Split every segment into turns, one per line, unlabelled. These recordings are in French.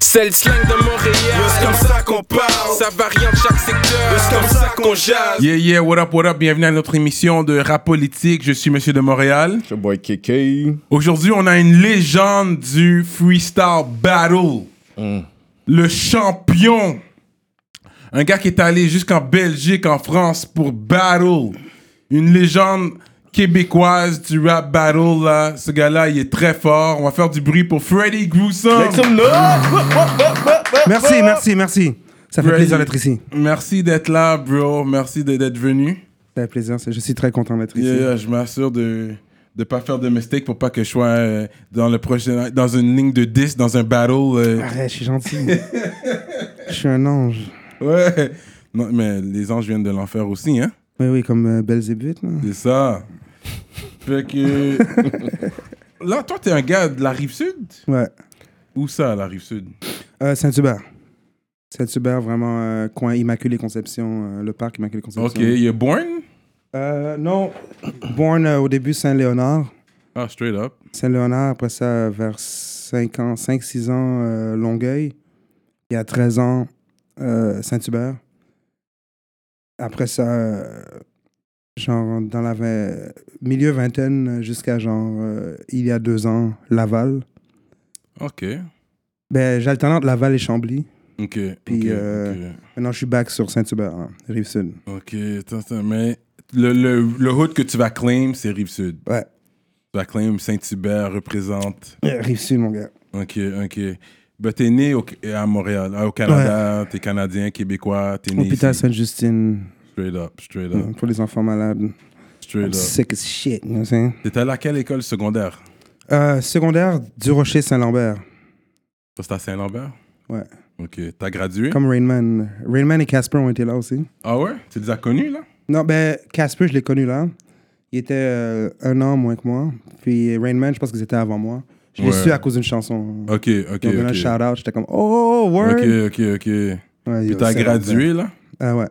C'est le slang de Montréal.
C'est comme ça qu'on parle.
Ça varie en chaque secteur.
C'est comme ça qu'on jase.
Yeah, yeah, what up, what up, bienvenue à notre émission de Rap Politique, je suis Monsieur de Montréal.
Your boy KK.
Aujourd'hui, on a une légende du freestyle battle. Le champion. Un gars qui est allé jusqu'en Belgique, en France pour battle. Une légende québécoise du rap battle, là. Ce gars-là, il est très fort. On va faire du bruit pour Freddy Gruesome.
Merci, merci, merci. Ça fait
Ready.
plaisir d'être ici.
Merci d'être là, bro. Merci de- d'être venu.
Ça fait plaisir, c'est- je suis très content d'être ici.
Yeah, yeah, je m'assure de de pas faire de mistake pour pas que je sois euh, dans le prochain dans une ligne de 10 dans un battle euh.
Arrête, je suis gentil. je suis un ange.
ouais non mais les anges viennent de l'enfer aussi hein
Oui, oui, comme euh, Belzébuth. là.
c'est ça fait que là toi t'es un gars de la rive sud
Ouais.
où ça la rive sud
Euh, Saint-Hubert. Saint-Hubert, vraiment, euh, coin Immaculée Conception, euh, le parc Immaculée
ok
Conception.
you're born
Euh, non, born euh, au début Saint-Léonard.
ah straight up
Saint-Léonard, après ça, vers 5 ans, 5-6 ans, euh, Longueuil. Il y a 13 ans, euh, Saint-Hubert. Après ça, euh, genre dans la vin- milieu vingtaine jusqu'à genre euh, il y a deux ans, Laval.
ok
Ben, j'alternais entre Laval et Chambly.
ok
Puis,
ok,
euh, Maintenant, je suis back sur Saint-Hubert, hein, Rive-Sud.
ok ok attends, attends, mais le, le, le hood que tu vas claim c'est rive sud
Ouais,
tu vas claim Saint Hubert représente
Rive-Sud, mon gars.
Ok, ok. Ben, t'es né au- à Montréal, au Canada, t'es Canadien, Québécois, t'es né
Hôpital
ici.
Sainte-Justine,
Straight up, straight up,
euh, pour les enfants malades.
straight up.
Sick as shit, you know what I'm saying?
T'es allé à quelle école secondaire?
Euh, secondaire, Du Rocher-Saint-Lambert.
Ça, C'était à Saint-Lambert?
Ouais.
Ok, t'as gradué?
Comme Rainman. Rainman et Casper ont été là aussi.
Ah ouais? Tu les as connus, là?
Non, ben, Casper, je l'ai connu là. Il était euh, un an moins que moi. Puis Rainman, je pense qu'ils étaient avant moi. Je l'ai
Ouais.
su à cause d'une chanson.
Ok, ok,
Ils ont donné un
ok.
shout-out. J'étais comme, oh, word.
Ok, ok, ok.
Ouais,
Puis
yo,
t'as
c'est
gradué, là?
vrai. Ah ouais.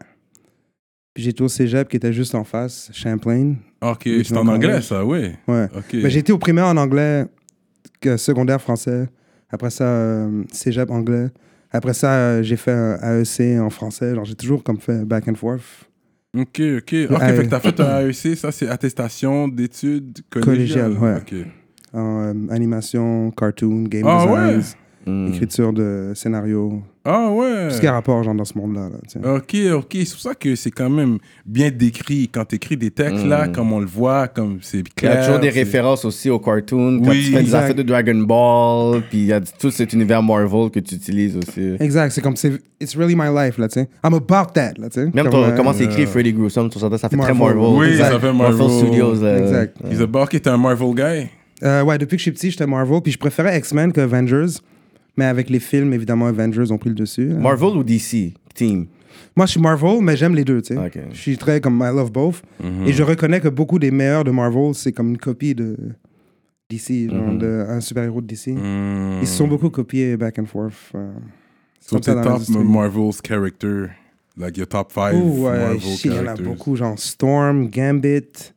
Puis j'étais au cégep qui était juste en face, Champlain.
Ok,
Ils
c'est en
ont
anglais,
connu.
ça, oui.
Ouais.
Ok.
Mais j'ai été au primaire en anglais, que secondaire français. Après ça, euh, cégep anglais. Après ça, euh, j'ai fait un AEC en français. Genre, j'ai toujours comme fait back and forth.
Ok, ok. Ok,
Ah,
fait que t'as fait un AEC, ça, c'est attestation d'études collégiales.
Collégiales, ouais.
Ok.
en euh, animation, cartoon, game
Ah
design,
Mm.
écriture de scénario,
Ah ouais!
tout ce qui a rapport genre, dans ce monde-là. là, tu sais.
Ok, ok. C'est pour ça que c'est quand même bien décrit. Quand tu écris des textes,
Mm.
là, comme on le voit, comme c'est
Il y
clair.
a toujours des
c'est-
références aussi aux cartoons. Quand
Oui.
tu fais des
Exact.
affaires de Dragon Ball, puis il y a tout cet univers Marvel que tu utilises aussi.
Exact, c'est comme, c'est it's really my life, là, tu sais. I'm about that, là, tu sais.
Même
Comme,
ton-
euh,
comment c'est écrit Freddy Gruesome, tout ça, ça fait très
Marvel.
Marvel.
Oui,
Exact.
ça fait Marvel.
Studios. euh, là.
Exact.
He's a bar qui est un Marvel guy.
Euh, ouais, depuis que je suis petit, j'étais Marvel, puis je préférais X-Men que Avengers, mais avec les films, évidemment, Avengers ont pris le dessus. là.
Marvel ou DC Team
Moi, je suis Marvel, mais j'aime les deux, tu sais.
Ok. Mm-hmm.
Je suis très comme I love both, et je reconnais que beaucoup des meilleurs de Marvel, c'est comme une copie de DC, genre
Mm-hmm.
de- un super-héros de DC.
Hmm.
Ils se sont beaucoup copiés back and forth. euh, c'est
So
comme ça
t'es
dans
top
l'industrie.
Marvel's character. Like your top 5
Oh, ouais,
Marvel
shit, il y en a
characters.
beaucoup, genre Storm, Gambit,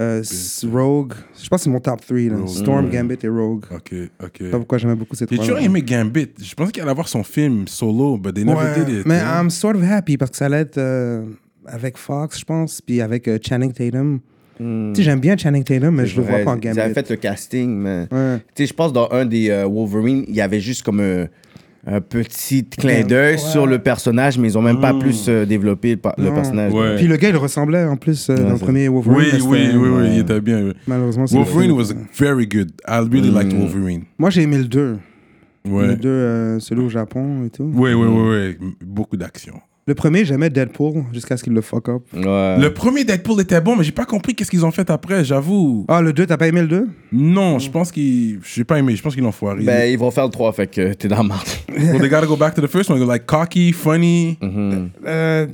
euh, s- Rogue. Je pense que c'est mon top 3.
Rogue,
Storm,
ouais.
Gambit et Rogue. Je
Ok, ok.
sais pas pourquoi j'aimais beaucoup ces
J'ai
trois.
toujours aimé Gambit. Je pensais qu'il allait avoir son film solo, but they never did it.
mais
hein.
I'm sort of happy parce que ça allait être euh, avec Fox, je pense, puis avec euh, Channing Tatum. Tu sais, j'aime bien Channing Tatum, mais je le vois
Ouais,
pas en
Hmm. Ils avaient
Gambit.
fait le casting, mais.
Ouais.
Tu sais, je pense dans un des euh, Wolverine, il y avait juste comme un, un petit clin d'œil sur le personnage, mais ils ont même pas plus euh, développé le, pa- le
Non.
personnage.
Ouais.
Puis le gars, il ressemblait en plus euh, dans le
c'est-
premier Wolverine.
oui,
mais
oui, oui,
c'était-
oui, il était bien.
Malheureusement, c'est- Mm.
Wolverine was very good. I really liked Wolverine.
Moi, j'ai aimé le 2. Le
Ouais.
2, euh, celui au Japon et tout.
Oui, oui, oui, oui. Beaucoup d'action.
Le premier, j'aimais Deadpool jusqu'à ce qu'il le fuck up.
Ouais.
Le premier Deadpool était bon, mais j'ai pas compris qu'est-ce qu'ils ont fait après, j'avoue.
Ah, le 2, t'as pas aimé le 2
Non, je pense qu'ils. J'ai pas aimé, je pense qu'ils l'ont foiré.
Ben, ils vont faire le 3, fait que t'es dans la merde.
Well, they gotta go back to the first one. They're like cocky, funny.
Mhm.
Euh,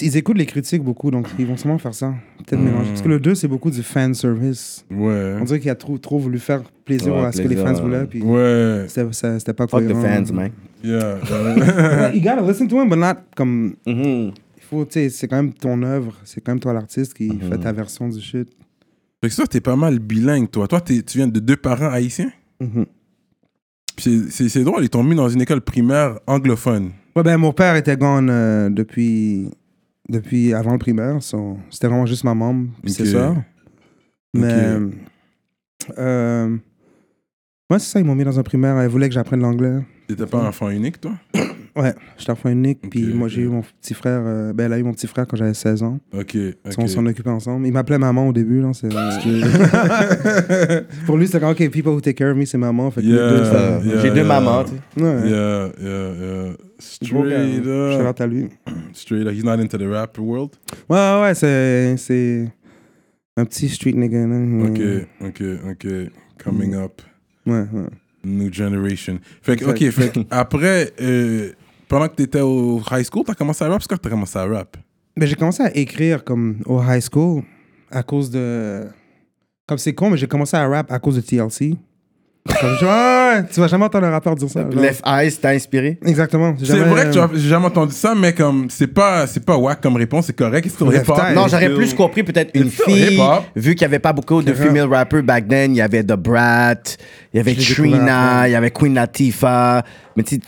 Ils écoutent les critiques beaucoup, donc ils vont sûrement faire ça. Peut-être
Hmm.
mélanger. Parce que le 2, c'est beaucoup du fan service.
Ouais.
On dirait qu'il a trop, trop voulu faire plaisir
Ouais,
à ce que les
plaisir, euh,
fans
ouais.
voulaient, puis
Ouais.
c'était- ça- c'était pas
Fuck the
cohérent.
fans, man.
Yeah.
Ouais, You gotta listen to him, but not comme... Il faut, tu sais, c'est quand même ton œuvre, c'est quand même toi l'artiste qui
Hmm.
fait ta version du shit. Mm-hmm.
fait que ça, t'es pas mal bilingue, toi. Toi, t'es- tu viens de deux parents haïtiens? Puis C'est c'est drôle, ils t'ont mis dans une école primaire anglophone.
Ouais, ben, mon père était gone euh, depuis, depuis avant le primaire. so, C'était vraiment juste ma maman et ses
Ok.
soeurs. Mais. euh, ouais, c'est ça, ils m'ont mis dans un primaire. Ils voulaient que j'apprenne l'anglais.
T'étais
Mm-hmm.
pas un enfant unique, toi
Ouais, j'étais enfant unique. Puis
Ok,
moi,
ok.
j'ai eu mon petit frère. euh, ben, elle a eu mon petit frère quand j'avais 16 ans.
Ok. ok. Ah.
On s'en occupait ensemble. Il m'appelait maman au début. Là, c'est- c'est- Pour lui, c'était comme, OK, people who take care of me, c'est maman. Fait que les deux, ça-
Yeah,
Euh, J'ai deux
yeah.
mamans, tu sais.
Ouais.
Yeah, yeah, yeah.
Gros gars. hein.
Straight
Shout
up.
out à lui.
Straight up. He's not into the rap world.
Ouais, ouais, ouais, c'est, c'est un petit street nigga. là.
Ok,
Ouais,
ok, ok. Coming
Mm.
up.
ouais. ouais.
New generation. Fait que,
Exact.
ok, fait que après, euh, pendant que t'étais au high school, t'as commencé à rap. C'est quand que t'as commencé à rap
Mais j'ai commencé à écrire comme au high school à cause de. Comme c'est con, mais j'ai commencé à rap à cause de TLC. Comme, je- ouais, ouais, tu vas jamais entendre un rappeur dire ça. genre.
Left Eyes, t'as inspiré?
Exactement.
C'est vrai
euh,
que tu as- j'ai jamais entendu ça, mais comme, c'est pas, c'est pas wack comme réponse, c'est correct. It's still
Left
hip-hop.
eye.
Non, j'aurais plus compris peut-être une
Hip-hop.
fille, vu qu'il n'y avait pas beaucoup de female rappers back then. Il y avait The Brat, il y avait
Je l'ai découvert
Trina,
après.
il y avait Queen Latifah, mais tu sais,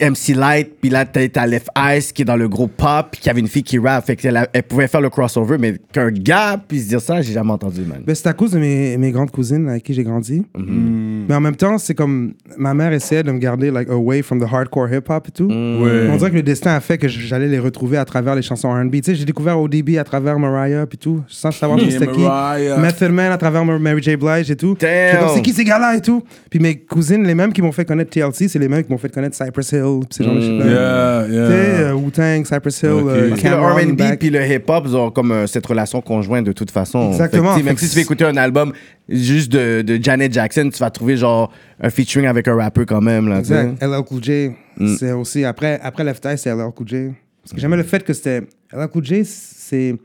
MC Light, puis là, t'as t'as Left Ice qui est dans le groupe pop, puis qui avait une fille qui rap. Fait qu'elle a- elle pouvait faire le crossover, mais qu'un gars puisse dire ça, j'ai jamais entendu, man.
Ben, c'est à cause de mes, mes grandes cousines avec qui j'ai grandi. Mais en même temps, c'est comme ma mère essayait de me garder like away from the hardcore hip hop et tout.
Ouais.
On dirait que le destin a fait que j'allais les retrouver à travers les chansons R&B. Tu sais, j'ai découvert ODB à travers Mariah et tout, sans savoir
Yeah,
qui c'était qui.
Mariah.
Method Man à travers Mar- Mary J. Blige et tout.
Damn.
J'étais comme, C'est qui ces gars-là et tout. Puis mes cousines, les mêmes qui m'ont fait connaître TLC, c'est les mêmes qui m'ont fait connaître Cypress Hill, pis ces gens de
Mm.
shit-là.
Yeah,
Tu sais, euh,
yeah.
Wu-Tang, Cypress Hill,
Ok.
euh,
Parce
Parce que
Cameron,
le R&B
Back.
puis le hip-hop ils ont comme euh, cette relation conjointe de toute façon. Fait que,
Exactement.
tu sais, même
Fait
si
que
tu veux écouter un album juste de, de Janet Jackson, tu vas trouver genre un featuring avec un rappeur quand même. Là, tu sais.
Mm-hmm.
Exact. LL Cool J,
Mm.
c'est aussi après après Left Eye, c'est LL Cool J. Parce que j'aimais le fait que c'était LL Cool J, c'est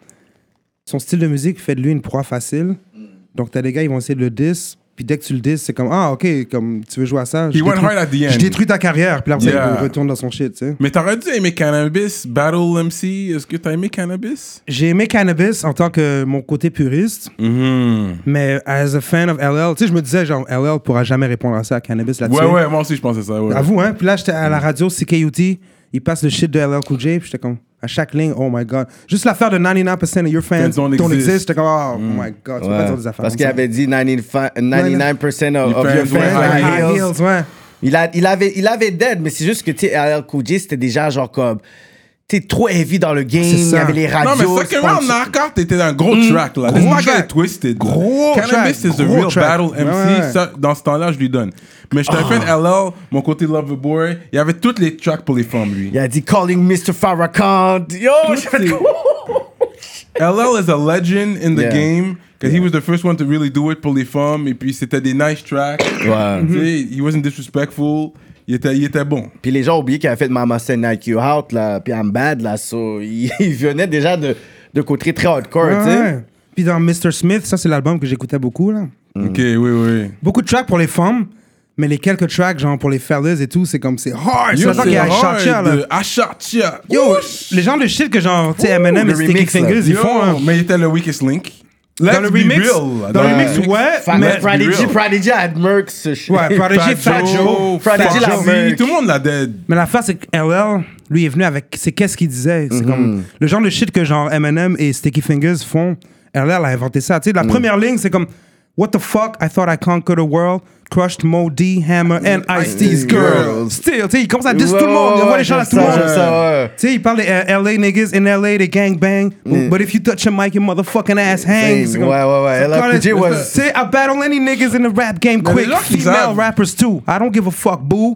son style de musique fait de lui une proie facile.
Mm.
Donc t'as des gars ils vont essayer de le diss, puis dès que tu le diss, c'est comme ah ok comme tu veux jouer à ça.
He
je
went
détruis-
hard at the end.
Je détruis ta carrière, puis là après,
Yeah.
il retourne dans son shit, tu sais.
Mais t'aurais dû aimer Cannabis, Battle MC. Est-ce que t'as aimé Cannabis
J'ai aimé Cannabis en tant que mon côté puriste,
Mm.
Hmm. mais as a fan of LL, tu sais, je me disais genre LL pourra jamais répondre à ça à Cannabis là-dessus.
Ouais, ouais, moi aussi je pensais ça. Ouais.
À vous, hein? Puis là, j'étais à la radio CKUT, il passe le shit de LL Cool J, puis j'étais comme, à chaque ligne, oh my god. Juste l'affaire de 99% of your fans
Fans don't
don't
exist.
exist, j'étais comme, oh my god, tu peux
Ouais.
pas dire des affaires.
Parce
comme
qu'il
ça.
avait dit 99, 99% of, of
fans wear
your fans
Ouais,
are
high
high
heels.
heels, ouais.
Il, a, il, avait, il avait dead, mais c'est juste que, tu sais, LL Cool J, c'était déjà genre comme. Tu sais, trop heavy dans le game.
Ah, C'est
Il y
ça.
avait les
Non,
radios.
mais Second Round
sponsors-
Knockout était un gros track là. Let's
Mm. Gros
not get
track.
it twisted.
Gros
Cannabis
track,
is a
gros
real
track.
battle
Ouais,
MC.
ouais. Ah.
Ça, dans ce temps-là, je lui donne. Mais je t'appelle LL, mon côté Loverboy. Il y avait toutes les tracks pour les femmes, lui.
Il a dit Calling Mr. Farrakhan. Yo, j'ai fait
c'est- LL is a legend in the
Yeah.
game. Because he was the first one to really do it pour les femmes. Et puis c'était des nice tracks.
Ouais.
Tu sais, he wasn't disrespectful. Il était, il était bon.
Puis les gens ont oublié qu'il avait fait Mama Send Like You Out, là, puis I'm Bad, là, so, il, il venait déjà de, de côté très hardcore,
Ouais,
tu sais.
ouais. Puis dans Mr. Smith, ça, c'est l'album que j'écoutais beaucoup, là.
Ok, oui, oui.
Beaucoup de tracks pour les femmes, mais les quelques tracks, genre pour les fellas et tout, c'est comme, c'est hard.
Yo,
C'est ça qu'il y a à
hard
Shotcha, là.
de- à Shotcha.
Yo,
Whoosh.
les gens de shit que genre, tu sais, Eminem
le
et Sticky
remix, là.
Fingers, ils
Yo,
font hein. un.
hein. Mais il était le weakest link.
Dans le
Let's be
remix,
real, là.
dans le
Ouais.
remix, ouais,
Fa-
mais.
Prodigy,
real.
Prodigy had Merc, ce shit.
Ouais, Prodigy, Fat Joe,
Fat
Prodigy
Joe.
la Merc.
Tout le monde l'a dead.
Mais l'affaire, c'est que LL, lui, est venu avec. C'est qu'est-ce qu'il disait. C'est
Mm-hmm.
comme. Le genre de shit que genre Eminem et Sticky Fingers font, LL a inventé ça.
Mm.
Tu sais, la première ligne, c'est comme. What the fuck? I thought I conquered the world. Crushed Mo D, Hammer and Ice-T's girl.
Mm-hmm. Girls.
Still, tu sais, il commence à diss tout le monde. Il envoie les gens à tout le
J'aime
monde.
ça, ouais. Mm.
Tu sais, il parle des euh, LA niggas in LA, des gangbang. But if you touch a mic, your motherfucking ass hangs. C'est
Ouais, ouais, ouais.
c'est
LL Cool J
comme-
was-
Tu sais, I battle any niggas in the rap game
Mais les
quick.
gens qui
Female
savent-
rappers too. I don't give a fuck, boo.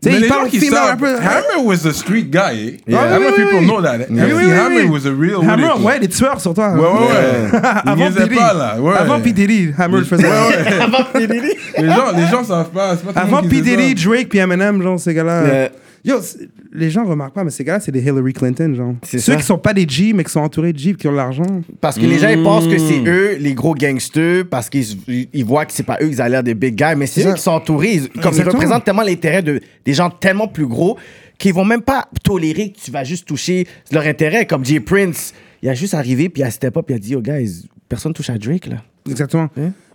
Tu sais,
Mais
il
les gens
parle
qui
female
savent,
rappers.
Hammer was a street guy. eh.
Yeah.
How
Ah oui,
many
oui,
people
oui.
know that?
Oui, oui,
MC
oui,
Hammer
oui.
was a real
Hammer,
with it.
ouais, des tueurs surtout. hein.
Ouais, ouais, ouais. Il
Avant
niaisait
P.
pas, là. Ouais.
Avant P. Diddy, Hammer le faisait.
Avant Prodigy.
Les gens, les gens savent pas. c'est pas tout le
Avant
monde
P.
qui sait
Diddy,
ça.
Drake, puis Eminem, genre, ces gars-là.
Ouais.
Yo, c'est- les gens remarquent pas, mais ces gars-là, c'est des Hillary Clinton, genre.
C'est
Ceux
ça.
qui sont pas des G, mais qui sont entourés de G, qui ont de l'argent.
Parce que les gens, ils pensent que
Hmm.
c'est eux, les gros gangsters, parce qu'ils ils- ils voient que c'est pas eux qui ont l'air des big guys, mais c'est
C'est
eux
ça.
qui sont entourés. Ils- Comme ils
Exactement.
représentent tellement l'intérêt de, des gens tellement plus gros qu'ils vont même pas tolérer que tu vas juste toucher leur intérêt. Comme Jay Prince, il a juste arrivé, puis il a step up, puis il a dit, oh guys, personne touche à Drake, là.
Exactement.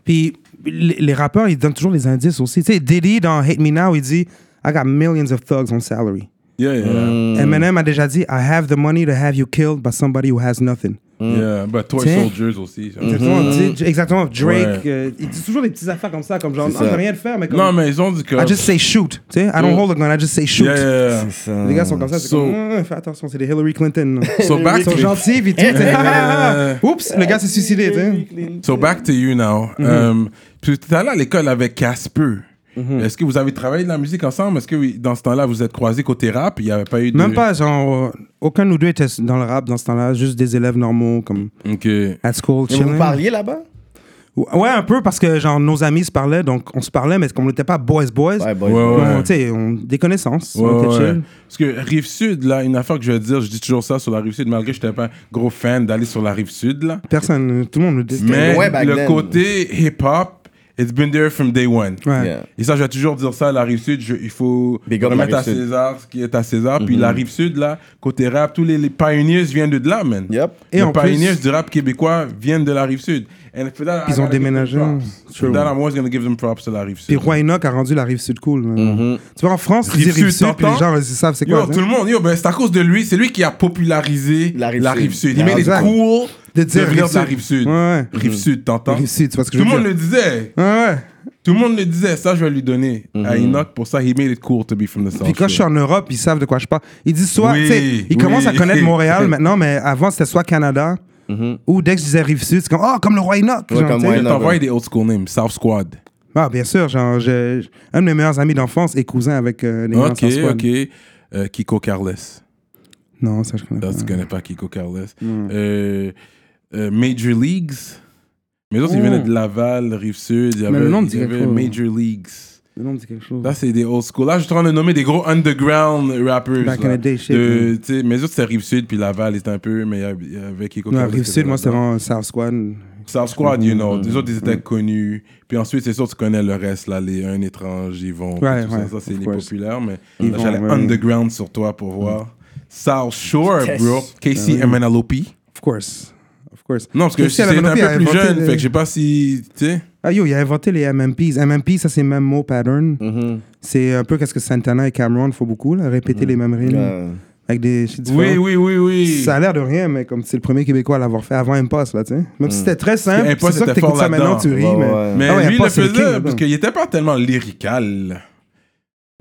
Puis les, les rappeurs, ils donnent toujours les indices aussi. Tu sais, Diddy dans Hate Me Now, il dit I got millions of thugs on salary.
Yeah, yeah.
Hmm.
Eminem a déjà dit I have the money to have you killed by somebody who has nothing.
Yeah, but Toy
Tiens.
Soldiers aussi. ça.
Exactement, tu sais, exactement,
Mhm. Ouais.
Drake, euh, il dit toujours des petites affaires comme ça, comme genre,
C'est
non,
ça.
t'as rien de faire, mais comme.
Non, mais ils ont dit que.
I just say shoot. Tu sais, I don't hold a gun, I just say shoot.
Yeah, yeah, yeah.
ça.
Les gars sont comme ça, c'est
So-
comme, Hum, fais attention, c'est des Hillary Clinton.
So back
Ils sont
to
gentils, puis tout.
Yeah.
Oups, le gars s'est suicidé, tu sais.
So back to you now.
Mm-hmm.
Um, puis tout à l'heure à l'école avec Casper.
Mm-hmm.
Est-ce que vous avez travaillé de la musique ensemble? Est-ce que oui, dans ce temps-là, vous êtes croisés côté rap? Il n'y avait pas eu de.
Même pas, genre, euh, aucun de nous deux était dans le rap dans ce temps-là, juste des élèves normaux, comme
Ok.
at school,
Mais vous
chilling.
parliez là-bas?
Ouais, un peu, parce que, genre, nos amis se parlaient, donc on se parlait, mais comme on n'était pas boys-boys,
Ouais, boy.
Ouais, ouais.
tu sais, on- des connaissances,
Ouais,
on était
ouais.
chill.
Parce que Rive-Sud, là, une affaire que je vais dire, je dis toujours ça sur la Rive-Sud, malgré que je n'étais pas un gros fan d'aller sur la Rive-Sud, là.
Personne, euh, tout le monde nous dit.
Mais
loin back
le
then.
côté hip-hop, it's been there from day one.
Ouais.
Yeah.
Et ça, je vais toujours dire ça, la Rive-Sud, je- il faut
Big up la Mm-hmm.
remettre à
Rive-Sud.
César ce qui est à César. Puis la Rive-Sud, là, côté rap, tous les, les pioneers viennent de là, man.
Yep.
Et
les
en
pioneers
plus-
du rap québécois viennent de la Rive-Sud. And for that, I
Ils ont
gotta give them
déménagé.
props. For
True.
that, I'm always gonna give them props to la Rive-Sud.
Puis Roy Enoch a rendu la rive sud cool. maintenant. Tu vois, en France, tu dis
Rive-Sud,
rive sud, puis les
Mm-hmm. t'entends?
gens, ils savent c'est
Yo,
quoi.
tout
hein.
le monde, yo, ben, c'est à cause de lui, c'est lui qui a popularisé
La Rive-Sud.
Rive-Sud. Il
Ah,
made it
exact.
cool
De dire
venir de la
Rive-Sud.
Rive-Sud.
Ouais, ouais. Mm-hmm.
Rive-Sud, t'entends?
rive sud, tu vois ce que
Tout le
je veux
monde
dire.
le disait.
Ouais, ouais.
Tout le monde le disait. Ça, je vais lui donner à
Mm-hmm.
Enoch pour ça. He made it cool to be from the South.
Puis quand je suis
Shore.
en Europe, ils savent de quoi je parle. Ils disent soit,
Oui,
tu sais, ils
oui. Mm-hmm.
commencent à connaître Montréal maintenant, mais avant c'était soit Canada, ou dès que je disais Rive-Sud, c'est comme, oh, comme le Roy Enoch.
Ouais,
genre,
comme
tu sais.
Roy
Je
Enoch.
t'envoie des old school names, South Squad.
Ah, bien sûr, genre, j'ai- j'ai- un de mes meilleurs amis d'enfance est cousin avec euh, les
Ok,
gens sans squad.
ok. Euh, Kiko Carless.
Non, ça je connais
Là,
pas.
tu connais pas Kiko Carles.
Mm.
Euh, euh, Major Leagues. Mais autres, ils venaient de Laval, Rive-Sud. Il y
Mais
avait,
le nom me
il y
dit quelque
avait
chose.
Major Leagues.
Le nom me dit quelque chose.
Là, c'est des old school. Là, je suis en train de nommer des gros underground rappers.
Back in the day, shit, man.
mais autres, c'était Rive-Sud, puis Laval était un peu, mais il y avait- il y avait Kiko
Ouais,
Carles.
Rive-Sud, moi c'était vraiment South Squad.
South Squad, you know.
Mm-hmm.
Les autres, ils étaient connus. Puis ensuite, c'est sûr, tu connais le reste, là, les Un étrange, ils vont.
Ouais, ouais,
ça, c'est
of
les
course.
populaires, mais
Yvon,
là, j'allais
ouais. Mm.
underground sur toi pour voir. South Shore,
Yes.
bro.
Ah
Casey Emanalopi.
Of course. Of course.
Non, parce que c'est
Casey
un
Avenatti a
peu plus
inventé
jeune,
le-
fait que je sais pas si. Tu sais.
Ah yo, il a inventé les MMPs. MMP, ça c'est même mot pattern.
Mm-hmm.
C'est un peu qu'est-ce que Santana et Cameron font beaucoup, là, répéter les mêmes rimes
Euh,
avec des shit
Oui,
différents.
oui, oui, oui.
Ça a l'air de rien, mais comme c'est le premier Québécois à l'avoir fait avant Impost, là, tu sais. Même si c'était très
Parce
simple,
que
c'est
Impost
sûr que
était
t'écoutes
fort
ça maintenant,
là-dedans.
tu ris,
Mm. Ouais,
mais...
ouais.
Mais
Ah ouais,
lui, il le
Impost, c'est le
faisait
king,
parce qu'il était pas tellement lyrical.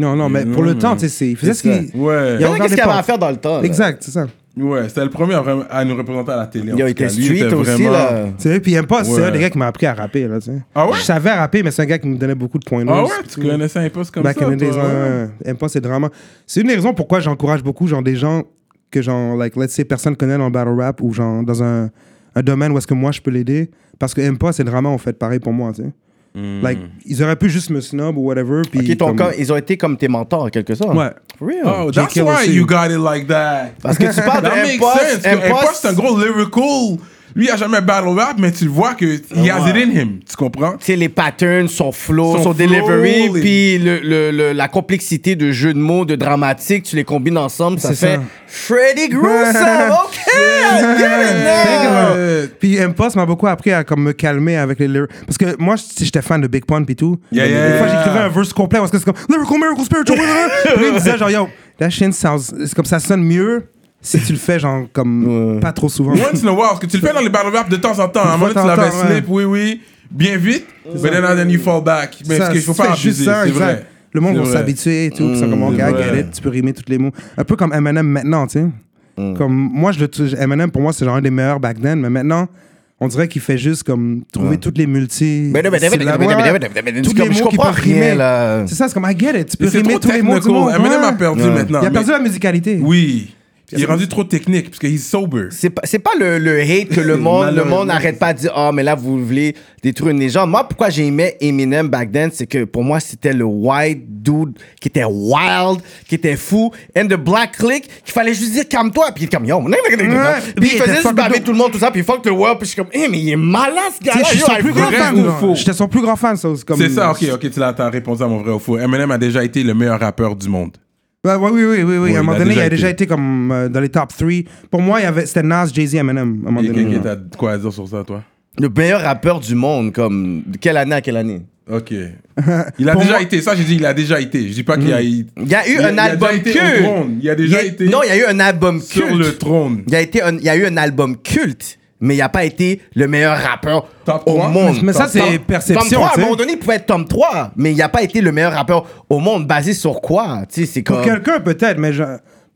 Non, non, mais
Non,
pour le
mais-
temps, tu sais, c'est- il faisait ce
Mm. C'est
qu'il...
Ouais.
Il y a-
Qu'est-ce qu'il y avait à faire dans le temps? là?
Exact, c'est ça.
Ouais, c'était le premier à, vraiment- à nous représenter à la télé. en
Il y a
tout
été
cas. Lui, il
street
était
aussi,
vraiment-
là.
Tu sais, puis Impost, c'est
Ouais.
un des gars qui m'a appris à rapper, là, tu sais.
Ah ouais?
Je savais rapper, mais c'est un gars qui me donnait beaucoup de points.
Ah ouais, tu connaissais un poste comme
Back
ça.
in the days,
toi,
ouais, ouais. Impost, c'est drama. C'est une des raisons pourquoi j'encourage beaucoup, genre, des gens que, genre, like, let's say, personne connaît dans le battle rap ou, genre, dans un, un domaine où est-ce que moi, je peux l'aider. Parce que Impost et drama ont fait pareil pour moi, tu sais.
Hmm.
Like, ils auraient pu juste me snob ou whatever. Puis
Ok, ton
comme-
com- ils ont été comme tes mentors, en quelque sorte.
Ouais.
For real.
Oh, that's
J.K.
why
aussi.
you got it like that.
Parce que tu parles
That makes sense.
d'impost.
que Impost, c'est un gros lyrical. Lui, il a jamais battle rap, mais tu le vois que
Oh,
he has it in him. Tu comprends?
Tu sais, les patterns, son flow, son,
Son flow,
delivery,
les-
puis le, le- le- la complexité de jeu de mots, de dramatique, tu les combines ensemble, ça
C'est
fait
ça.
Freddy Gruesome. OK, I get it now.
Yeah.
Puis Impost m'a beaucoup appris à comme, me calmer avec les lyrics. Parce que moi, je- j'étais fan de Big Pun et tout.
Yeah,
Des
yeah,
fois,
yeah.
j'écrivais un verse complet parce que c'est comme Lyrical Miracle Spiritual. whatever. Puis lui, il disait genre, yo, la chaîne, c'est comme ça sonne mieux si tu le fais, genre, comme pas trop souvent.
Once in a while, parce que tu le fais dans les battle rap de temps en temps. À un moment,
fois
tu
de temps en
l'avais
temps, ouais.
slip, oui, oui, bien vite, mais then, then you fall back. Mais
Ça,
parce qu'il faut
tu
pas
fais juste
abuser,
ça,
c'est
exact.
vrai.
Le monde
C'est
va
vrai. Mm,
s'habituer et tout. puis c'est comme, OK, I
c'est
get
vrai.
it, tu peux rimer tous les mots. Un peu comme Eminem maintenant, tu sais.
Mm.
Comme moi, je le touche. Eminem, pour moi, c'est genre un des meilleurs back then, mais maintenant. On dirait qu'il fait juste comme trouver toutes les multi.
Mais non, mais non, mais non,
syllabes.
mais non, mais non,
Ouais.
mais non, mais non, mais non,
Tous
je
les mots qui
comprends
peuvent
rien,
rimer.
là.
C'est ça, c'est comme I get it. Tu peux
Mais C'est
rimer
trop
tous les mots du monde.
technical. Eminem a
ouais.
perdu maintenant.
Il a perdu
mais-
la musicalité.
Oui. Il est rendu trop technique, parce qu'il est sober.
C'est pas, c'est pas le, le hate que le monde le monde
Malheureusement.
n'arrête pas de dire ah mais là vous voulez détruire les gens moi pourquoi j'aimais Eminem back then c'est que pour moi c'était le white dude qui était wild qui était fou and the black click qu'il fallait juste dire calme-toi puis il était comme yo puis
puis
il
il était
faisait juste
fuck
baver
the-
tout le monde tout ça puis fuck the world puis je suis comme eh mais il est malade ce gars
Tu sais,
là
Je suis son plus grand
vrai
fan.
ou
genre.
faux?
J'étais son plus grand fan, ça. c'est comme-
C'est ça, ok, ok, tu l'as t'as répondu à mon vrai ou faux. Eminem a déjà été le meilleur rappeur du monde.
Ouais, ouais, oui, oui, oui, oui.
il
À un moment
a
donné, il
déjà
a déjà
été.
été comme euh, dans les top 3. Pour moi, il y avait- c'était Nas, Jay-Z, Eminem. À un moment
Et
donné.
quelqu'un t'a quoi à dire sur ça, toi
Le meilleur rappeur du monde, comme. De quelle année à quelle année
Ok. Il a
Pour
déjà
moi-
été. Ça, j'ai dit, il a déjà été. Je dis pas qu'il a. Il
Hmm. Il y a eu
il a-
un
il a
album
déjà été au
culte.
trône. Il a déjà
Il y a-
été.
Non, il y a eu un album
sur
culte.
le trône.
Il y a, été un- il y a eu un album culte, mais il n'a pas été le meilleur rappeur
Top
au
trois?
monde.
Mais ça,
Top-
c'est
Top-
perception,
Tom 3, à
tu
un
sais.
moment donné, il pouvait être Tom 3, mais il n'a pas été le meilleur rappeur au monde. Basé sur quoi Tu sais, c'est
Pour
comme.
quelqu'un, peut-être, mais je-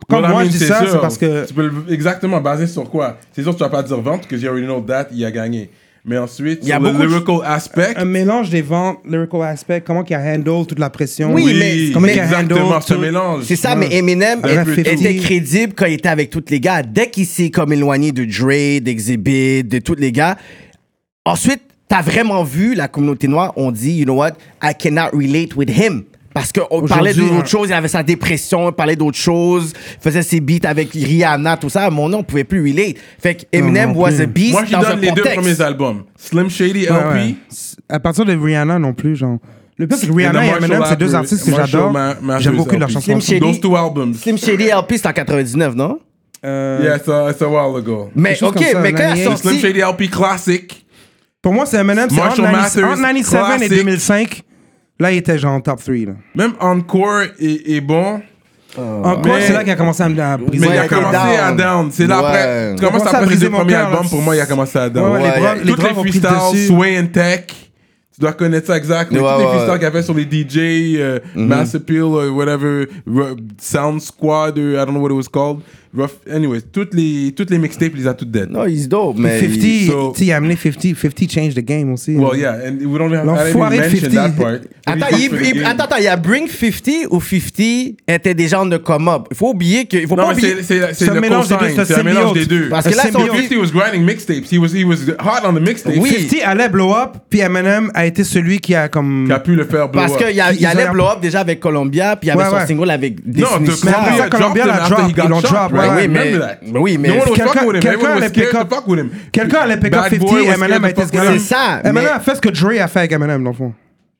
comme
Non,
moi,
Amine,
je dis ça,
sûr.
c'est parce que.
Tu peux le- exactement basé sur quoi C'est sûr, tu vas pas dire vente, que j'ai already know that, il a gagné. Mais ensuite,
Il y a
sur le
beaucoup de-
lyrical aspect.
Un mélange des ventes, lyrical aspect, comment qu'il handle toute la pression.
Oui, mais-
Comment qu'il
exactement,
handle
ce
tout-
mélange.
C'est ça, mais Eminem
Un
est-
peu
était,
tout.
crédible quand il était avec tous les gars. Dès qu'il s'est comme éloigné de Dre, d'Exhibit, de tous les gars, ensuite, t'as vraiment vu la communauté noire, on dit, you know what, I cannot relate with him. Parce qu'on parlait
hein.
d'autres choses, il avait sa dépression, il parlait d'autres choses, il faisait ses beats avec Rihanna, tout ça. Mon nom, on pouvait plus relate. Fait que Eminem
non
was
plus.
a beast
Moi, je
dans un
donne les deux
contexte.
premiers albums. Slim Shady, LP.
Ouais, ouais. C'est- À partir de Rihanna non plus, genre. Le pire, c'est que
Et
Rihanna
The
et
Marshall
Eminem, c'est deux
Mathers-
artistes que
Marshall
j'adore.
Ma- Mathers
J'aime beaucoup leurs
LP.
chansons.
Slim Shady.
Those two albums.
Slim Shady LP, c'est en 99, non?
Euh,
Yeah, it's a, it's a while ago.
Mais
choses
ok,
comme ça,
mais quand il a
l'année-
sorti.
Slim Shady, LP classique.
Pour moi, c'est Eminem, c'est entre
Marshall
90 entre
Mathers,
97 et
classique.
2005. Là, il était genre en top 3. Là.
Même Encore est, est bon.
Encore,
Mais-
c'est là qu'il a commencé à me à briser.
Mais il a
était
commencé
down.
à down. C'est là
Ouais.
après. Tu
Il a
commences
commencé à
après les
briser
deux
mon
premiers
cœur, là.
albums, pour moi, il a commencé à
Ouais,
down.
ouais,
Ouais,
les drogues, les
Toutes les
drogues ont pris le
freestyles,
dessus.
Sway and Tech. Tu dois connaître ça exactement.
Ouais,
Toutes les
ouais. Mhm.
freestyles qu'il y avait sur les DJ, euh, Mass Appeal, euh, whatever, Ru- Sound Squad, euh, I don't know what it was called. Rough, anyways, toutes les, toutes les mixtapes, il les a toutes dead.
Non, he's dope, mais.
50,
il-
so-
tu sais, il a amené 50. 50 change the game aussi.
Well, yeah, and we don't have, I didn't
L'enfoiré
even
de
mention
50.
that part.
Attends,
Maybe
il-
for the
il-
game.
attends, attends, il y a Bring 50 ou 50 était déjà en de come up. Il faut oublier que. Il faut
Non,
pas
mais
oublier.
c'est c'est- c'est
C'est un
le
mélange des deux,
cosign,
c'est un
c'est un mélange des
symbiote.
deux.
Parce que là,
c'est
son
symbiote.
50 was grinding mixtapes. He was, he was hot on the mixtapes.
Oui.
50 allait blow up, puis Eminem a été celui qui a comme.
Qui a pu le faire blow
Parce
up.
qu'il y, a- il y
Ils
allait
ont-
blow up déjà avec Columbia, puis il y avait
Ouais,
son
ouais.
single avec
Non,
Disney.
de
Smith.
après,
Columbia,
Columbia
dropped him
l'a
after
drop,
he got
ils l'ont
shot,
drop,
right?
ouais.
Oui, mais-
Remember that.
oui, mais
No one was
quelqu'un-
fucking with him.
quelqu'un
Everyone was
allait
scared to
pick up.
fuck with him.
Quelqu'un allait pick up
Bad boy
50
was
Eminem
scared
a
to
été
fuck with
ce gars-là.
him.
C'est ça,
Eminem
mais-
a fait ce que Dre a fait avec Eminem, dans le fond.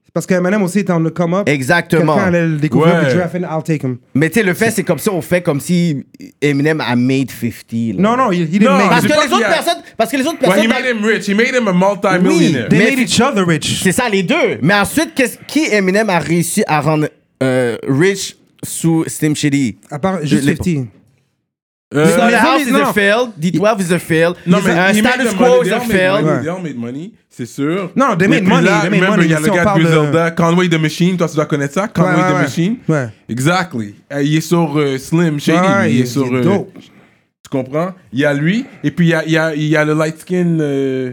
C'est Parce que Eminem aussi était en le come up.
Exactement.
Quelqu'un allait le découvrir,
Ouais.
puis Dre a fait I'll take him.
Mais tu sais, le fait, c'est comme ça, on fait comme si Eminem a made 50. là.
Non, non, il il
Non,
didn't make
Parce
c'est
it.
que,
pas
les autres
qu'il y a-
personnes, parce que les autres
Well,
personnes.
he made him rich. He made him a multi-millionaire.
They
mais-
made each other rich.
C'est ça, les deux. Mais ensuite, qu'est-ce- qui Eminem a réussi à rendre euh, rich sous Slim Shady?
À part
Je
juste
l'ai
50.
Euh,
Slim
les
House
autres,
is a
non.
fail. D12 is a fail.
Non, mais
un
he made
status
the
quo
money.
is
They
a
all made
fail.
money.
Ouais.
They all made money, c'est sûr.
Non, they
Et
made
puis
money,
là,
they made
remember,
money,
Il y a
si
le
on
gars de
parle de-
Griselda, Conway the Machine. Toi, tu dois connaître ça. Conway
Ouais, ouais,
the
ouais.
Machine.
Ouais.
Exactly. Euh, Il est sur euh, Slim Shady.
Ouais,
il est
il-
sur.
il est
euh,
dope.
Tu comprends? Il y a lui. Et puis, il y a, il y a, il y a le light skin. euh,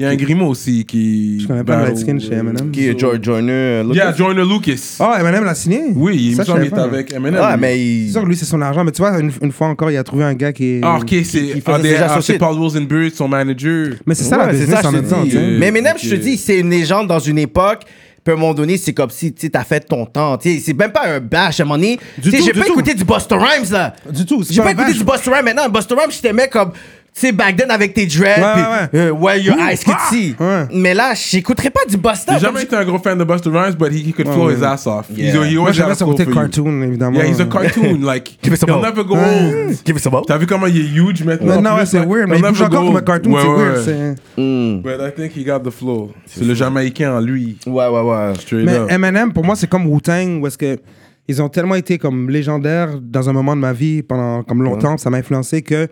il y a un Grimaud aussi qui.
Je connais pas le
Barrow,
light skin chez
euh,
Eminem.
Qui est George Joyner? euh,
Yeah,
Lucas?
Joyner Lucas.
Oh, Eminem l'a signé
Oui, il me
Ça, je
semble qu'il est
savais pas. hein.
avec Eminem.
Ah,
lui.
mais
C'est
il...
sûr que lui, c'est son argent, mais tu vois, une, une fois encore, il a trouvé un gars qui est.
Ah, ok, c'est
qui faisait
ah, des-
déjà
ah,
associé.
c'est Paul Rosenberg, son manager.
Mais c'est ça la
Ouais, c'est
business
ça,
en
je
même
te
temps,
dis. euh,
tu sais.
Mais Eminem, je te
Ok.
dis, c'est une légende dans une époque. Puis à un moment donné, c'est comme si tu as fait ton temps. tu sais. C'est même pas un bash. À un moment donné, tu sais,
tout,
j'ai
du
pas
tout.
écouté du Buster Rhymes là.
Du tout, c'est
J'ai
pas
pas
un
écouté
bash.
du Buster Rhymes maintenant. Buster Rhymes, je t'aimais comme. Tu sais, back then avec tes dreads,
Ouais,
puis
ouais, ah,
euh, ouais, your eyes could see.
Ouais.
Mais là, j'écouterais pas du
J'ai
Buster. comme
jamais été un gros fan de Buster Rhymes, but he, he could flow his ass off. He's, he
Moi,
always had
j'aimais
a
son
flow
côté
for you.
cartoon, évidemment.
Yeah, he's a cartoon. like,
Give me some
he'll
more.
never go
Ouais.
old.
Give us a ball.
T'as vu comment il est huge maintenant?
Maintenant, ouais,
Plus,
Hein? c'est
like,
weird,
he'll
mais il
never
bouge encore
go
comme un
old.
cartoon,
Ouais,
c'est
ouais,
weird.
ouais.
c'est-
But I think he got the flow. C'est le Jamaïcain en lui.
Ouais, ouais, ouais.
Straight
Mais
up.
Eminem, pour moi, c'est comme Wu-Tang, où est-ce que ils ont tellement été comme légendaires dans un moment de ma vie pendant comme longtemps, ça m'a influencé que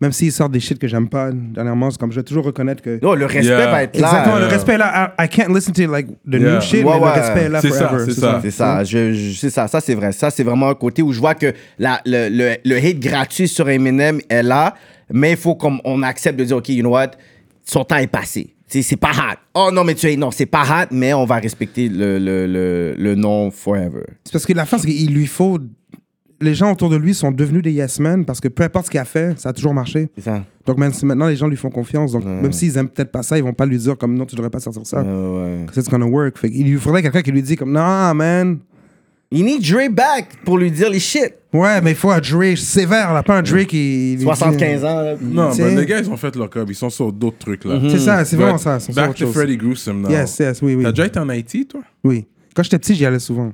même s'ils sortent des shit que j'aime pas dernièrement, c'est comme je vais toujours reconnaître que.
Non, Oh, le respect
Yeah.
va être là.
Exactement, le
yeah.
respect est là. I, I can't listen to like the
Yeah.
new shit,
Ouais,
mais
ouais.
le respect est là
C'est ça,
forever.
c'est ça.
C'est ça, je, je- c'est ça, ça c'est vrai. Ça c'est vraiment un côté où je vois que la, le, le, le hate gratuit sur Eminem est là, mais il faut comme on accepte de dire, OK, you know what, son temps est passé. Tu sais, C'est pas hot. Oh non, mais tu es, non, c'est pas hot, mais on va respecter le, le, le, le nom forever.
C'est parce que la fin, c'est qu'il lui faut. Les gens autour de lui sont devenus des yes men parce que peu importe ce qu'il a fait, ça a toujours marché.
C'est ça.
Donc même si maintenant les gens lui font confiance, donc même s'ils aiment peut-être pas ça, ils vont pas lui dire comme non, tu devrais pas sortir ça.
Ah Ouais.
C'est gonna work. Fait qu'il lui faudrait quelqu'un qui lui dit comme non, man.
Il need Dre back pour lui dire les shit.
Ouais, mais il faut un Dre sévère, là, pas un Dre qui. lui dit- euh,
75 ans. là.
Non,
tu
mais
sais-
les gars, ils ont fait leur cob. Ils sont sur d'autres trucs, là.
C'est ça, c'est
But
vraiment ça. c'est
Back
autre
to
chose.
Freddy Gruesome now.
Yes, yes, oui, oui.
T'as déjà été en Haïti, toi?
Mm.
Oui. Quand j'étais petit, j'y allais souvent.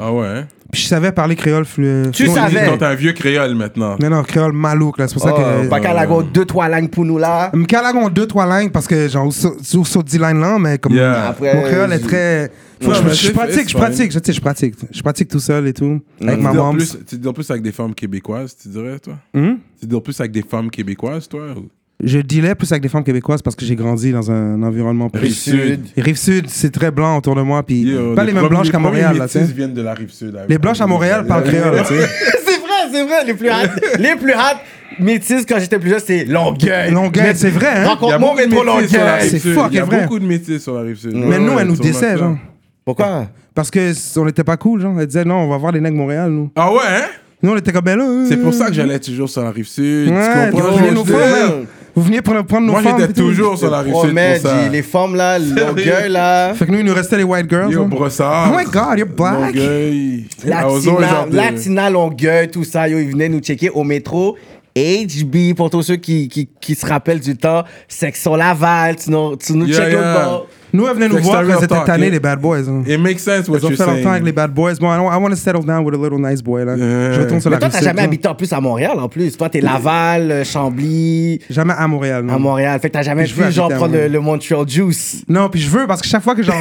Ah ouais? hein?
Puis je savais parler créole flu.
Tu
fluent.
savais.
Quand t'es un vieux créole maintenant.
Non, non, créole malouk, là. C'est pour ça
Oh,
que.
Bacalago, deux, trois langues pour nous là.
Me calagon deux, trois langues parce que genre, sur sur 10 lines là, mais comme.
Yeah.
Après,
Mon créole est
je-
très. Faut
Ouais,
que je,
mais
je
c'est-
pratique,
it's
je pratique, je sais, je pratique. Je pratique tout seul et tout. Avec
Tu
ma
deals
maman.
plus- Tu deals plus avec des femmes québécoises, tu dirais, toi Tu deals plus avec des femmes québécoises, toi ou-
Hmm? Je dealais plus avec des femmes québécoises parce que j'ai grandi dans un environnement
Rive
plus.
Sud.
Rive Sud, c'est très blanc autour de moi, puis
Yo,
pas les mêmes
premiers-
blanches qu'à
premiers
Montréal, là, tu
métis
sais.
viennent de la rive sud. avec-
Les blanches à Montréal parlent créole, là, tu sais.
c'est vrai, c'est vrai. Les plus hâtes, les plus hâtes métisses quand j'étais plus jeune, c'est Longueuil.
Longueuil,
Mais-
c'est vrai, hein?
Il y a
Rencontre-moi,
beaucoup de
mais trop
métis sur la
Longueuil.
rive
C'est
sud.
fuck,
Il y a
c'est vrai.
beaucoup de métis sur la rive sud.
Mais nous, elle nous
sûrement
décède,
ça.
hein. genre.
Pourquoi?
Parce que s- on était pas cool, genre. Elle disait, non, on va voir les nègres Montréal, nous.
Ah ouais, hein
Nous, on était comme, ben là. euh,
C'est pour ça que j'allais toujours sur la rive sud. Tu
Ouais,
comprends
vous
ce que
venez nous
je veux
prendre,
dire?
hein. Vous venez prendre, prendre nos
Moi,
femmes.
j'étais
et tout.
toujours sur la rive sud.
Promets,
pour ça.
J, les femmes là, Longueuil là.
Fait que nous, il nous restait les white girls.
Yo,
hein.
brossard.
Oh my god, you're black.
Longueuil. Ah, I
Ah,
was always
Latina,
out there.
Latina, Longueuil, tout ça, yo, ils venaient nous checker au métro. HB, pour tous ceux qui, qui, qui se rappellent du temps, section Laval, tu nous, tu nous
Yeah,
checkais
yeah.
au bord.
Nous, elle venait nous
Fait que
voir
c'est
quand
un
elles étaient
talk,
tannées,
yeah.
les bad boys. hein.
It makes sense what
Ils ont
you're
fait longtemps avec les
saying.
bad boys. Bon, I don't- I want to settle down with a little nice boy, là.
Yeah.
Je retourne sur
Mais
la
toi,
hein. rive
t'as
sud,
jamais
là.
habité en plus à Montréal, en plus. Toi, t'es Laval, euh, Chambly,
Jamais à Montréal, non.
à Montréal. Fait que t'as jamais
Mm. Je veux
vu, genre,
habiter à
prendre le,
Montréal.
le Montreal Juice.
Non, puis je veux parce que chaque fois que genre,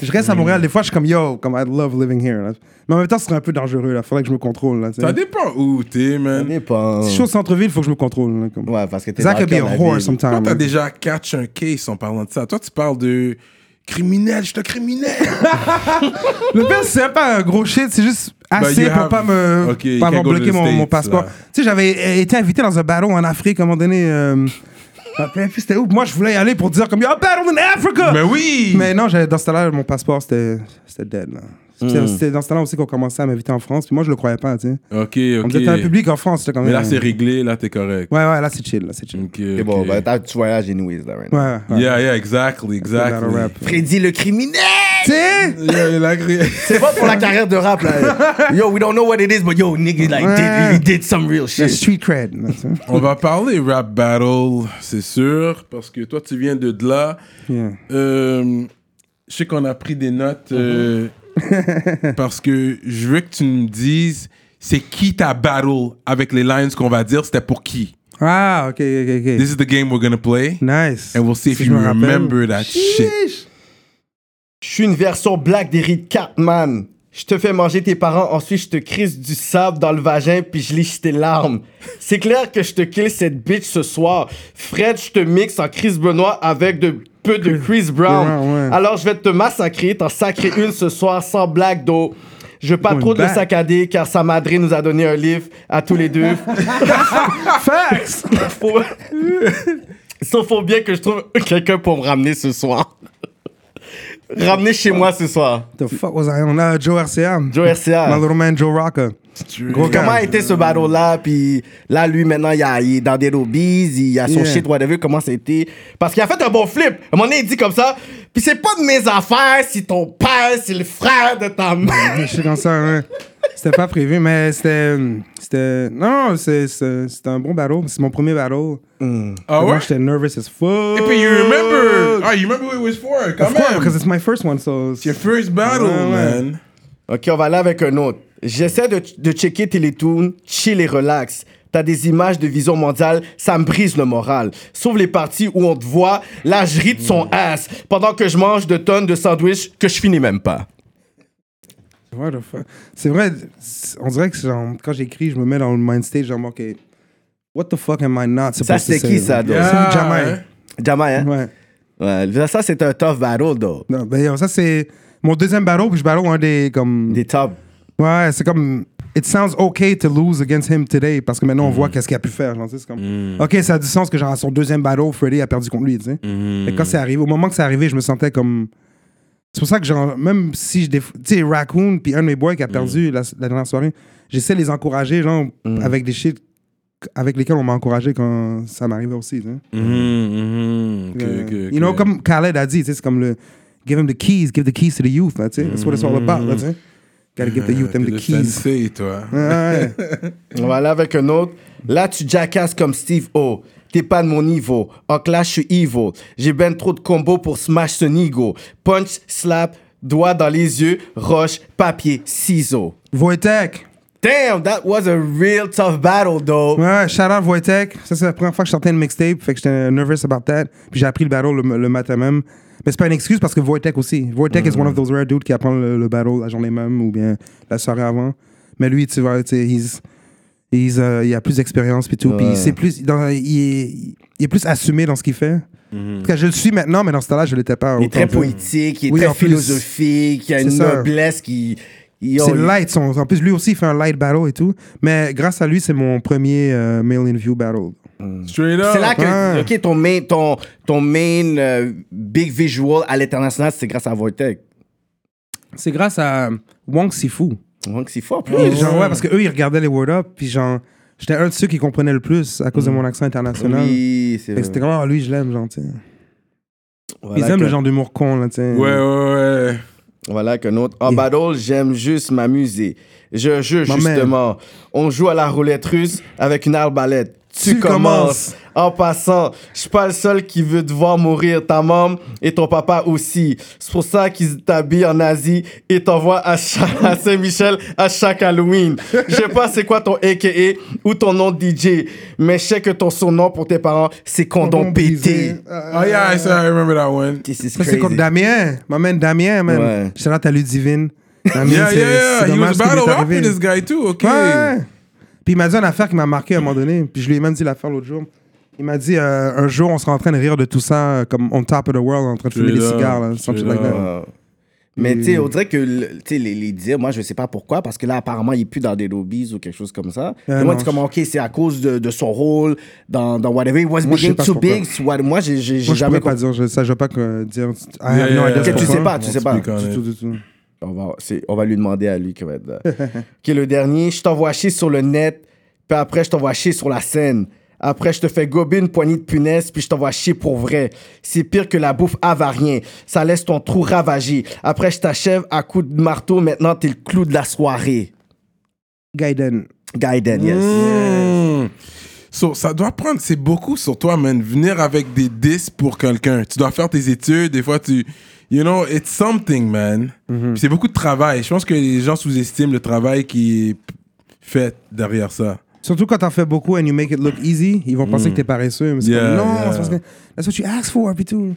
je reste à
Mm.
Montréal, des fois je suis comme yo, comme I love living here. là. Mais en même temps, ce serait un peu dangereux là. Faudrait que je me contrôle là. tu sais.
Ça dépend où t'es, man.
dépend.
Si je suis au centre-ville, faut que je me contrôle. Là, comme.
Ouais, parce que t'es
Euh, Zach
dans le
could be a
cœur de la
whore
ville.
sometimes.
Toi, t'as
man.
déjà catch un case en parlant de ça. Toi, tu parles de criminel, je suis un criminel.
Le pire, c'est pas un gros shit, c'est juste assez
Bah, you
pour
have-
pas me
Ok, you
pas
can
avoir
go to
bloqué
the
mon, mon
States,
passeport.
là.
Tu sais, j'avais euh, été invité dans un battle en Afrique à un moment donné. euh, je me rappelle plus c'était où. Moi, je voulais y aller pour dire comme yo, a battle in Africa.
Mais oui!
Mais non, j'avais- dans ce temps-là, mon passeport, c'était c'était dead. là. C'était
Hmm.
c'était dans ce temps-là aussi qu'on commençait à m'inviter en France. Puis moi, je le croyais pas, tu sais.
Ok,
On
ok.
était un public Um. en France, là, quand même.
Mais là, c'est réglé, là, t'es correct.
Ouais, ouais, là, c'est chill, là, c'est chill.
Ok,
Et bon,
ok.
ben, t'as- tu voyages anyways, là, right now.
Ouais, ouais.
Yeah, yeah, exactly, exactly.
Battle rap.
Freddy le criminel!
Tu sais?
Yeah, il a créé.
C'est pas pour la carrière de rap, là. Yo, we don't know what it is, but yo, nigga, like, did, he did some real
Le
shit.
street cred. là, tu sais.
On va parler rap battle, c'est sûr, parce que toi, tu viens de de là.
Yeah.
Euh, je sais qu'on a pris des notes euh,
Uh-huh.
parce que je veux que tu me dises c'est qui ta battle avec les lines qu'on va dire, c'était pour qui.
Ah, ok, ok, ok.
This is the game we're gonna play.
Nice.
And we'll see if
Si je
you
me rappelle.
remember that shit.
Sheesh.
Je suis une version black d'Eric Cartman. Je te fais manger tes parents, ensuite je te crisse du sable dans le vagin, puis je liche tes larmes. C'est clair que je te kill cette bitch ce soir. Fred, je te mixe en Chris Benoit avec de peu de Chris Brown.
Brown, ouais.
Alors je vais te massacrer, t'en sacrer une ce soir sans blague d'eau. Je veux pas
Going
trop de le
back.
saccader car sa madré nous a donné un livre à tous les deux.
Facts!
faut... Sauf faut bien que je trouve quelqu'un pour me ramener ce soir. ramener chez moi ce soir.
The fuck was I on? Uh, Joe RCA.
Joe RCA.
My little man Joe Rocca. Gros
Comment a
gars.
été ce battle-là? Puis là, lui, maintenant, il, a- il est dans des lobbies, il a son
Yeah.
shit, whatever, comment ça a été? Parce qu'il a fait un bon flip. À un moment donné, il dit comme ça, puis c'est pas de mes affaires si ton père, c'est le frère de ta mère.
Je suis comme ça, hein. C'était pas prévu, mais c'était. c'était- Non, non, c'est- c'est- c'était un bon battle. C'est mon premier battle.
Ah ouais?
Moi, j'étais nervous as fuck.
Et puis, you remember. Ah, you remember what it was for, quand
Of course, because
même.
it's my first one, so.
Your first battle,
Ouais, ouais.
man.
OK, on va aller avec un autre. J'essaie de, de checker Télétoon, chill et relax. T'as des images de vision mondiale, ça me brise le moral. Sauf les parties où on te voit, là, je ris de son ass, pendant que je mange de tonnes de sandwichs que je finis même pas.
What the fuck? C'est vrai, c'est- on dirait que c'est genre, quand j'écris, je me mets dans le mind state, genre, ok, what the fuck am I not supposed
Ça,
to say?
c'est qui, ça, donc?
C'est
Yeah.
Jamais.
Jamais, hein?
Ouais.
Ouais, là, ça, c'est un tough battle, though.
Non, ben, yo, ça, c'est mon deuxième battle, puis je battle un des, comme.
Des top.
Ouais, c'est comme. It sounds okay to lose against him today, parce que maintenant, on voit qu'est-ce qu'il a pu faire. Genre, tu sais, c'est comme, Ok, ça a du sens que, genre, à son deuxième battle, Freddy a perdu contre lui, tu sais. Et quand c'est arrivé, au moment que c'est arrivé, je me sentais comme. C'est pour ça que, genre, même si je. déf- Tu sais, Raccoon, puis un de mes boys qui a perdu la, la dernière soirée, j'essaie de les encourager, genre, avec des shit avec lesquels on m'a encouragé quand ça m'arrivait aussi, tu sais.
Mhm, mhm, ok, ok, ok.
You know, comme Khaled a dit, tu sais, c'est comme le Give him the keys, give the keys to the youth, là, tu sais. That's what it's all
Mm.
about, là, tu sais. Gotta give the youth them
T'es
the
le
keys.
sensei, toi.
Ouais.
On va aller avec un autre. Là, tu jackasses comme Steve O. T'es pas de mon niveau. En clash, je suis evil. J'ai ben trop de combos pour smash ce nigo. Punch, slap, doigts dans les yeux, roche, papier, ciseaux.
Wojtek.
Damn, that was a real tough battle, though.
Ouais, shout out Wojtek. Ça, c'est la première fois que je sortais une mixtape, fait que j'étais nervous about that. Puis j'ai appris le battle le, le matin même. Mais c'est pas une excuse parce que Wojtek aussi. Wojtek is one of those rare dudes qui apprend le, le battle la journée même ou bien la soirée avant. Mais lui, tu vois, tu sais, he's- he's, euh, il a plus d'expérience puis tout. Puis il, sait plus, dans- il, est, il est plus assumé dans ce qu'il fait. En tout cas, je le suis maintenant, mais dans ce temps-là, je l'étais pas.
Mhm. Il est très
autant, tu sais.
poétique, il est
Oui, en
très
plus.
philosophique, il a
C'est
une
ça.
noblesse qui. yo,
C'est
il-
light. son- en plus, lui aussi, il fait un light battle et tout. Mais grâce à lui, c'est mon premier euh, mail-in-view battle.
Straight up.
C'est là que
Ouais.
ok, ton main, ton, ton main euh, big visual à l'international, c'est grâce à Voitech.
C'est grâce à Wong Sifu.
Donc c'est fort, plus.
Puis, genre, ouais, parce que eux, ils regardaient les Word Up, puis genre, j'étais un de ceux qui comprenaient le plus à cause
Mm.
de mon accent international.
Oui, c'est
Fait que
vrai.
c'était comme, ah, lui, je l'aime, genre, tu sais. Ils
Voilà
aiment
que-
le genre d'humour con, là, tu sais.
Ouais, ouais, ouais.
Voilà qu'un autre. En battle, j'aime juste m'amuser. Je joue
Ma mère.
justement. On joue à la roulette russe avec une arbalète. Tu,
Tu
commences.
commences.
En passant, je suis pas le seul qui veut te voir mourir. Ta maman et ton papa aussi. C'est pour ça qu'ils t'habillent en Asie et t'envoient à, cha- à Saint-Michel à chaque Halloween. Je sais pas c'est quoi ton AKA ou ton nom de DJ, mais je sais que ton surnom pour tes parents, c'est condom pété.
Oh yeah, I, saw- I remember that one.
This is
Ah, Ça, c'est
crazy.
comme Damien. Ma man Damien, man.
Ouais.
Shout out à Ludivine. Damien,
Yeah,
c'est-
yeah, yeah.
c'est
He
dommage
was
ce qui lui est
battle
arrivé.
rapping this guy too. Okay.
Ouais. Puis il m'a dit une affaire qui m'a marqué à un moment donné. Puis je lui ai même dit l'affaire l'autre jour. Il m'a dit euh, un jour, on sera en train de rire de tout ça, euh, comme on top of the world, en train de fumer des
Straight up,
cigares, là, something
straight
like that.
Ah. Mais tu sais, on dirait que le- tu sais, les, les dire, moi je sais pas pourquoi, parce que là apparemment il est plus dans des lobbies ou quelque chose comme ça.
Ah,
Et moi
non,
tu comme
je-
ok, c'est à cause de, de son rôle dans, dans whatever. It was
Moi, je sais
being
pas
too
pourquoi.
big. so what- moi j'ai j'ai- j'ai
Moi, je
jamais
pourrais pas
compris.
dire je- ça, je veux pas que, euh, dire. I have
Yeah,
no
yeah,
idea
yeah.
Que tu sais
pourquoi.
pas, tu sais pas.
Speak on
Du tout,
it.
du tout.
On va, c'est- on va lui demander à lui qui va être là. Qui est le dernier. Je t'envoie chier sur le net, puis après je t'envoie chier sur la scène. Après, je te fais gober une poignée de punaises, puis je t'envoie chier pour vrai. C'est pire que la bouffe avarien. Ça laisse ton trou ravagé. Après, je t'achève à coups de marteau. Maintenant, t'es le clou de la soirée.
Gaiden. Mmh.
Gaiden, yes.
Mm. So, ça doit prendre, c'est beaucoup sur toi, man. Venir avec des 10 pour quelqu'un. Tu dois faire tes études, des fois tu. You know, it's something, man.
Mhm.
Puis C'est beaucoup de travail. Je pense que les gens sous-estiment le travail qui est fait derrière ça.
Surtout quand t'en fais beaucoup and you make it look easy, ils vont penser que t'es paresseux. Mais c'est
Mm. Yeah,
comme, non,
yeah.
c'est parce que that's what you asked for, puis tout.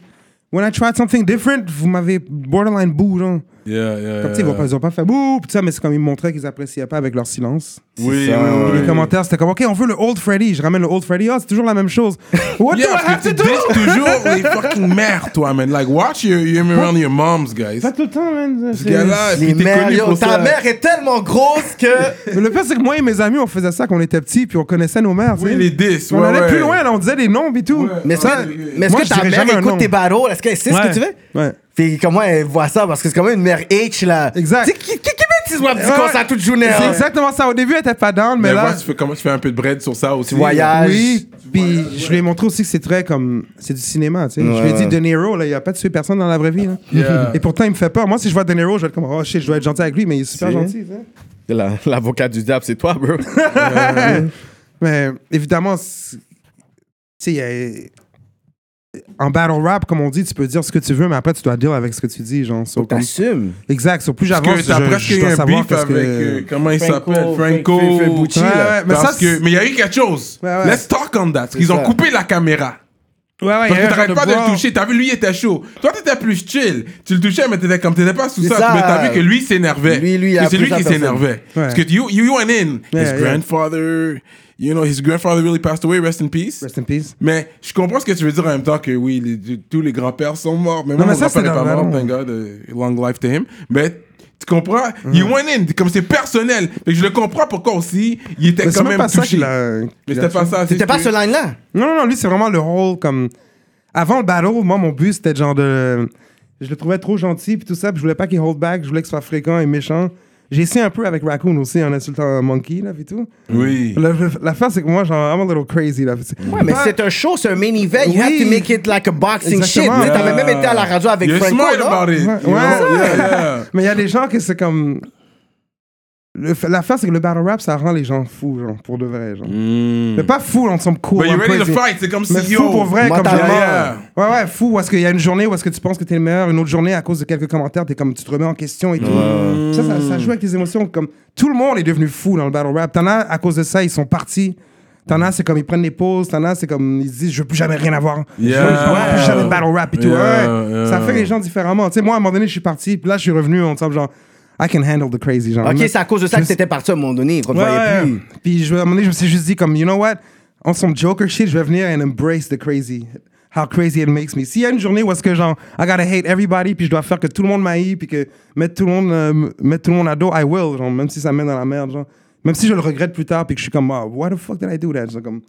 When I tried something different, vous m'avez borderline boo, genre.
Yeah, yeah.
Comme, tu sais, ils vont pas- ils ont pas fait boo, puis ça, mais c'est comme ils montraient qu'ils appréciaient pas avec leur silence.
Oui,
ça,
oui,
Puis
oui.
les commentaires, c'était comme, OK, on veut le Old Freddy. Je ramène le Old Freddy. Ah, c'est toujours la même chose. What
Yeah,
do I have
parce que
to
tu
do?
dis toujours les fucking mères, toi, man. Like, watch your, your around your moms, guys.
Pas tout le temps, man.
Ce gars-là,
Les
puis t'es
mères,
connu
yo,
pour
ta
ça.
mère est tellement grosse que.
Mais le pire, c'est que moi et mes amis, on faisait ça quand on était petits, puis on connaissait nos mères. tu
Oui,
sais.
les 10.
On
ouais,
allait
ouais.
plus loin, là, on disait des noms, et tout.
Mais est-ce
Ça,
que, mais est-ce
moi,
que
je
ta
dirais
mère
jamais un
écoute
nom.
tes barreaux? Est-ce qu'elle sait ce que tu veux?
Ouais.
Fait que comment elle voit ça? Parce que c'est quand même une mère H, là.
Exact.
Tu sais, qui, qui, qui bêtise ma petite
Ouais.
gosse à toute journée?
C'est
hein?
exactement ça. Au début, elle était pas down, mais,
Mais
là.
moi, tu fais, comment tu fais un peu de bread sur ça aussi.
voyages.
Oui, puis je lui ai montré aussi que c'est très comme. C'est du cinéma, tu sais. Je lui ai dit, De Niro, là, il a pas tué personne dans la vraie vie, là.
Yeah.
Et pourtant, il me fait peur. Moi, si je vois De Niro, je vais être comme, oh shit, je dois être gentil avec lui, mais il est super gentil, tu sais.
La- L'avocat du diable, c'est toi, bro.
Mais évidemment, c'est- tu sais, il y a- En battle rap, comme on dit, tu peux dire ce que tu veux, mais après, tu dois deal avec ce que tu dis, genre. so, comme-
T'assumes.
Exact. sur plus
Parce
j'avance,
que t'as
je-
presque
je
eu
dois
un
savoir
beef
qu'est-ce
avec.
que-
euh, comment il s'appelle
Franco,
Franco.
Fe- Fe- Febucci,
Ouais, là. ouais, mais
mais
ça,
parce que.
c'est-
Mais il y a eu quelque chose.
Ouais, ouais.
Let's talk on that. Ils
C'est
ont
ça.
coupé la caméra.
Ouais, ouais, il y
Parce
a
que
un
t'arrêtes
genre
pas de
brawl.
le toucher. T'as vu, lui, il était chaud. Toi, t'étais plus chill. Tu le touchais, mais t'étais comme t'étais pas sous
C'est
ça.
ça.
Mais t'as vu que lui, il s'énervait.
Lui, lui, il a
que c'est lui
pris
qui
la personne.
s'énervait. Parce que you, you went in.
Yeah,
his
yeah.
grandfather, you know, his grandfather really passed away. Rest in peace.
Rest in peace.
Mais je comprends ce que tu veux dire en même temps que oui, les- tous les grands-pères sont morts. Mais
Non,
non,
mais
mon
ça,
grand-père n'est
c'est
pas
normal,
mort,
non.
thank God, euh, long life to him. Mais tu comprends, you
Mm.
went in, comme c'est personnel. Fait que je le comprends pourquoi aussi, il était
Mais c'est
quand
même
même
pas ça
touché.
qu'il a.
Mais
qu'il a
c'était pas
fait.
ça.
T'étais
c'est
pas
que-
ce line-là?
Non, non, non, lui, c'est vraiment le rôle comme. Avant le battle, moi, mon but, c'était genre de. Je le trouvais trop gentil, puis tout ça, puis je voulais pas qu'il hold back, je voulais qu'il soit fréquent et méchant. J'ai essayé un peu avec Raccoon aussi en insultant Monkey, là, puis tout.
Oui.
La- L'affaire, c'est que moi, genre, I'm a little crazy, là.
Ouais, mais c'est un show, c'est un main event. You have
Oui.
to make it like a boxing
Exactement.
shit. Tu sais, T'avais
Yeah.
même été à la radio avec
You're
Franco,
smart
non?
about it.
Ouais,
You know?
ouais.
Yeah, yeah.
Mais il y a des gens que c'est comme. Le f- L'affaire, c'est que le battle rap, ça rend les gens fous, genre, pour de vrai. Genre.
Hmm.
Mais
Mais
pas fous, on semble cool.
Mm. But
un
you ready
peu,
to
c'est-
fight, E c'est comme
Mais
si
fou pour vrai, comme
mentalement.
genre,
Yeah.
Ouais, ouais, fou. Parce qu'il y a une journée où est-ce que tu penses que t'es le meilleur, une autre journée à cause de quelques commentaires, t'es comme, tu te remets en question et tout. Ça, ça, ça joue avec les émotions. Comme tout le monde est devenu fou dans le battle rap. T'en as à cause de ça, ils sont partis. T'en as, c'est comme ils prennent des pauses. T'en as, c'est comme ils se disent, je veux plus jamais rien avoir.
Yeah.
Je veux vraiment plus jamais de battle rap et tout.
Yeah,
Ouais.
yeah.
Ça fait les gens différemment. Tu sais, moi, à un moment donné, je suis parti. Puis là, je suis revenu, on semble genre, I can handle the crazy. Genre,
Ok,
Mais-
c'est à cause de ça que t'étais parti à un moment donné. Quand tu voyais
Ouais,
plus.
ouais. Puis je, à un moment donné, je me suis juste dit comme, you know what, on some Joker shit, je vais venir and embrace the crazy. How crazy it makes me. S'il y a une journée où est-ce que genre, I gotta hate everybody, puis je dois faire que tout le monde m'haït, puis que mettre tout le monde, euh, m- mettre tout le monde à dos, I will, genre, même si ça mène dans la merde, genre. Même si je le regrette plus tard, puis que je suis comme, Ah, why the fuck did I do that? Genre, comme,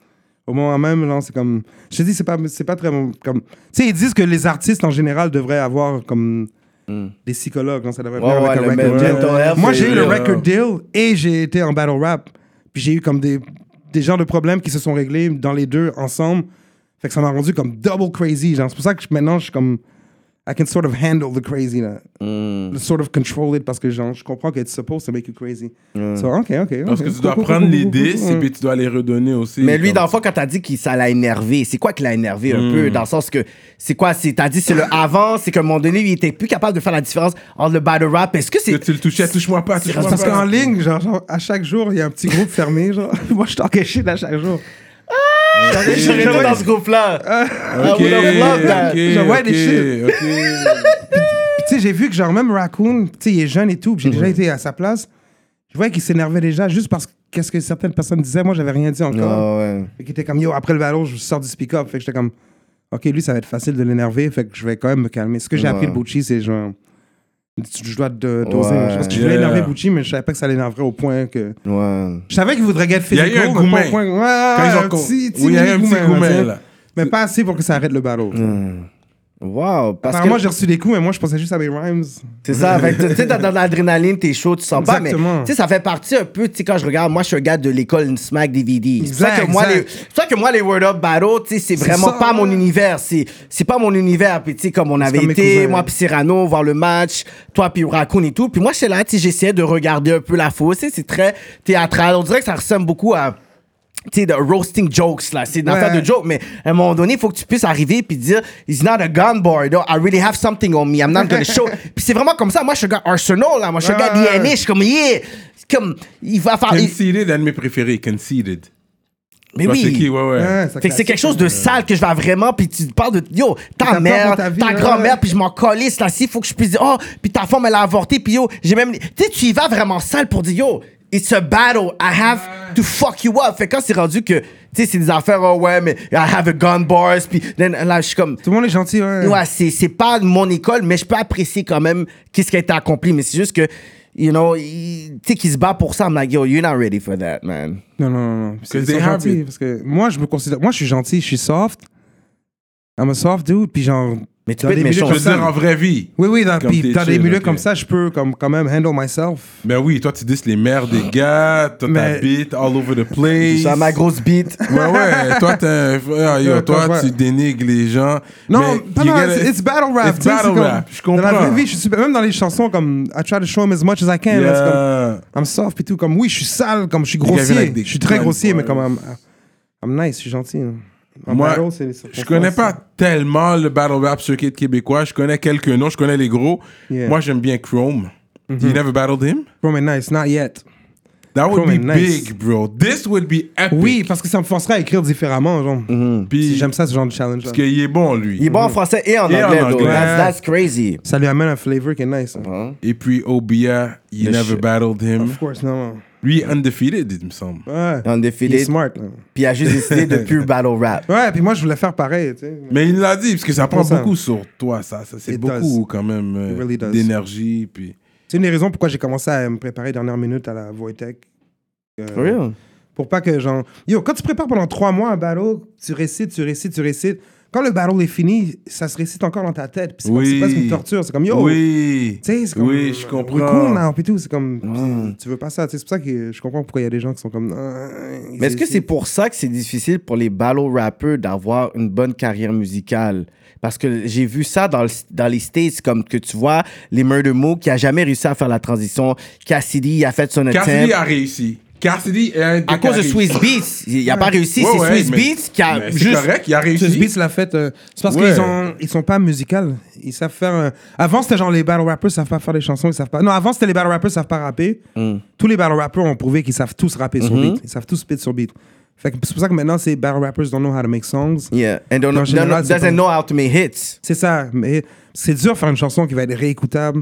au moment même, genre, c'est comme, je te dis, c'est pas, c'est pas très, comme, tu sais, ils disent que les artistes en général devraient avoir comme des psychologues, genre, ça devrait venir
Ouais,
avec
ouais,
un
le
record
mental
deal.
health,
Moi,
c'est-
j'ai eu le
euh,
record deal et j'ai été en battle rap. Puis j'ai eu comme des, des genres de problèmes qui se sont réglés dans les deux ensemble. Fait que ça m'a rendu comme double crazy. Genre, c'est pour ça que je- maintenant, je suis comme. I can sort of handle the crazy. Là.
Hmm.
Sort of control it parce que genre, je comprends que it's supposed to make you crazy. So, ok, ok. ok.
Hmm. Parce que tu
Cool,
dois
cool,
prendre
cool,
les
cool,
disques
cool,
et puis tu dois les redonner aussi.
Mais lui,
comme-
dans le fond, quand t'as dit que ça l'a énervé, c'est quoi qui l'a énervé un
Hmm.
peu? Dans le sens que, c'est quoi? c'est- T'as dit c'est le avant, c'est qu'à un moment donné, il était plus capable de faire la différence entre le battle rap. Est-ce que c'est.
Que tu le touchais, touche-moi pas, touche-moi
cool.
pas.
Parce qu'en ligne, genre, genre, à chaque jour, il y a un petit groupe fermé. Genre, moi, je talk shit à chaque jour.
J'aurais été dans ce groupe-là.
Euh,
Ok,
I would have loved that.
ok,
Genre, ouais, des
ok,
shit.
ok.
Puis, tu sais, j'ai vu que genre même Raccoon, tu sais, il est jeune et tout, puis j'ai déjà
Mhm.
été à sa place. Je voyais qu'il s'énervait déjà juste parce que qu'est-ce que certaines personnes disaient, moi j'avais rien dit encore.
Ah ouais.
Fait qu'il était comme yo après le ballon, je sors du speak-up, fait que j'étais comme OK, lui ça va être facile de l'énerver, fait que je vais quand même me calmer. Ce que j'ai appris de Bucci, c'est genre je dois de- doser.
Ouais.
Parce que je voulais
Yeah.
énerver Bucci, mais je savais pas que ça l'énerverait au point que.
Ouais.
Je savais qu'il voudrait get
Il y a
physical.
eu un
mais pas
goumin.
au point- Ouais, ouais,
Quand ils
ouais,
ont
un
con-
petit-
Oui, il y a eu un petit
mini-goumin,
goumin,
tu sais.
là.
Mais pas assez pour que ça arrête le ballon.
Wow. Parce
Apparemment,
que.
j'ai reçu des coups, mais ben, moi je pensais juste à mes rhymes.
C'est ça. fait que, tu sais, dans, dans l'adrénaline, t'es chaud, tu sens pas. Mais tu
Exactement.
sais, ça fait partie un peu. Tu sais, quand je regarde, moi, je suis un gars de l'école Smack DVD. C'est pour ça
Exact,
que moi, les,
exact.
c'est pour ça que moi, les Word Up Battle, tu sais, c'est vraiment
ça,
pas mon
ouais.
univers. C'est, c'est pas mon univers. Puis, tu sais, comme on avait
comme mes
été,
cousins.
moi, puis Cyrano, voir le match, toi, puis Raccoon et tout. Puis, moi, j'étais là, tu sais, j'essayais de regarder un peu la fosse. Tu sais, C'est très théâtral. On dirait que ça ressemble beaucoup à. Tu sais, de roasting jokes, là. C'est une
Ouais.
affaire de joke, mais à un moment donné, il faut que tu puisses arriver puis dire, It's not a gun boy, though. I really have something on me. I'm not gonna show. puis c'est vraiment comme ça. Moi, je suis un gars Arsenal, là. Moi, je suis un gars
Ouais, ouais,
DNA. Je suis comme, yeah. C'est Comme, il va faire. il-
Conceded, un de mes préférés, Conceded.
Eh
Mais
Je sais qui,
oui.
ouais, ouais.
Ouais, ça
Fait que c'est
classique.
quelque chose de sale que je vais vraiment, puis tu parles de yo, ta
t'as peur
mère,
pour
ta,
ta vie, ouais,
grand-mère,
ouais.
puis je m'en colisse là, si faut que je puisse dire, oh, puis ta femme elle a avorté, puis yo, j'ai même. Tu sais, tu y vas vraiment sale pour dire, yo, it's a battle, I have to fuck you up. Fait que quand c'est rendu que, tu sais, c'est des affaires, oh ouais, mais I have a gun bars, puis then, là, je suis comme.
Tout le monde est gentil, ouais.
Ouais, c'est, c'est pas de mon école, mais je peux apprécier quand même qu'est-ce qui a été accompli. Mais c'est juste que, you know, il- tu sais, qu'il se bat pour ça. I'm like, yo, you're not ready for that, man.
Non, non, non, non. Parce que
Cause
ils
they
sont
have
gentils,
it.
Parce que moi, je me considère. Moi, je suis gentil, je suis soft. I'm a soft dude. Puis genre.
Mais tu
dans
peux être
des milieux
méchant
Je
comme
veux
aussi.
ça-
dire, en vraie vie.
Oui, oui, dans,
Comme
puis
t'es
dans des
chill,
milieux
ok.
comme ça, je peux comme, quand même handle myself.
Ben oui, toi, tu dis les mères des gars, toi,
Mais-
t'habites all over the place.
Ça a ma grosse bite.
Ouais, ouais, toi, t'es un frère, yo,
Ouais,
toi,
ouais.
tu dénigres les gens.
Non,
mais
pas
you
non,
gotta-
it's, it's battle rap.
It's
tu sais, c'est
battle
comme-
rap, je
Dans la vraie
comprends.
vie, je suis super- Même dans les chansons, comme I try to show him as much as I can. là, c'est comme,
Yeah.
I'm soft et tout. Comme oui, je suis sale, comme je suis
gars viennent
grossier.
avec des
Je suis très
guns,
grossier, mais
ouais.
comme I'm, I'm nice, je suis gentil. là. En
Moi,
battle, c'est les
Je
circonstances.
connais pas tellement le battle rap circuit québécois. Je connais quelques noms, je connais les gros.
Yeah. Mm-hmm.
Moi, j'aime bien Chrome. You never battled him?
Bro, mais nice, not yet.
That would
Chrome
be
est nice.
big, bro. This would be epic.
Oui, parce que ça me forcerait à écrire différemment, genre.
Mhm. Puis,
Si J'aime ça, ce genre de challenge.
Parce qu'il est bon, lui.
Il est bon en français et en
Mhm. Et en
anglais, though.
anglais.
That's, that's crazy.
Ça lui amène un flavor qui est nice. hein.
Et puis, Obia, you
Le
never
ch-
battled him.
Of course, non. non.
Lui, undefeated, il me semble.
Ouais.
En
Il est
défilé, puis
smart. là.
il a juste décidé de pure battle rap.
Ouais, puis moi, je voulais faire pareil, tu sais.
Mais il l'a dit, parce que ça prend
ça.
beaucoup sur toi, ça. ça c'est
It
beaucoup, quand même, euh,
It really does.
d'énergie. Puis...
C'est une des raisons pourquoi j'ai commencé à me préparer dernière minute à la Voitech.
For real?
Pour pas que, genre... Yo, quand tu prépares pendant trois mois un battle, tu récites, tu récites, tu récites. Quand le battle est fini, ça se récite encore dans ta tête. Puis c'est comme-
Oui.
c'est presque une torture. C'est comme yo.
Oui.
Tu sais, c'est comme,
Oui, je
euh,
comprends.
we're cool now, puis tout. C'est comme.
Mm.
Tu veux pas ça. tu sais, C'est pour ça que je comprends pourquoi il y a des gens qui sont comme. Ah,
Mais est-ce que c'est pour ça que c'est difficile pour les battle rappers d'avoir une bonne carrière musicale? Parce que j'ai vu ça dans, le- dans les States, comme que tu vois, les Murder Mo qui a jamais réussi à faire la transition. Cassidy a fait son
Cassidy
hein.
attempt.
a réussi. Cassidy est un des
À cause de
qui a
Swiss
réussi.
Beats. Il n'a pas réussi.
Ouais,
c'est
ouais,
Swiss
mais-
Beats qui a
mais C'est
juste.
correct, il a réussi.
Swiss Beats l'a fait. euh, c'est parce
Ouais.
qu'ils ont, ils sont pas musicales. Ils savent faire. euh, Avant, c'était genre les battle rappers savent pas faire des chansons. Ils savent pas. Non, avant, c'était les battle rappers savent pas rapper.
Mm.
Tous les battle rappers ont prouvé qu'ils savent tous rapper sur
Mm-hmm.
beat. Ils savent tous spit sur beat. Fait que c'est pour ça que maintenant, ces battle rappers don't know how to make songs.
Yeah. And don't,
En général,
don't-
c'est
doesn't
pas-
know how to make hits.
C'est ça. Mais c'est dur de faire une chanson qui va être réécoutable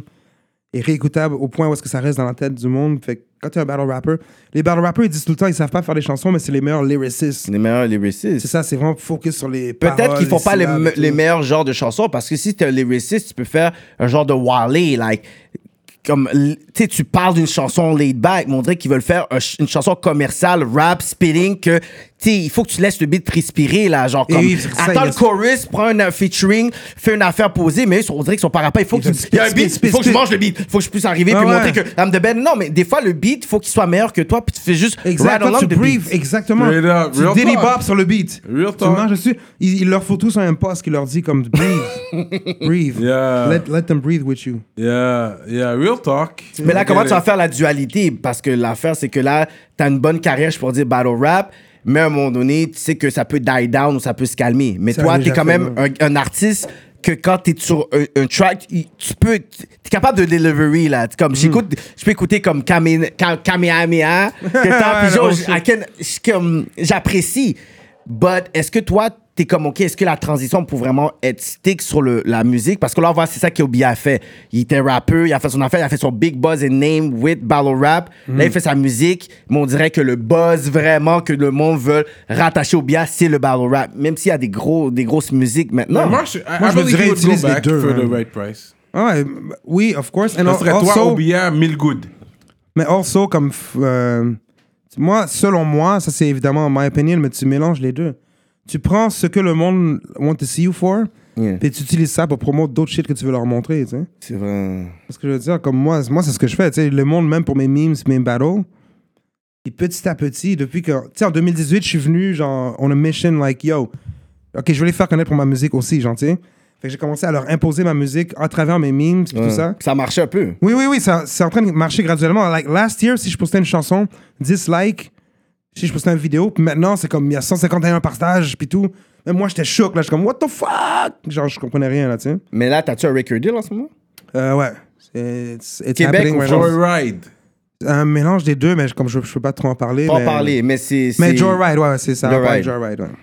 et réécoutable au point où est-ce que ça reste dans la tête du monde. Fait que quand t'es un battle rapper, les battle rappers, ils disent tout le temps, ils savent pas faire des chansons, mais c'est les meilleurs lyricistes.
Les meilleurs lyricistes.
C'est ça, c'est vraiment focus sur les
Mm. Peut-être
paroles,
qu'ils font
les
pas les,
syllabes
me-
et tout.
les meilleurs genres de chansons parce que si t'es un lyriciste, tu peux faire un genre de Wally, like comme l- tu sais, tu parles d'une chanson laid back, mais on dirait qu'ils veulent faire un ch- une chanson commerciale, rap, spitting que tu sais, il faut que tu laisses le beat respirer là, genre
Et
comme
Eh oui, c'est ça,
attends
il
le
y a-
chorus, prends un euh, featuring, fais une affaire posée, mais eux, on dirait qu'ils sont pas rapport, il faut que
veulent
tu- il y a un
spit,
beat,
spit,
il faut que je
spit.
mange le beat, faut que je puisse arriver
Ah
puis
ouais.
montrer que I'm the best. Non, mais des fois le beat, faut qu'il soit meilleur que toi, puis tu fais juste
Exact,
ride
toi,
along
tu
the beat.
breathes, exactement.
Straight up,
Tu
real
diddy
talk.
bop sur le beat.
Real
tu
talk.
marches dessus. Il, il leur faut tous un poste qui leur dit comme breathe, breathe.
Yeah.
Let, let them breathe with you.
Yeah, yeah, real talk.
Mm. Mais là, comment tu vas faire la dualité? Parce que l'affaire, c'est que là, t'as une bonne carrière, je pourrais dire battle rap, mais à un moment donné, tu sais que ça peut die down ou ça peut se calmer. Mais
Ça
toi,
a
t'es
déjà
quand
fait,
même un, un artiste que quand t'es sur un, un track, il- tu peux, t'es capable de delivery, là. T'es Comme,
Mm.
j'écoute, je peux écouter comme Kame- Ka- Kamehameha, que t'as, puis genre,
Non,
je- I can- je- comme, j'apprécie. But, est-ce que toi, t'es comme, OK, est-ce que la transition pour vraiment être stick sur le, la musique? Parce que là, on voit, c'est ça qu'Obi a fait. Il était rappeur, il a fait son affaire, il a fait son big buzz and name with battle rap. Là, il fait sa musique, mais on dirait que le buzz vraiment que le monde veut rattacher au Bia, c'est le battle rap. Même s'il y a des, gros, des grosses musiques maintenant.
Moi, je, I,
Moi,
I
je me
believe
dirais
you would go
utilise les
back
deux,
for the
hein.
right price.
Ah ouais, m- oui, of course. And
Ça
al-
serait toi
also-
ou bien Mille Good.
Mais also, comme. f- euh, moi, selon moi, ça c'est évidemment my opinion, mais tu mélanges les deux. Tu prends ce que le monde want to see you for,
Yeah.
puis tu utilises ça pour promouvoir d'autres shit que tu veux leur montrer, tu sais.
C'est vrai.
Parce que je veux dire, comme moi, moi c'est ce que je fais, tu sais. Le monde, même pour mes memes, mes battles, et petit à petit, depuis que. Tu sais, en 2018, je suis venu, genre, on a mission, like, yo, ok, je veux les faire connaître pour ma musique aussi, genre, tu sais. Fait que j'ai commencé à leur imposer ma musique à travers mes memes, puis tout ça.
Ça marchait un peu.
Oui, oui, oui, ça, c'est en train de marcher graduellement. Like, last year, si je postais une chanson, 10 likes. Si je postais une vidéo, puis maintenant, c'est comme, il y a 151 partages, puis tout. Même moi, j'étais choqué, là. Je suis comme, what the fuck? Genre, je comprenais rien, là, tu sais.
Mais là, t'as-tu un record deal en ce moment?
Euh, ouais. C'est it's- it's
Québec
happening
ou
right now.
Joyride.
Un mélange des deux, mais je- comme je, je peux pas trop en parler.
Pas en
mais-
parler, mais c'est.
Mais
c'est-
Joyride, ouais, ouais, c'est ça.
Joyride.
Joyride. Joyride, ouais.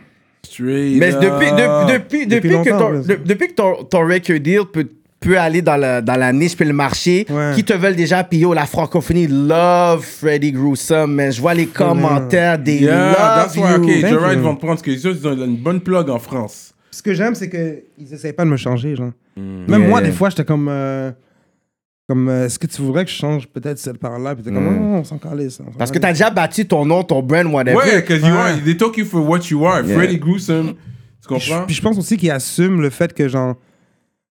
Straight
Mais
up.
depuis, de- depuis, depuis, que
longtemps,
ton,
là.
de- depuis que ton, ton record deal peut, peut aller dans la, dans la niche puis le marché,
Ouais.
qui te veulent déjà, puis yo, la francophonie love Freddy Gruesome, man. Je vois les commentaires des
Yeah,
love
that's why,
you.
ok,
Thank
Joyride
you.
vont te prendre, parce que les autres, ils ont une bonne plug en France.
Ce que j'aime, c'est qu'ils essayent pas de me changer, genre. Même
Yeah,
moi,
Hmm. yeah.
des fois, j'étais comme. euh, comme, euh, est-ce que tu voudrais que je change peut-être cette part-là? Puis t'es comme, non, non, on s'en calisse. on s'en
Hmm. Parce que
calisse.
t'as déjà bâti ton nom, ton brand, whatever.
Ouais, because you
Ouais.
are, they took you for what you are.
Yeah.
Freddy Gruesome. Tu
Puis je-
comprends?
Puis je pense aussi qu'ils assument le fait que, genre,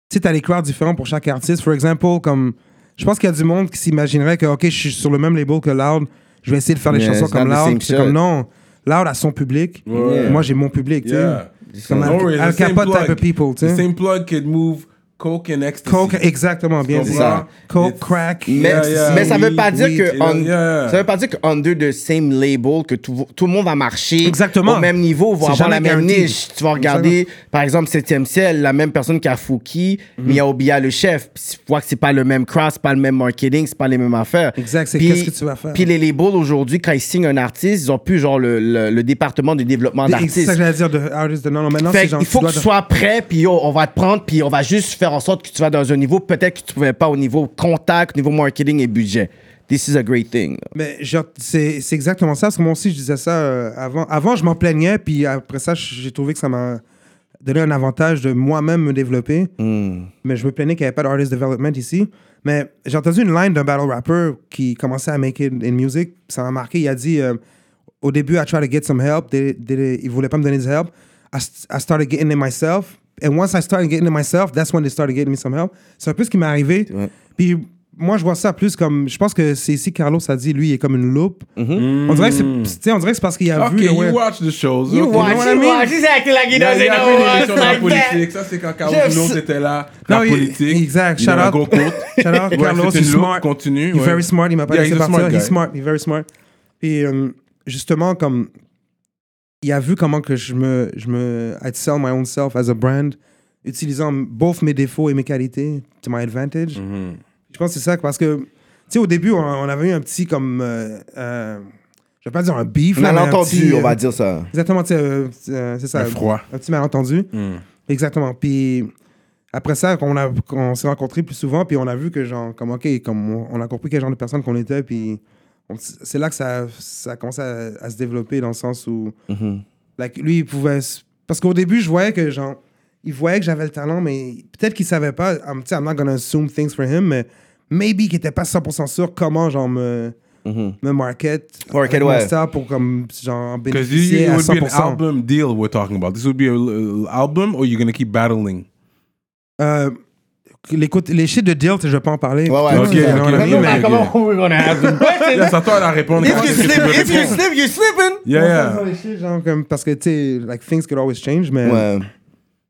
tu sais, t'as des crowds différents pour chaque artiste. For example, comme, je pense qu'il y a du monde qui s'imaginerait que, OK, je suis sur le même label que Loud, je vais essayer de faire des
Yeah,
chansons
it's not
comme
the
Loud.
same
Puis C'est
shit.
comme, non, Loud a son public.
Ouais.
Moi, j'ai mon public, tu sais.
Yeah.
C'est Comme
Don't
Al,
worry,
Al
the same
Capone type
plug.
of people, tu
The
sais.
same plug could move coke and ecstasy.
Coke, exactement, bien
C'est
dit.
ça.
Coke,
It's-
crack. euh,
Mais,
Yeah, yeah,
mais ça veut
weed,
pas dire
weed,
que
you know,
on-
yeah.
ça veut pas dire que under the same label que tout, tout le monde va marcher
Exactement.
au même niveau, va
C'est
avoir la
jamais
même
guaranteed.
niche. Tu vas regarder par exemple 7e ciel, la même personne qui a Fouki, mais
Mhm.
il y a Obia le chef. Puis Tu vois que c'est pas le même cross, c'est pas le même marketing, c'est pas les mêmes affaires.
Exact, c'est
Puis-
qu'est-ce que tu vas faire.
Puis les labels aujourd'hui quand ils signent un artiste, ils ont plus genre le, le- le département du développement
C'est ça
d'artiste.
que j'allais dire de artist de non, non, maintenant,
Fait
c'est
qu'il
genre,
faut
tu
que
dois
tu sois prêt, puis yo, on va te prendre, puis on va juste faire en sorte que tu vas dans un niveau peut-être que tu pouvais pas au niveau contact, niveau marketing et budget. This is a great thing.
Mais genre, c'est c'est exactement ça, parce que moi aussi, je disais ça euh, avant. Avant, je m'en plaignais, puis après ça, j'ai trouvé que ça m'a donné un avantage de moi-même me développer.
Hmm.
Mais je me plaignais qu'il n'y avait pas d'artist development ici. Mais j'ai entendu une line d'un battle rapper qui commençait à make it in music. Ça m'a marqué. Il a dit euh, Au début, I tried to get some help. They- they- ils ne voulaient pas me donner du help. I, st- I started getting in myself. And once I started getting in myself, that's when they started getting me some help. C'est un peu ce qui m'est arrivé.
Ouais.
Puis moi, je vois ça plus comme. Je pense que c'est ici que Carlos a dit, lui, il est comme une loupe.
Mm.
on, dirait que c'est, tu sais, on dirait que c'est parce qu'il a
Mm-hmm. Ok,
vu. le
you
web.
watch the shows. ok.
watch, you watch.
He's acting like he
Il y a, il y a eu des questions dans la
like that.
politique. Ça, c'est quand
Jeff-
Carlos Boulos était là.
Non,
la
il-
politique.
exact.
Il
Shout
a un
out.
gros compte.
Shout out,
Ouais,
Carlos,
c'est
he's
une loupe.
smart.
Continue.
Il est
ouais.
very smart, il m'a pas
Yeah,
laissé
he's a smart
partir.
guy.
He's smart, he's very smart. Puis euh, justement, comme il a vu comment que je me, je me, I'd sell my own self as a brand, utilisant both mes défauts et mes qualités to my
Mm.
advantage.
Mm-hmm.
Je pense que c'est ça, parce que, tu sais, au début, on, on avait eu un petit comme, euh, euh, je vais pas dire un beef, là, mais un
Malentendu,
petit,
on
euh,
va dire ça.
Exactement, tu sais, euh, euh, c'est ça.
Un froid.
Un petit malentendu.
Hmm.
Exactement. Puis après ça, on, a, on s'est rencontrés plus souvent, puis on a vu que, genre, comme, OK, comme on, on a compris quel genre de personne qu'on était, puis on s- c'est là que ça, ça a commencé à, à se développer dans le sens où,
Mhm.
like, lui, il pouvait. s- Parce qu'au début, je voyais que, genre, il voyait que j'avais le talent, mais peut-être qu'il savait pas. I'm, tu sais, I'm not gonna assume things for him, mais maybe qu'il était pas 100% sûr comment, genre, me. Me market,
Market,
avec mon
Mhm. ouais.
style pour comme genre en
Because it
bénéficier à
would be an
100%.
album deal we're talking about. This would be an album or you're going to keep battling?
Euh, les, côtés- les shit de deal, tu sais, je vais pas en parler.
Ouais, ouais.
Ok,
Ok,
non,
ok,
non,
ok,
non, mais-
ok. Comment
we're gonna have
Là, c'est à toi de la répondre. Comment est-ce que tu veux répondre?
slip, you're slipping.
Yeah, yeah.
Les shit, genre, comme- Parce que, tu sais, like, things could always change, mais
Ouais.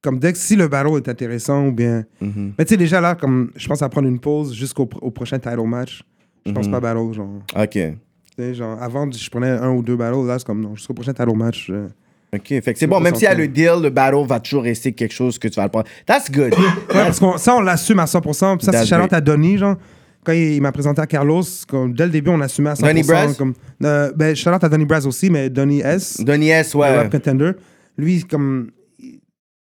comme dès que si le barreau est intéressant ou bien.
Mm-hmm.
Mais tu sais, déjà là, comme je pense à prendre une pause jusqu'au pro- au prochain title match. Je
Mm-hmm.
pense pas barreau, genre.
Ok.
Tu sais, genre, avant, je prenais un ou deux barreaux, là, c'est comme non, jusqu'au prochain title match. euh,
Ok, fait que c'est bon, même s'il y a le deal, le battle va toujours rester quelque chose que tu vas le prendre. That's good.
Ouais, parce que ça, on l'assume à 100%. Puis ça, c'est
That's
Charlotte
great.
à Donny, genre. Quand il, il m'a présenté à Carlos, comme, dès le début, on assumait à 100%.
Donny Braz?
comme, euh, ben, Charlotte à Donny Braz aussi, mais Donny S.
Donnie S,
le
ouais.
rap contender. Lui, comme, il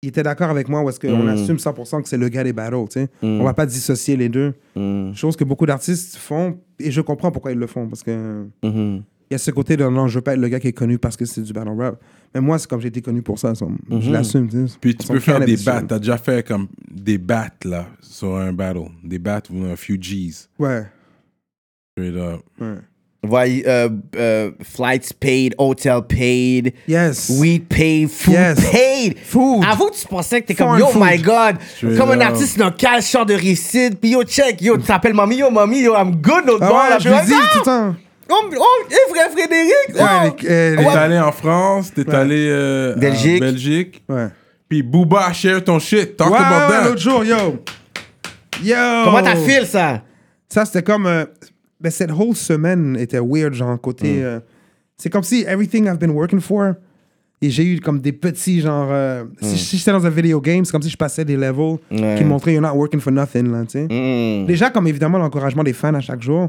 il était d'accord avec moi où est-ce
Hmm.
qu'on assume 100% que c'est le gars des battles, tu sais. On va pas dissocier les deux.
Hmm.
Chose que beaucoup d'artistes font, et je comprends pourquoi ils le font, parce que
Mhm.
il y a ce côté de non, je veux pas être le gars qui est connu parce que c'est du battle rap. Mais moi, c'est comme j'ai été connu pour ça, ça, je
Hmm.
l'assume, tu sais.
Puis tu
Son
peux faire des
cannabis,
battes. T'as déjà fait comme des battes, là, sur un battle. Des battes ou un few G's.
Ouais,
Straight up.
ouais.
Ouais, euh, euh, flights paid, hotel paid,
Yes.
weed paid, food
Yes.
paid.
Food.
Avoue, tu pensais que t'es
Foreign
comme yo,
food.
my god,
Straight
comme un
up.
artiste
oh.
local, chant de réussite, puis yo, check, yo, tu t'appelles mamie, yo, mamie, yo, I'm good, l'autre
Ah
bord, là,
ouais, je le
puis
dis
yo,
tout le temps.
Oh, oh, eh, frère Frédéric!
Ouais,
oh.
les- euh, les-
T'es allé en France, t'es allé euh,
Belgique.
en Belgique.
ouais.
Puis Booba, share ton shit. Talk
Ouais,
about
ouais,
that.
l'autre jour, yo. Yo.
Comment
oh.
t'as feel ça?
Ça, c'était comme. euh, ben, cette whole semaine était weird, genre, côté.
Mm.
euh, c'est comme si everything I've been working for. Et j'ai eu comme des petits, genre. euh,
Mm.
si, si j'étais dans un video game, c'est comme si je passais des levels qui montraient You're not working for nothing, là, tu sais.
Mm.
Déjà, comme évidemment, l'encouragement des fans à chaque jour.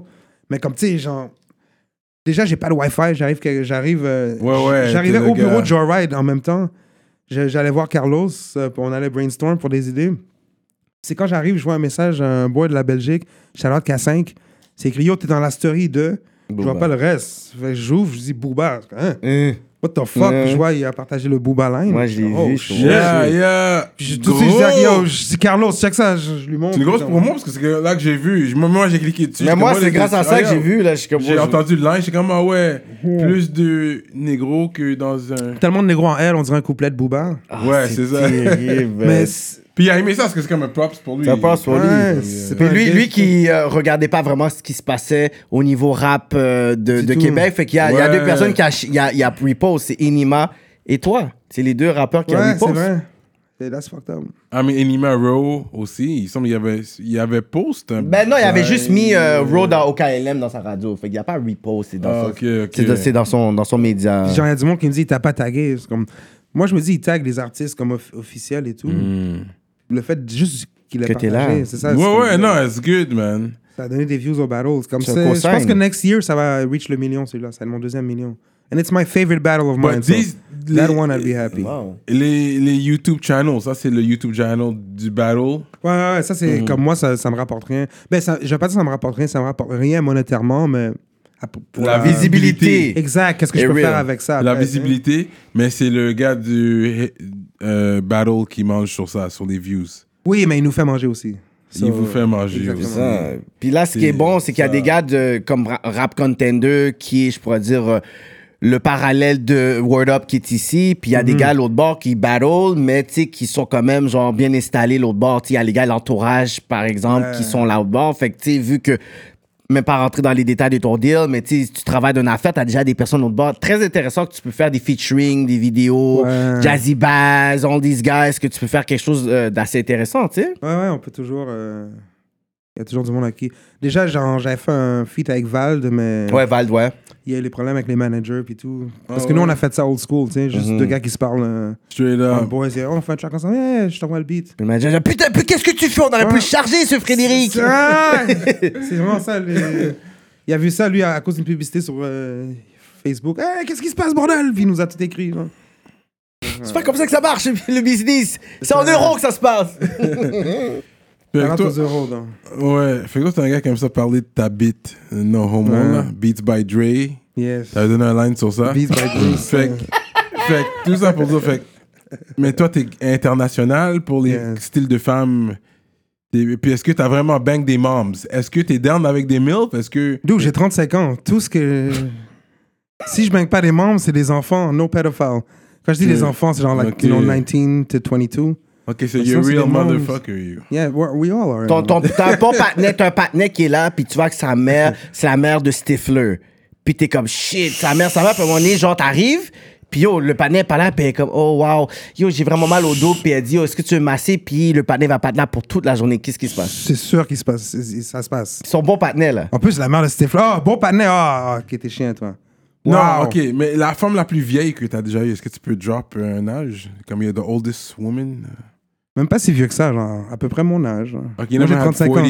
Mais comme, tu sais, genre. Déjà, j'ai pas de Wi-Fi, j'arrive. que- j'arrive euh,
Ouais, ouais,
J'arrivais
t'es le
au bureau
gars.
de Joyride en même temps. Je- J'allais voir Carlos, euh, puis on allait brainstorm pour des idées. C'est quand j'arrive, je vois un message à un boy de la Belgique, Charlotte K5. C'est écrit Yo, t'es dans la story de. Je vois pas le reste. Fait que j'ouvre, je dis Booba. Hein? What the fuck?
Ouais.
Puis Je vois, il a partagé le Booba line.
Moi, je l'ai
Oh,
vu, je
shit.
suis-
Yeah, yeah.
Puis je- tout de suite, je dis,
Gros.
ah, Yo, je dis Carlos, check ça, je, je lui montre.
C'est une grosse
Genre.
promo parce que c'est que là que j'ai vu. Je- Moi, moi, j'ai cliqué dessus.
Mais
J'étais
moi,
comme,
c'est
les-
grâce à
ah,
ça que j'ai
regarde.
vu, Mhm. là, je suis comme.
J'ai entendu le line, j'ai comme, ah ouais, plus de négro que dans un.
Tellement de négros en L, on dirait un couplet de Booba.
Ah,
ouais, c'est ça.
Mais
Mais
c'est-
Puis il a aimé ça parce que c'est comme un props pour lui.
ça passe pour lui.
Ouais, c'est
Puis
pas
lui,
un
lui
gars-
qui euh, regardait pas vraiment ce qui se passait au niveau rap euh, de,
Du
de
tout.
Québec, fait qu'il y, a- il y a
Ouais.
deux personnes qui a, il y a, il y a Repose, c'est Inima et toi. C'est les deux rappeurs qui ont
Ouais, c'est
Repose.
vrai. Et that's fucked up.
Ah, mais Enima Row aussi, il semble qu'il y avait, il y avait post. un-
Ben non, il avait
Ouais.
juste mis euh, Road dans- au KLM dans sa radio. Fait qu'il n'y a pas Repose, c'est dans,
Ah,
son-
ok, ok.
c'est dans- c'est dans son, dans son média.
Genre, il y a du monde qui me dit, il t'a pas tagué. C'est Comme... Moi, je me dis, il tag les artistes comme off- officiels et tout.
Mm.
Le fait juste qu'il ait
Que t'es
partagé,
là.
c'est ça.
Hmm. Ouais,
c'est comme-
ouais, non, it's good, man.
Ça a donné des views au battle. C'est Comme
C'est
ça,
un
je
consigne.
pense que next year, ça va reach le million, celui-là. C'est mon deuxième million. And it's my favorite battle of mine.
But
so
these-
That
les-
one, I'd be happy.
Wow.
Les, les YouTube channels, ça c'est le YouTube channel du battle.
Ouais, ouais, ouais, ça, c'est
Mm-hmm.
comme moi, ça, ça me rapporte rien. Ben, ça, je vais pas dire que ça me rapporte rien, ça me rapporte rien monétairement, mais. à- pour- pour
La visibilité.
Visibilité.
Exact, qu'est-ce que
Et
je peux
real.
faire avec ça
ben,
la
après,
visibilité, mais c'est le gars du euh, battle qui mange sur ça, sur les views.
hein? Oui, mais il nous fait manger aussi. So-
Il vous fait manger
exactement.
aussi.
Ça. Puis là, ce qui
C'est
est bon, c'est qu'il y a
ça.
des gars de, comme Ra- Rap Contender qui est, je pourrais dire, euh, le parallèle de Word Up qui est ici, puis il y a des gars à l'autre bord qui battle, mais tu sais, qui sont quand même genre bien installés l'autre bord. Tu sais, il y a les gars de l'entourage, par exemple, qui sont là l'autre bord. Fait que tu sais, vu que même pas rentrer dans les détails de ton deal, mais tu sais, si tu travailles dans une affaire, t'as déjà des personnes l'autre bord. Très intéressant que tu peux faire des featuring, des vidéos, Jazzy Bass, All These Guys, que tu peux faire quelque chose euh, d'assez intéressant, tu sais.
Ouais, ouais, on peut toujours. euh, Il y a toujours du monde à qui. Déjà, genre, j'avais fait un feat avec Vald, mais
Ouais, Vald, ouais.
il y a eu les problèmes avec les managers puis tout.
Ah
Parce que nous, on a fait ça old school, tu sais, juste
Mhm.
deux gars qui se parlent. euh,
Straight
on
up.
boys, et oh, on fait un track ensemble, yeah, je t'envoie le beat.
Puis le manager, putain, puis qu'est-ce que tu fais? On aurait pu le charger, ce Frédéric!
Ah! C'est vraiment ça. le- Il a vu ça, lui, à, à cause d'une publicité sur euh, Facebook. Hey, qu'est-ce qui se passe, bordel? Puis il nous a tout écrit. là.
C'est pas comme ça que ça marche, le business! C'est en euros que ça se passe!
Fait que
40
toi-
euros, donc.
Ouais, fait que toi, t'es un gars qui aime ça parler de ta bite. Euh, Non, homo, là. Beats by Dre.
Yes.
T'avais donné un line sur ça.
Beats by Dre.
Fait que- fait que tout ça pour dire, fait que- Mais toi, t'es international pour les
Yeah.
styles de femmes. Et puis, est-ce que t'as vraiment bang des moms? Est-ce que t'es down avec des milfs? Est-ce que.
D'où j'ai 35 ans. Tout ce que. si je bang pas des membres, c'est des enfants, no pedophile. Quand je dis
Ok.
des enfants, c'est genre, like, you know,
Mm. Ok.
19 to 22.
Ok, so
Mais
you're a
ça, c'est
real
des moms.
motherfucker, you.
Yeah, we're- we all are.
Ton, ton, t'as un bon patinet, t'as un patinet qui est là, puis tu vois que sa mère, c'est la mère de Stifler. Puis t'es comme shit, sa mère, sa mère, puis à un moment donné, genre t'arrives, puis yo, le patinet est pas là, puis elle est comme oh wow, yo, j'ai vraiment mal au dos, puis elle dit, yo, est-ce que tu veux me masser, puis le patinet va pas être là pour toute la journée, qu'est-ce qui se passe?
C'est sûr qu'il se passe, c'est- ça se passe.
Son bon patinet, là.
En plus, la mère de Stifler. Ah, bon panais. Ah, qui était chien, toi.
Non,
Wow.
ok, mais la femme la plus vieille que t'as déjà eue, est-ce que tu peux drop euh, un âge? Comme il y a the oldest woman?
Même pas si vieux que ça, genre, à peu près mon âge.
Ok,
Moi, j'ai 35 ans.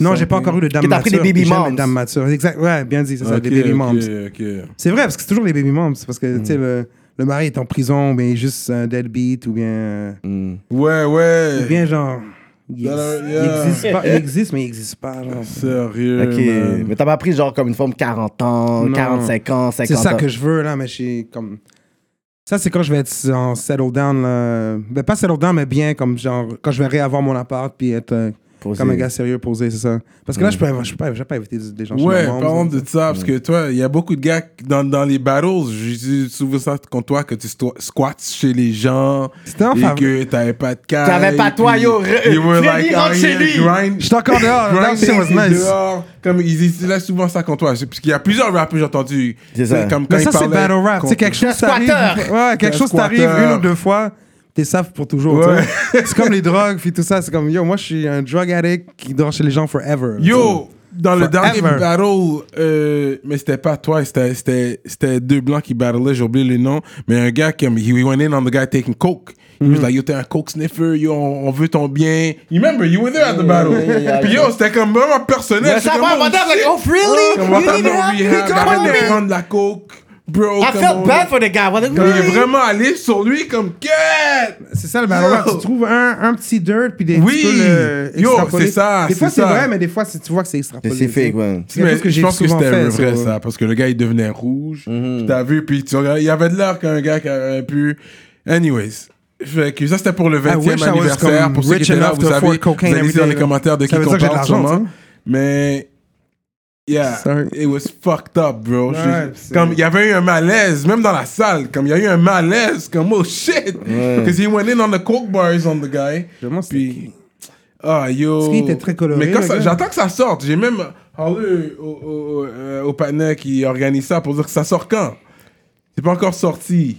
Non, j'ai pas encore eu de dame
Que t'as
mature.
pris des baby
puis j'aime les
moms.
dames matures. Exact, ouais, bien dit, c'est ça, des baby moms.
Ok, ok.
C'est vrai, parce que c'est toujours les baby moms. Parce que, tu
Hmm.
sais, le, le mari est en prison, mais juste un deadbeat ou bien. euh,
Hmm.
Ouais, ouais.
Ou bien genre. Il
Dans la-
ex-
yeah.
il existe, pas, il existe, mais il existe pas. genre.
Sérieux.
Ok,
man.
ben,
mais t'as pas pris genre comme une forme 40 ans,
Non.
45 ans, 50 ans.
C'est ça que je veux, là, mais je suis comme. Ça, c'est quand je vais être en settle down, là. Ben, pas settle down, mais bien, comme genre, quand je vais réavoir mon appart, puis être euh,
Posé.
comme un gars sérieux, posé, c'est ça. Parce que là, je peux, je peux, pas- je vais pas éviter des gens. chez
Ouais,
ma mom,
parlons
ça.
de ça, parce que toi, il y a beaucoup de gars qui- dans, dans les battles, j'ai souvent ça contre toi, que tu sto- squats chez les gens,
C'était en
et
faveur.
que t'avais pas de cas.
T'avais pas toi, yo, re-
You were
Freddy
like,
rentre
out
chez
here
lui.
grind-
J'étais encore dehors, that shit was
grinding
nice.
dehors. Comme ils utilisent souvent ça contre toi, c'est- parce qu'il y a plusieurs rappeurs, j'ai entendu.
C'est ça.
Comme quand
Mais ça,
ils
c'est
parlaient
battle rap. Tu sais,
contre-
quelque chose
T'es un
t'arrive.
squatteur.
Ouais, quelque
T'es un
chose t'arrive
squatteur.
une ou deux fois, t'es safe pour toujours. tu
Ouais.
sais. c'est comme les drogues, puis tout ça. C'est comme, yo, moi, je suis un drug addict qui dort chez les gens forever.
Yo, dans le dernier
Forever.
battle, euh, mais c'était pas toi, c'était- c'était c'était deux blancs qui battlaient, j'ai oublié le nom, mais un gars qui he went in on the guy taking coke. He
Mm-hmm.
was like, yo, t'es un coke sniffer, yo, on, on veut ton bien. You remember, you were there at the battle. Puis yo, c'était comme vraiment personnel.
Ça va, madame, like, oh really?
Comment
You
t'as
need help? You
rehab?
come
Arrête
with
de
me?
prendre la coke, bro.
I
come
felt
on.
bad for the guy. What-
Comme Il est
really?
vraiment allé sur lui comme, get!
C'est ça le battle rap.
Yo.
Tu trouves un, un petit dirt puis des
Oui.
tu peux le
Yo,
extrapoler.
c'est ça,
Des fois
c'est
c'est
ça.
vrai, mais des fois c'est- tu vois que c'est extrapolé.
C'est
tu
fake,
sais.
ouais.
C'est quelque chose que
je
j'ai
pense que
souvent
c'était un
fait.
vrai
ça. Mhm.
ça, parce que le gars il devenait rouge. Puis T'as vu, puis tu regardes, il y avait de l'air qu'un gars qui aurait pu. Anyways. Fait que ça c'était pour le
I
20e
wish I was
anniversaire.
comme
Pour ceux qui
rich
étaient là,
enough
vous
to
savez,
afford
vous
cocaine
avez
every
dit dans
day,
les
là.
commentaires de qui
Ça veut
qu'on
dire que j'ai de
parle
l'argent,
sûrement. Mais. Yeah,
Sorry.
it was fucked up, bro. Je-
Ouais, c'est-
comme il y avait eu un malaise, même dans la salle, comme il y a eu un malaise, comme oh shit. Because he went in on the coke bars on the guy.
Je me demande c'était
Puis. Ah, yo.
Parce qu'il était très coloré,
Mais quand
le
ça-
gars.
j'attends que ça sorte. J'ai même parlé au, au, au- euh, au panel qui organise ça pour dire que ça sort quand. C'est pas encore sorti.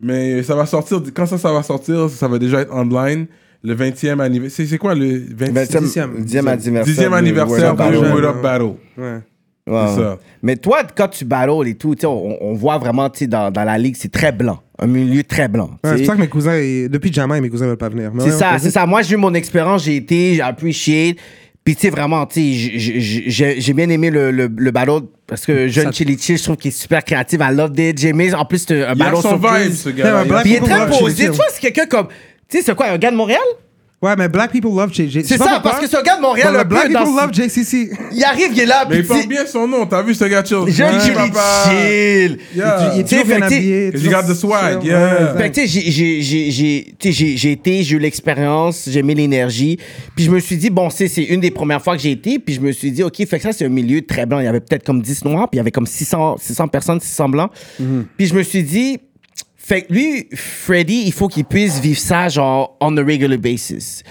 Mais ça va sortir. Quand ça, ça va sortir, ça va déjà être online. Le 20e anniversaire. C'est- C'est quoi le
Ben,
20e?
20e 10e anniversaire.
10e
de
anniversaire
World
de
of Warcraft.
World Up Battle.
Ouais.
Ouais.
C'est ça.
Mais toi, quand tu battles et tout, tu sais, on, on voit vraiment tu sais, dans, dans la ligue, c'est très blanc. Un milieu très blanc. tu sais.
Ouais, c'est pour ça que mes cousins, ils- depuis Jamaïque, mes cousins veulent pas venir. Mais
C'est
ouais,
ça,
on-
c'est ça. Moi, j'ai eu mon expérience, j'ai été, j'ai apprecié. Puis, tu sais, vraiment, tu sais, j- j- j- j'ai j'ai bien aimé le, le, le battle parce que Jeune Chili Chill, je trouve qu'il est super créatif. I loved it. J'ai aimé, en plus, c'est
Il
un
a
battle
son
surprise.
vibe, ce gars-là.
Hey, un black
Puis il est
Pourquoi
très
Black Chili
posé. Tu
Chill?
vois, c'est quelqu'un comme. Tu sais, c'est quoi, un gars de Montréal?
Ouais, mais Black People Love JCC.
C'est ça, parce que ce gars de Montréal,
le
un peu
Black
dans-
People Love JCC.
Il arrive, il est là,
Mais
puis
il porte
il dit-
bien son nom, t'as vu ce gars chill.
Je
Ouais, papa.
le chill.
Yeah.
Il est toujours
fait
bien
que, tu sais,
habillé.
Cause you got the swag, yeah.
Fait que, tu sais, j'ai- j'ai- j'ai- j'ai- tu sais, j'ai j'ai été, j'ai eu l'expérience, j'ai mis l'énergie. Puis je me suis dit, bon, c'est c'est une des premières fois que j'ai été. Puis je me suis dit, OK, fait que ça, c'est un milieu très blanc. Il y avait peut-être comme 10 noirs, puis il y avait comme 600, 600 personnes, 600 blancs.
Mhm.
Puis je me suis dit, fait que lui, Freddy, il faut qu'il puisse vivre ça, genre, on a regular basis.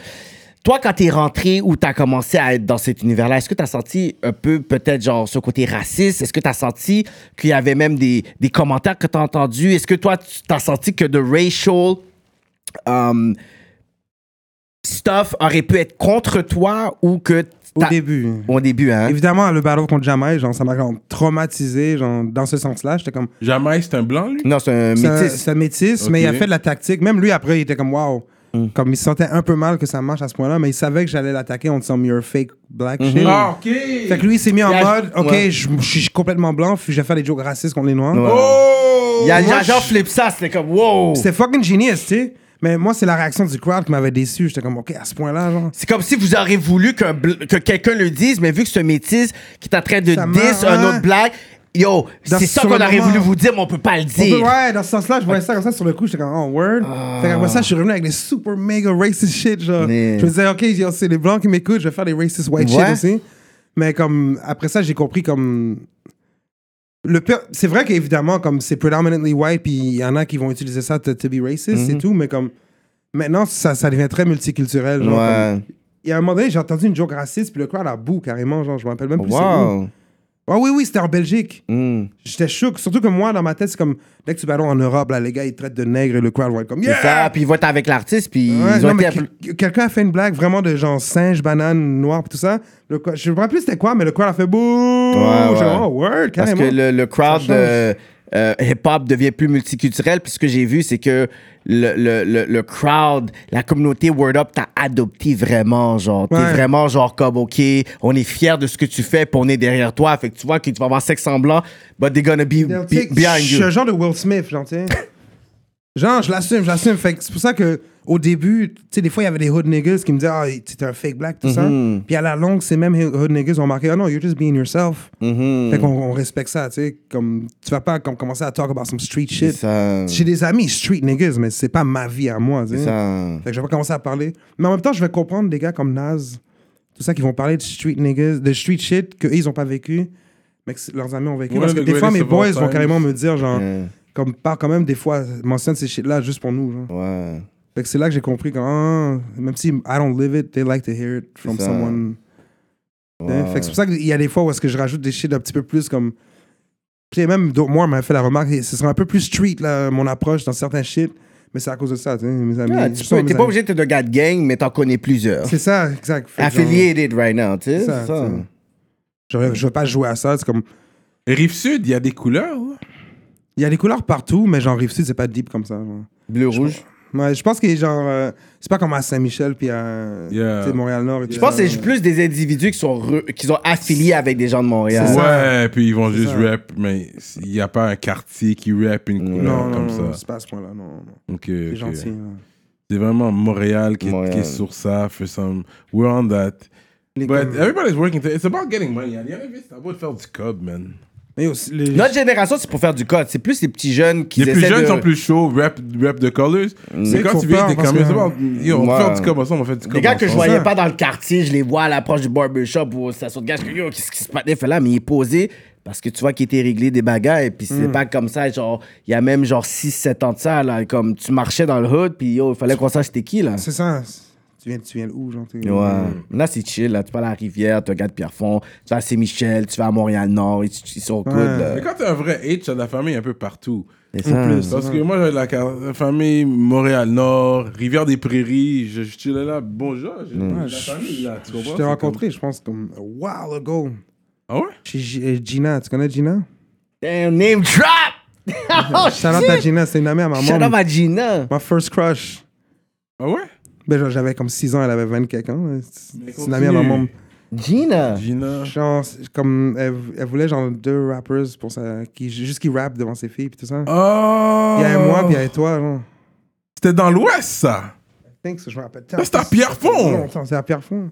Toi, quand t'es rentré ou t'as commencé à être dans cet univers-là, est-ce que t'as senti un peu, peut-être, genre, ce côté raciste? Est-ce que t'as senti qu'il y avait même des, des commentaires que t'as entendus? Est-ce que toi, tu- t'as senti que de racial um, stuff aurait pu être contre toi ou que...
Au
t'as-
début.
Au début, hein?
Évidemment, le battle contre Jamaï, genre, ça m'a genre, traumatisé, genre, dans ce sens-là. J'étais comme,
Jamais c'est un blanc, lui.
Non, c'est un
c'est un-
métis.
c'est un métis, mais il a fait de la tactique. Même lui, après, il était comme, wow.
Mm.
Comme il se sentait un peu mal que ça marche à ce point-là, mais il savait que j'allais l'attaquer en disant, you're a fake black
Mm.
shit.
Ah, ok.
Fait que lui, il s'est mis en
Mm-hmm. Il a-
mode, ok,
ouais.
je je suis complètement blanc, puis je vais faire des jokes racistes contre les noirs.
Oh!
Il y a, il y a
moi,
genre
je-
flip ça, c'était comme, wow!
C'était fucking genius, tu sais. Mais moi, c'est la réaction du crowd qui m'avait déçu. J'étais comme, ok, à ce point-là, genre.
C'est comme si vous auriez voulu qu'un bl- que quelqu'un le dise, mais vu que c'est un métis qui est en train de
Ça
diss
marche,
un
ouais.
autre blague, yo,
Dans-
c'est ça
sur
qu'on
le
aurait
moment.
voulu vous dire, mais on peut pas le
On peut-
dire.
ouais, dans ce sens-là, je voyais ça comme ça sur le coup, j'étais comme, oh, word. Fait qu'après ça, je suis revenu avec des super méga racist shit, genre.
Ah. Mais-
Je me disais, ok, yo, c'est les blancs qui m'écoutent, je vais faire des racist white
Ouais.
shit aussi. Mais comme, après ça, j'ai compris comme. Le pire- c'est vrai qu'évidemment, comme c'est predominantly white, puis il y en a qui vont utiliser ça to, to be racist
Mhm.
et tout, mais comme. Maintenant, ça, ça devient très multiculturel, genre. comme- Il y a un moment donné, j'ai entendu une joke raciste, puis le crowd a bout carrément, genre, je me rappelle même plus. c'est où. Ah oui, oui, c'était en Belgique.
Hmm.
J'étais choqué. Surtout que moi, dans ma tête, c'est comme dès que tu ballons en Europe, là, les gars, ils te traitent de nègre et le crowd va être comme
C'est
Yeah!
ça, ah, puis ils vont être avec l'artiste, puis
Ouais,
ils ont
non, mais
été appel-
quel- Quelqu'un a fait une blague vraiment de genre singe, banane, noir, pis tout ça. Le, co- je me rappelle plus c'était quoi, mais le crowd a fait bouh!
ouais.
Genre, oh, word,
Parce
carrément.
que le, le crowd
change.
euh, euh, hip-hop devient plus multiculturel. Puis ce que j'ai vu, c'est que le, le, le, le crowd, la communauté Word Up t'a adopté vraiment, genre. T'es
Ouais.
vraiment genre comme, OK, on est fiers de ce que tu fais, puis on est derrière toi. Fait que tu vois que tu vas avoir sexe semblant, but they're gonna be,
They'll
be-
take-
behind
Je
you.
suis un genre de Will Smith, genre, tu sais. Genre, je l'assume, je l'assume. Fait que c'est pour ça que au début, tu sais, des fois, il y avait des hood niggas qui me disaient, ah, t'es un fake black, tout
Mm-hmm.
ça. Puis à la longue, ces mêmes hood niggas ont marqué, ah non, you're just being yourself.
Mm-hmm.
Fait qu'on on respecte ça, tu sais. Comme, tu vas pas comme, commencer à talk about some street shit.
Ça-
J'ai des amis street niggas, mais c'est pas ma vie à moi, tu sais.
ça-
Fait que je vais pas commencer à parler. Mais en même temps, je vais comprendre des gars comme Naz, tout ça, qui vont parler de street niggas, de street shit qu'eux, ils ont pas vécu, mais que c- leurs amis ont vécu.
Ouais,
Parce que
the
des fois, mes
greatest of
boys
all
vont
times.
carrément me dire, genre,
Yeah.
comme, par quand même, des fois, mentionne ces shit-là juste pour nous, genre.
Ouais.
Fait que c'est là que j'ai compris que, ah, même si I don't live it, they like to hear it from
C'est ça.
someone.
Ouais.
Fait que c'est pour ça qu'il y a des fois où est-ce que je rajoute des shit un petit peu plus comme. Tu sais, même d'autres- moi, on m'a fait la remarque, ce serait un peu plus street, là, mon approche dans certains shit, mais c'est à cause de ça, tu sais, mes amis.
Ah,
ils
tu
sont
peux-
mes
T'es pas
amis.
obligé d'être un gars de gang, mais t'en connais plusieurs.
C'est ça, exact. Fait que genre,
Affiliated right now, tu sais.
C'est
c'est
ça,
ça.
Je, je veux pas jouer à ça, c'est comme.
Rive Sud, il y a des couleurs. ouais.
Il y a des couleurs partout, mais genre Rive-Sud, c'est pas deep comme ça. genre.
Bleu, rouge.
Ouais, je pense que genre. euh, c'est pas comme à Saint-Michel puis à.
Yeah.
tu sais, Montréal-Nord et tout
Je pense
ça,
Euh.
que c'est plus des individus qui sont, re- qui sont affiliés avec des gens de Montréal.
C'est ça.
Ouais, puis ils vont juste
ça.
rap, mais il n'y a pas un quartier qui rap une couleur
Non, non,
comme
non,
ça.
c'est pas à ce point-là, non. non.
Ok,
C'est
ok.
gentil. hein. ouais.
C'est vraiment Montréal qui,
Montréal.
qui est sur ça. For some, we're on that.
Les
But
com-
everybody's working. It's about getting money. Il y en avait, ça va faire du cob, man.
Mais aussi, les-
Notre génération, c'est pour faire du code. C'est plus les petits jeunes qui
les plus
essaient
jeunes
de... Mm.
sont plus chauds, rap, rap de colors. C'est quand
Faut
tu viens
pas,
des
parce
camions,
que-
c'est bon, yo, on va
Ouais.
faire du cob ensemble, on fait du cob
Les gars que je
ensemble.
voyais pas dans le quartier, je les vois à l'approche du barbershop ou au station de gage. Je dis, Yo, qu'est-ce qui se passe? Il fait là, mais il est posé parce que tu vois qu'il était réglé des bagailles. Puis
Hmm.
c'est pas comme ça, genre, il y a même genre 6-7 ans de ça, là. Comme tu marchais dans le hood, puis yo, il fallait qu'on sache t'es qui, là.
C'est ça. c'est- Tu viens, tu viens de où, genre t'es-
Ouais. Là, c'est chill, là. Tu vas à la rivière, tu regardes Pierrefonds, tu vas à Saint-Michel, tu vas à Montréal-Nord, ils, ils sont au coude, là.
Mais quand t'es un vrai H, t'as de la famille un peu partout.
C'est ça.
Parce que moi, j'avais de la car- la famille Montréal-Nord, Rivière-des-Prairies, je, je chillais là, bonjour, j'ai de la famille là, tu comprends?
Je
C'est
t'ai rencontré, je pense, comme a while ago.
comme- Ah ouais?
Chez G- euh, Gina, tu connais Gina?
Damn, name drop! oh, shit!
Shout out à Gina, c'est une amie à ma
Shout out
mère.
à Gina.
Ma first crush.
Ah ouais?
Ben, genre, j'avais comme 6 ans, elle avait 20 quelques ans. là. C'est c'est une amie à ma Mm.
continue.
Gina.
mère.
Gina.
Genre, c'est comme, elle, elle voulait genre deux rappers pour ça, qui, juste qui rappe devant ses filles, puis tout ça.
Oh!
Il y avait moi, puis il y avait toi, genre.
C'était dans l'Ouest, ça!
Think Thanks, je me rappelle.
Ça, c'est à Pierrefonds.
Longtemps, C'est à Pierrefonds.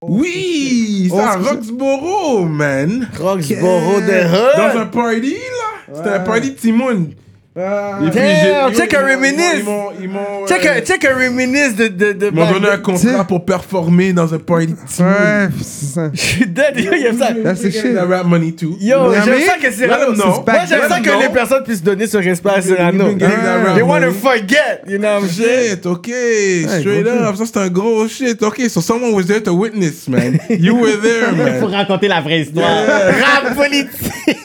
Oui, c'est à
Oh, c'est-
Roxborough, man.
Roxborough de
Dans
Hood.
un party, là. C'était un party de Timoun.
Ah.
Et puis,
Damn,
j'ai-
check
ils
un
m'ont-
reminisce.
ils m'ont- Ils m'ont.
Check
euh,
un, check un reminisce de. de, de
Ils m'ont donné un
T'sais-
contrat pour performer dans un party de Timoun.
Ouais, pff, c'est ça.
Je suis dead, yo, il aime ça.
That's the shit.
La rap money too.
Yo,
Ouais,
j'aime
mais-
ça que c'est
Let 'em know.
Moi, j'aime
Let
ça
'em
que
know.
les personnes puissent donner ce respect à Cyrano.
been getting that rap
They want to
money.
forget, you know what I'm saying?
Oh, Shit, ok, straight up, ça c'est un gros Oh, shit, ok, so someone was there to witness, man. You were there,
Pour
man.
raconter la vraie histoire.
Rap politique.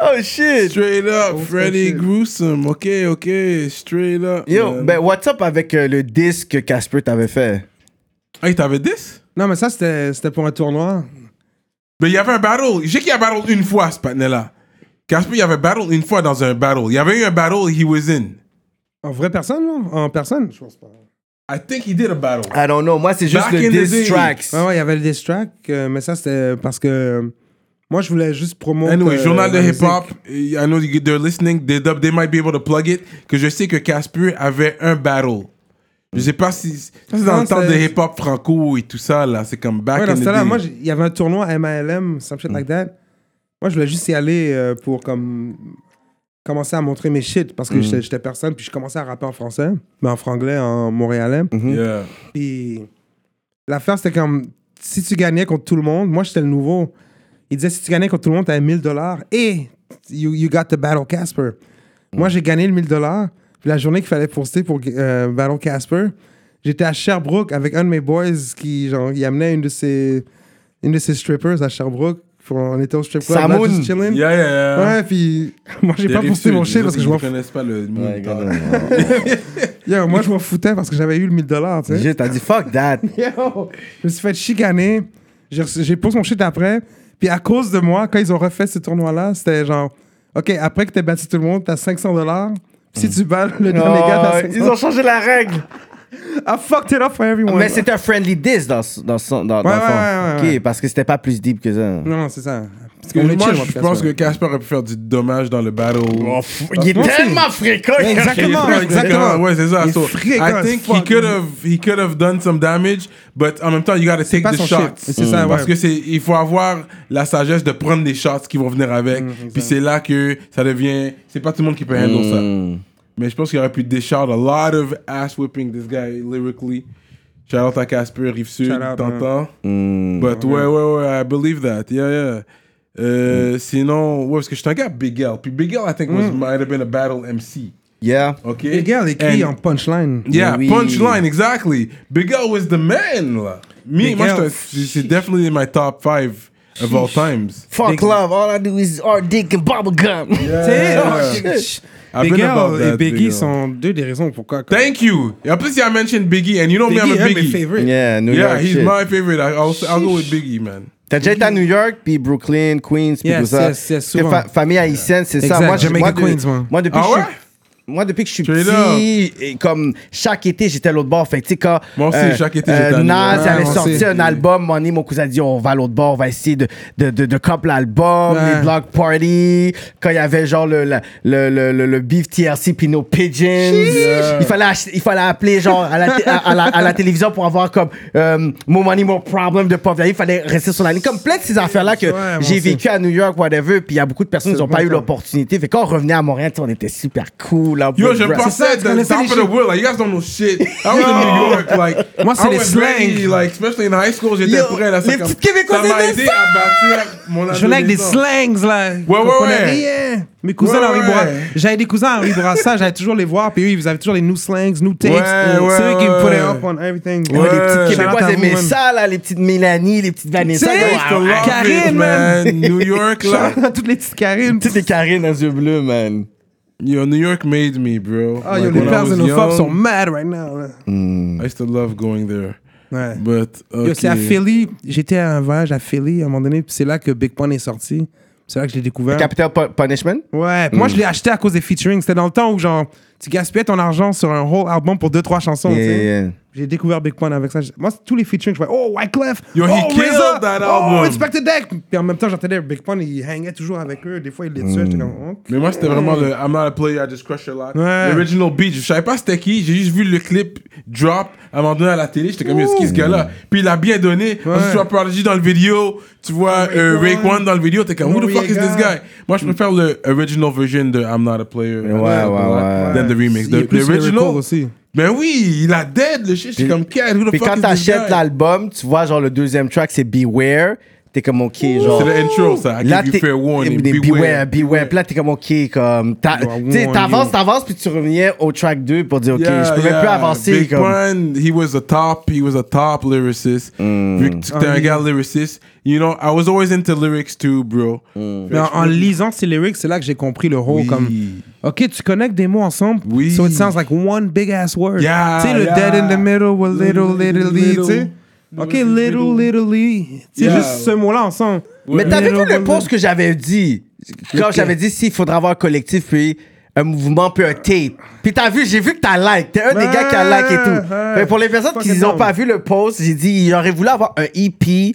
oh shit.
Straight up, Freddy Gruesome, ok, ok, straight up.
Yo,
man.
ben what's up avec euh, le disque que Casper t'avait fait?
Hey, t'avais 10?
Non, mais ça, c'était c'était pour un tournoi.
Mais il y avait un battle. Je sais qu'il y a battle une fois, ce patinet-là. Casper, il y avait battle une fois dans un battle. Il y avait eu un battle, he was in.
En vraie personne, non En personne Je pense pas.
I think he did a battle.
I don't know. Moi, c'est juste
Back
le
in the day.
diss tracks.
Ouais, ouais, il y avait le diss track, euh, mais ça, c'était parce que euh, moi, je voulais juste promouvoir.
Anyway,
euh,
journal de
la musique.
hip-hop. I know you- they're listening. They, they might be able to plug it. Que je sais que Casper avait un battle. Je sais pas si... Ça, c'est dans
Non,
le temps de
c'est-
hip-hop franco et tout ça, là. C'est comme back
Ouais,
in
dans
the
ce
day. Hmm.
temps-là, moi, j'ai- il y avait un tournoi à MALM, some shit like that. Moi, je voulais juste y aller euh, pour comme commencer à montrer mes shit parce que
Hmm.
j'étais- j'étais personne, puis je commençais à rapper en français, mais en franglais, en montréalais.
Yeah.
Puis l'affaire, c'était comme si tu gagnais contre tout le monde, moi j'étais le nouveau. Il disait si tu gagnais contre tout le monde, t'avais 1000 dollars et you, you got the Battle Casper. Moi j'ai gagné le 1000 dollars. Puis la journée qu'il fallait poster pour euh, Battle Casper, j'étais à Sherbrooke avec un de mes boys qui genre, il amenait une de ses, une de ses strippers à Sherbrooke. Pour- on était au strip club, là,
Samoun.
just chilling.
Yeah, yeah, yeah.
Ouais, puis moi j'ai
Des
pas
rives
posté mon
sud,
shit parce que je m'en
Ils connaissent pas le monde. hein.
fou- Yo, moi je m'en foutais parce que j'avais eu le 1000 dollars, tu sais.
J'ai t'as dit fuck that.
Yo, je me suis fait chicaner. J'ai reçu- J'ai posé mon shit après. Puis à cause de moi, quand ils ont refait ce tournoi-là, c'était genre, OK, après que t'aies battu tout le monde, t'as 500 dollars.
Hmm.
Si tu bats le dernier gars,
Oh,
t'as 500
ils ont changé la règle.
I fucked it up for everyone.
Mais c'était un friendly diss dans, ce- dans, ce- dans, dans
Ouais,
le fond.
ouais, ouais,
Ok,
ouais, ouais.
parce que c'était pas plus deep que ça.
Non, c'est ça. Parce qu'on
Moi,
est chill, moi,
je pense que
Casper.
Casper aurait pu faire du dommage dans le battle.
Oh, Il est
Non, c'est-
tellement fréquent.
Exactement,
Ouais,
exactement.
Ouais, c'est ça.
Il est
So,
fréquent
I
as
think he
fuck.
could have he could have done some damage, but en même temps, you gotta take
pas
the
son
shots.
shit. C'est ça,
Parce
ouais.
que c'est il faut avoir la sagesse de prendre des shots qui vont venir
Mm,
avec. Puis c'est là que ça devient c'est pas tout le monde qui peut handle
Mm.
ça. Mais je pense qu'il aurait pu décharger a lot of ass whipping this guy lyrically. Shout out à Casper, Rive-Sud,
Shout out, Mm,
t'entends?
Mm.
Mm. But ouais, ouais, ouais, I believe that. Yeah, yeah. Euh,
Mm.
Sinon, ouais, parce que je suis un gars Big L. Puis Big L, I think, was, might have been a battle MC.
Yeah.
OK?
Les gars, les cris
And-
en punchline.
Yeah,
Oui.
punchline, exactly. Big L was the man, là. Me,
Big
moi,
L,
j'étais- c'est c'est definitely in my top five of all times.
Fuck love, all I do is hard dick and bubblegum.
Tu
Yeah.
sais,
I've
Big
been about
L
that,
et Biggie
Big L.
sont deux des raisons pourquoi. comme-
Thank you. Et en plus, il a mentioned Biggie, and you know
Biggie
me, I'm a
est un de mes
Biggie.
favorites.
Yeah, New
Yeah,
York
he's
shit.
my favorite. I- I'll, I'll go with Biggie, man.
T'as déjà été à New York, puis Brooklyn, Queens, puis
Yes,
tout ça.
yes, yes,
T'es
souvent.
fa- famille haïtienne, c'est ça.
Exact,
Moi, je-
Jamaica
moi, de-
Queens, moi.
moi, depuis
Ah
que je
ouais?
suis- moi, depuis que je suis
Straight
petit, et comme chaque été, j'étais à l'autre bord. Fait que, tu sais, quand.
Moi aussi, chaque été, j'étais à
euh,
New
Nas
York. Ah,
avait
Ouais, on
sorti
sait.
un album. Mon, ami, mon cousin a dit, on va à l'autre bord, on va essayer de, de, de, de cop l'album,
Ouais.
les block parties. Quand il y avait genre le, la- le, le, le, le beef TRC Pinot Pigeons. Il, fallait ach- il fallait appeler genre à la, té- à, à la, à la télévision pour avoir comme euh, More Money, More Problem de Pop Il fallait rester sur la ligne. Comme plein de ces affaires-là que
Ouais, moi
j'ai
aussi.
vécu à New York, whatever. Puis il y a beaucoup de personnes qui
C'est
n'ont pas
bon
eu
temps.
l'opportunité. Fait que quand on revenait à Montréal, tu sais, on était super cool. Là,
Yo,
pour
je
rap.
pensais
tu
de the
connaissais
top
les
of the
shit.
world. Like, you guys don't know shit. I was in New York, like...
Moi, c'est
I
les
was
slangs.
ready, like, especially in high school, j'étais
Yo,
prêt, là.
les
comme-
petites Québécoises
Ça m'a
aimaient
aidé
ça.
à bâtir mon
Je venais avec des
adolescence.
slangs, là.
Ouais, ouais, ouais.
Mes cousins
Ouais,
Henri
ouais.
Bourassa. J'avais des cousins Henri Bourassa, j'allais toujours les voir. Puis eux, ils avaient toujours les new slangs, new tapes.
Ouais,
C'est
ouais,
eux qui me
ouais.
put it up on everything.
Ouais, les petites
Les Québécois
Shout out à
aimaient
vous, man.
ça, là, les petites Mélanie, les petites Vanessa. ah,
Tu sais,
Wow,
Used to love it,
Karine, man.
man. New York, là.
Shout out à toutes les petites Karines.
Toutes les Karine aux yeux bleus, man.
Yo, New York made me, bro.
Oh, yo,
Like,
les
when I
pères
was
xénophobes
young,
sont mad right now. là.
I used to love going there.
Ouais.
But, okay.
Yo, c'est à Philly. J'étais à un voyage à Philly à un moment donné. Puis c'est là que Big Pun est sorti. C'est là que je l'ai découvert.
Capital Pu- Punishment.
Ouais. puis Moi, je l'ai acheté à cause des featuring. C'était dans le temps où, genre, tu gaspillais ton argent sur un whole album pour deux, trois chansons.
Yeah,
tu sais.
yeah.
J'ai découvert Big Pun avec ça. J'ai- Moi, c'est tous les featuring, je voyais, oh, Wyclef,
Yo,
oh,
he killed
RZA,
that
oh,
album.
Inspector Deck. Puis en même temps, j'entendais Big Pun, il hangait toujours avec eux. Des fois, il les tuait. J'étais comme, ok.
Mais moi, c'était vraiment le I'm not a player, I just crush a lot.
Ouais.
L'original beat, je savais pas c'était qui, j'ai juste vu le clip drop à un moment donné à la télé, j'étais comme, Yo, c'est qui ce gars-là? Puis il a bien donné, parce que tu vois Prodigy dans le vidéo, tu
Oh
vois euh,
Raekwon.
Raekwon dans le vidéo, t'es comme, who the
Noriega.
fuck is this guy? Moi, je préfère le original version de I'm not a player I
ouais,
just crush a lot
ouais.
than the remix.
Il est
The,
plus
the original,
lyrical aussi.
ben oui, il a dead le shit, j'étais comme, Cat, who the
Puis
fuck
quand
is this guy?
t'achètes l'album, tu vois, genre, le deuxième track, c'est Beware. T'es comme, OK, genre.
C'est l'intro, ça, I
Là,
give
t'es-
you fair warning,
des
beware.
beware, beware. Puis là, t'es comme, OK, comme. t'as-
Beware,
tu sais, T'avances,
you.
t'avances, puis tu reviens au track 2 pour dire, OK,
Yeah,
je peux même
yeah.
plus avancer.
Big
comme...
Pun, he was a top, he was a top lyricist.
Mm.
Vu que c'était
Ah,
un
oui.
gars lyricist, you know, I was always into lyrics too, bro.
Mm.
Mais en, en lisant ces lyrics, c'est là que j'ai compris le rôle.
Oui.
Comme, ok, tu connectes des mots ensemble.
Oui.
So it sounds like one big ass word.
Yeah,
tu sais, le
yeah.
dead in the middle, well, little,
Little,
little, little,
little.
tu sais. Ok, little, little, little. Tu sais,
Yeah.
juste ce mot-là ensemble.
Mais t'avais vu le
Little,
post que j'avais dit? Quand j'avais dit s'il faudra avoir un collectif, puis un mouvement, puis un tape. Puis t'as vu, j'ai vu que t'as like. T'es un des
Ouais,
gars qui a like et tout.
ouais.
Fait pour les personnes qui
Fucking
n'ont pas
down.
vu le post, j'ai dit il aurait voulu avoir un EP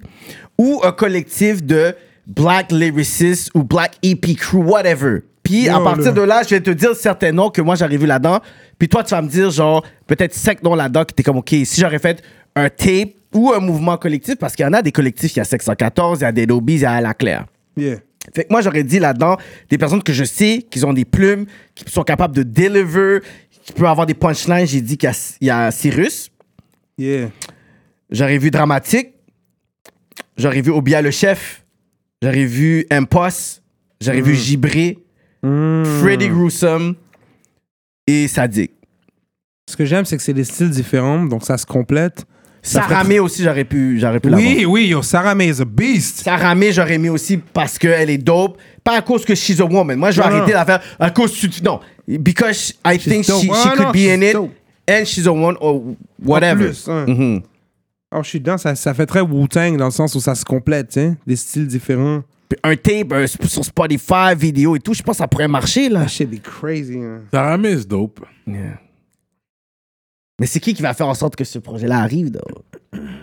ou un collectif de Black Lyricists ou Black EP Crew, whatever. Puis à
Yo,
partir
là.
de là, je vais te dire certains noms que moi j'aurais vu là-dedans. Puis toi, tu vas me dire genre peut-être cinq noms là-dedans que t'es comme ok, si j'aurais fait un tape ou un mouvement collectif, parce qu'il y en a des collectifs, il y a 714, il y a des lobbies, il y a la claire.
Yeah.
Fait que moi, j'aurais dit là-dedans des personnes que je sais, qui ont des plumes, qui sont capables de deliver, qui peuvent avoir des punchlines. J'ai dit qu'il y a- il y, a Cyrus.
Yeah.
J'aurais vu Dramatique. J'aurais vu Obia le chef. J'aurais vu Impos. J'aurais
Mm.
vu Gibré. Freddy Gruesome. Et Sadik.
Ce que j'aime, c'est que c'est des styles différents, donc ça se complète.
Sarah
ferait-
May aussi, j'aurais pu, j'aurais pu l'avoir.
Oui, oui, yo, Sarah May is a beast.
Sarah May, j'aurais mis aussi parce qu'elle est dope. Pas à cause que she's a woman. Moi, je vais
Non,
arrêter
non.
d'affaire. À cause tu. Non. Because I think
dope.
she, she
Ouais,
could
non,
be in
she's
it.
dope.
And she's a woman or
En
whatever. Mm-hmm.
plus, hein. Alors, je suis dedans, ça, ça fait très Wu-Tang dans le sens où ça se complète, tu sais. Des styles différents.
Puis Un tape euh, sp- sur Spotify, vidéo et tout, je pense que ça pourrait marcher, là.
Ah, Shit, des crazy. hein.
Sarah May is dope.
Mais c'est qui qui va faire en sorte que ce projet-là arrive, là?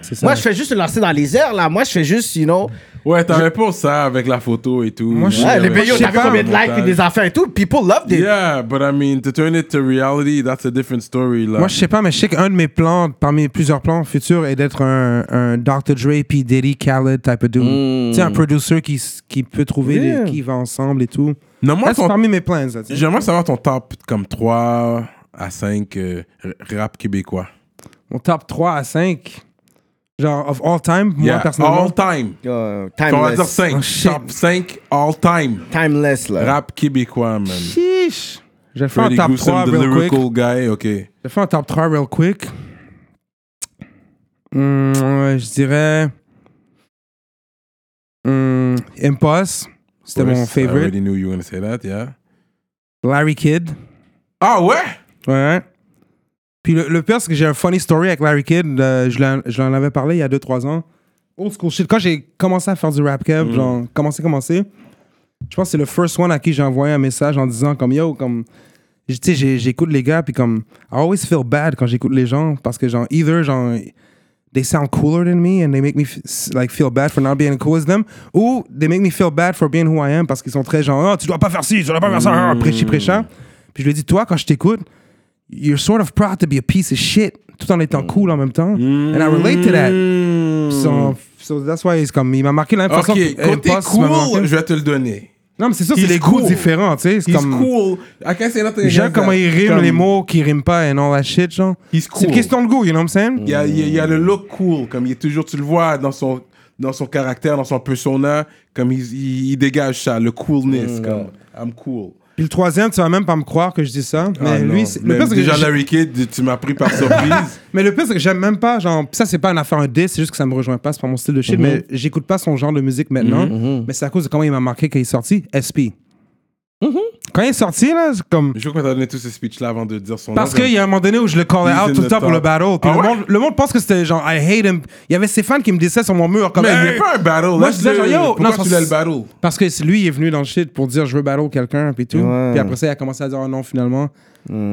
C'est ça.
Moi, je fais juste le lancer dans les airs, là. Moi, je fais juste, you know.
Ouais, t'avais pas ça avec la photo et tout.
Moi, je-
Ouais,
Ouais,
les
mais
vidéos,
je sais
t'as vu
pas,
combien de likes et des affaires et tout. People love this.
Yeah, but I mean, to turn it to reality, that's a different story. Like.
Moi, je sais pas, mais je sais qu'un de mes plans, parmi plusieurs plans futurs, est d'être un, un Dr. Dre puis Diddy Khaled type of dude.
Hmm.
Tu sais, un producer qui, s- qui peut trouver
Yeah.
les, qui va ensemble et tout.
Non, moi,
Ça, c'est
ton-
parmi mes plans, ça, tu sais.
j'aimerais savoir ton top comme 3 à 5 euh, rap québécois.
Mon top 3 à 5, genre, of all time, moi,
Yeah,
personnellement.
All time.
Euh,
On va dire
timeless.
5.
Oh, shit.
top 5 all time.
Timeless, là.
Rap québécois, man.
Sheesh. Je fais un
Freddy
top
Gruesome,
3
the
real quick.
lyrical guy, ok.
Je fais un top 3 real quick. Hmm, ouais, je dirais. Hmm, Impost. C'était
Of
mon
course, I
favorite.
already knew you were gonna say that, yeah.
Larry Kidd.
Ah ouais?
Ouais. Puis le, le pire, c'est que j'ai un funny story avec Larry Kidd. Euh, je l'en- je l'en avais parlé il y a 2-3 ans. Old school shit. Quand j'ai commencé à faire du rap cap, genre, commencé, commencé, je pense que c'est le first one à qui j'ai envoyé un message en disant, comme, yo, comme, tu sais, j'ai- j'écoute les gars, puis comme, I always feel bad quand j'écoute les gens, parce que, genre, either, genre, they sound cooler than me and they make me, f- like, feel bad for not being cool as them, ou they make me feel bad for being who I am, parce qu'ils sont très, genre, oh, tu dois pas faire ci, tu dois pas faire ça, prêchi, prêchant. Puis je lui ai dit, toi, quand je t'écoute, you're sort of proud to be a piece of shit tout en étant cool en même temps. And I relate to
Mm.
that. So, so that's why it's comme, il m'a marqué la même Hmm. façon.
Hmm. Ok,
que
côté
Impost m'a
cool,
marqué.
je vais te le donner.
Non, mais c'est sûr,
He's
c'est des goûts
cool.
différents, tu sais. C'est
He's
comme,
cool. I can't say nothing
J'aime
against
comment
that.
il rime
Comme-
les mots qui riment pas et non la shit, genre.
He's
C'est une
cool.
question de goût, you know what I'm saying?
Il y a, il y a- il y a le look cool, comme il est toujours, tu le vois dans son, dans son caractère, dans son persona, comme il, il- il dégage ça, le coolness,
Mm,
comme I'm cool.
Puis le troisième, tu vas même pas me croire que je dis ça. Mais
Ah,
lui,
non.
c'est- le
Même
pire, c'est que
déjà
j'ai-
Larry Kidd, tu m'as pris par surprise.
Mais le pire, c'est que j'aime même pas, genre, pis ça, c'est pas une affaire un dé, c'est juste que ça me rejoint pas, c'est pas mon style de
Mhm.
shit, mais j'écoute pas son genre de musique maintenant, mais c'est à cause de comment il m'a marqué quand il est sorti, SP.
Mhm.
Quand il est sorti, là, c'est comme.
Je veux qu'on t'a donné tout ce speech-là avant de dire son
Parce
nom.
qu'il y a un moment donné où je le callais
He's
out
in
tout le
the
temps pour
top.
le battle. Puis
Ah
le,
ouais?
monde, le monde pense que c'était genre, I hate him. Il y avait ses fans qui me disaient sur mon mur, comme,
Mais
hey,
il n'y a pas un battle.
Moi, je disais genre, yo, non,
pourquoi
parce-
tu l'as le battle
Parce que c'est- lui, il est venu dans le shit pour dire, je veux battle quelqu'un, puis tout.
Ouais.
Puis après ça, il a commencé à dire, oh non, finalement.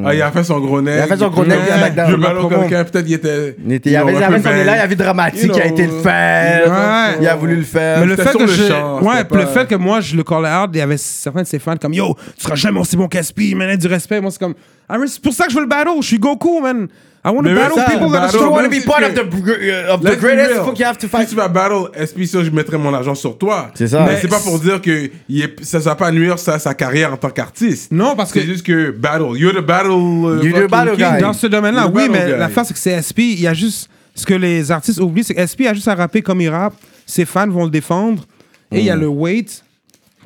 Ah, il a fait son gros nez.
Il a fait son gros nec, puis il a back down.
Je battle quelqu'un, peut-être il était.
Il était- il avait, il avait son élan, il avait dramatique,
You
il a
know.
été le faire.
Ouais.
Il a voulu le faire.
Mais le
Euh, c'était
fait
sur
que
le
je-
champ,
ouais,
c'était
puis le
pas-
fait que moi, je le callais out, il y avait certains de ses fans comme, yo, tu seras jamais aussi bon qu'Aspi, man, du respect. Moi, c'est comme, Ah, mais c'est pour ça que je veux le battle, je suis Goku, man. I want to
Mais
battle
ça,
people that are
battle,
If you
strong.
want to be part of the, gr- of the
Let's be
greatest,
real.
fuck you have to
Si
fight.
tu vas battle, SPCO, je mettrai mon argent sur toi.
C'est ça.
Mais
Mais
c'est pas pour dire que il est- ça ne va pas nuire sa, sa carrière en tant qu'artiste.
Non, parce que
C'est juste que battle. You're the battle. euh,
You're the
fucking
battle
king.
guy.
dans ce domaine-là,
Le
oui,
battle
mais
guy.
l'affaire, c'est que c'est SP, il y a juste. Ce que les artistes oublient, c'est que SP a juste à rapper comme il rappe, ses fans vont le défendre, et il y a le weight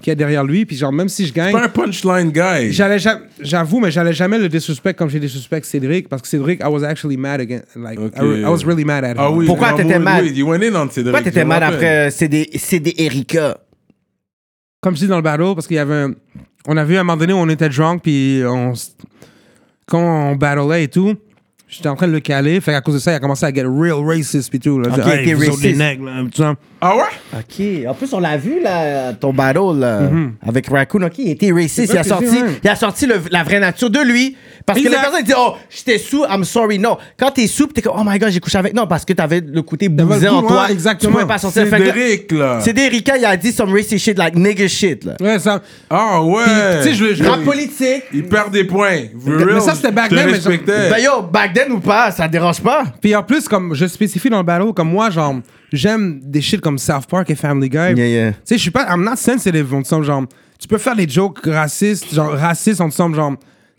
qui est derrière lui, puis genre, même si je gagne.
Mm. Pas un punchline guy.
J'allais ja- j'avoue, mais j'allais jamais le disrespect comme j'ai disrespect Cédric, parce que Cédric, I was actually mad again. Like,
Ok.
I, re- I was really mad at him.
Ah oui,
Pourquoi
non,
t'étais
oui,
mal?
Oui, you went in on Cédric.
Pourquoi t'étais
je me
mal
rappelle.
après euh, CD, CD Erika?
Comme je dis dans le battle, parce qu'il y avait un- On a vu à un moment donné où on était drunk, puis on. s- Quand on battlait et tout, j'étais en train de le caler, fait qu'à cause de ça, il a commencé à get real racist, puis tout. Là, Ah,
Ok,
Genre,
ok,
vous autres, les
racist.
nègres, là, tout ça.
Ah ouais?
Ok, en plus on l'a vu là, ton battle là, avec Raccoon, ok, il était racist, il a
Mhm. c'est
sorti,
vrai.
il a sorti le- la vraie nature de lui, parce que
Exact.
les personnes disent oh j'étais sous, I'm sorry, non, quand t'es sous, pis t'es comme oh my god j'ai couché avec, non parce que t'avais le côté
T'avais le
bousé en
goût,
toi,
ouais, exactement.
tu pouvais pas sortir. Fait que là-
Cédric, là.
C'est des Erika, il a dit some racist shit like nigga shit là,
Ouais, ça.
Ah ouais.
Puis, tu sais, je- je-
rap politique,
Il perd des points. For
Mais
real,
ça, c'était back
je te
then, mais ça-
respectais.
ben yo back then ou pas, ça te dérange pas,
Puis en plus, comme je spécifie dans le battle, comme moi, genre, j'aime des shit comme South Park et Family Guy.
Yeah, yeah.
Tu sais, je suis pas. I'm not sensitive, on te semble, genre. Tu peux faire des jokes racistes, genre racistes, on te semble, genre.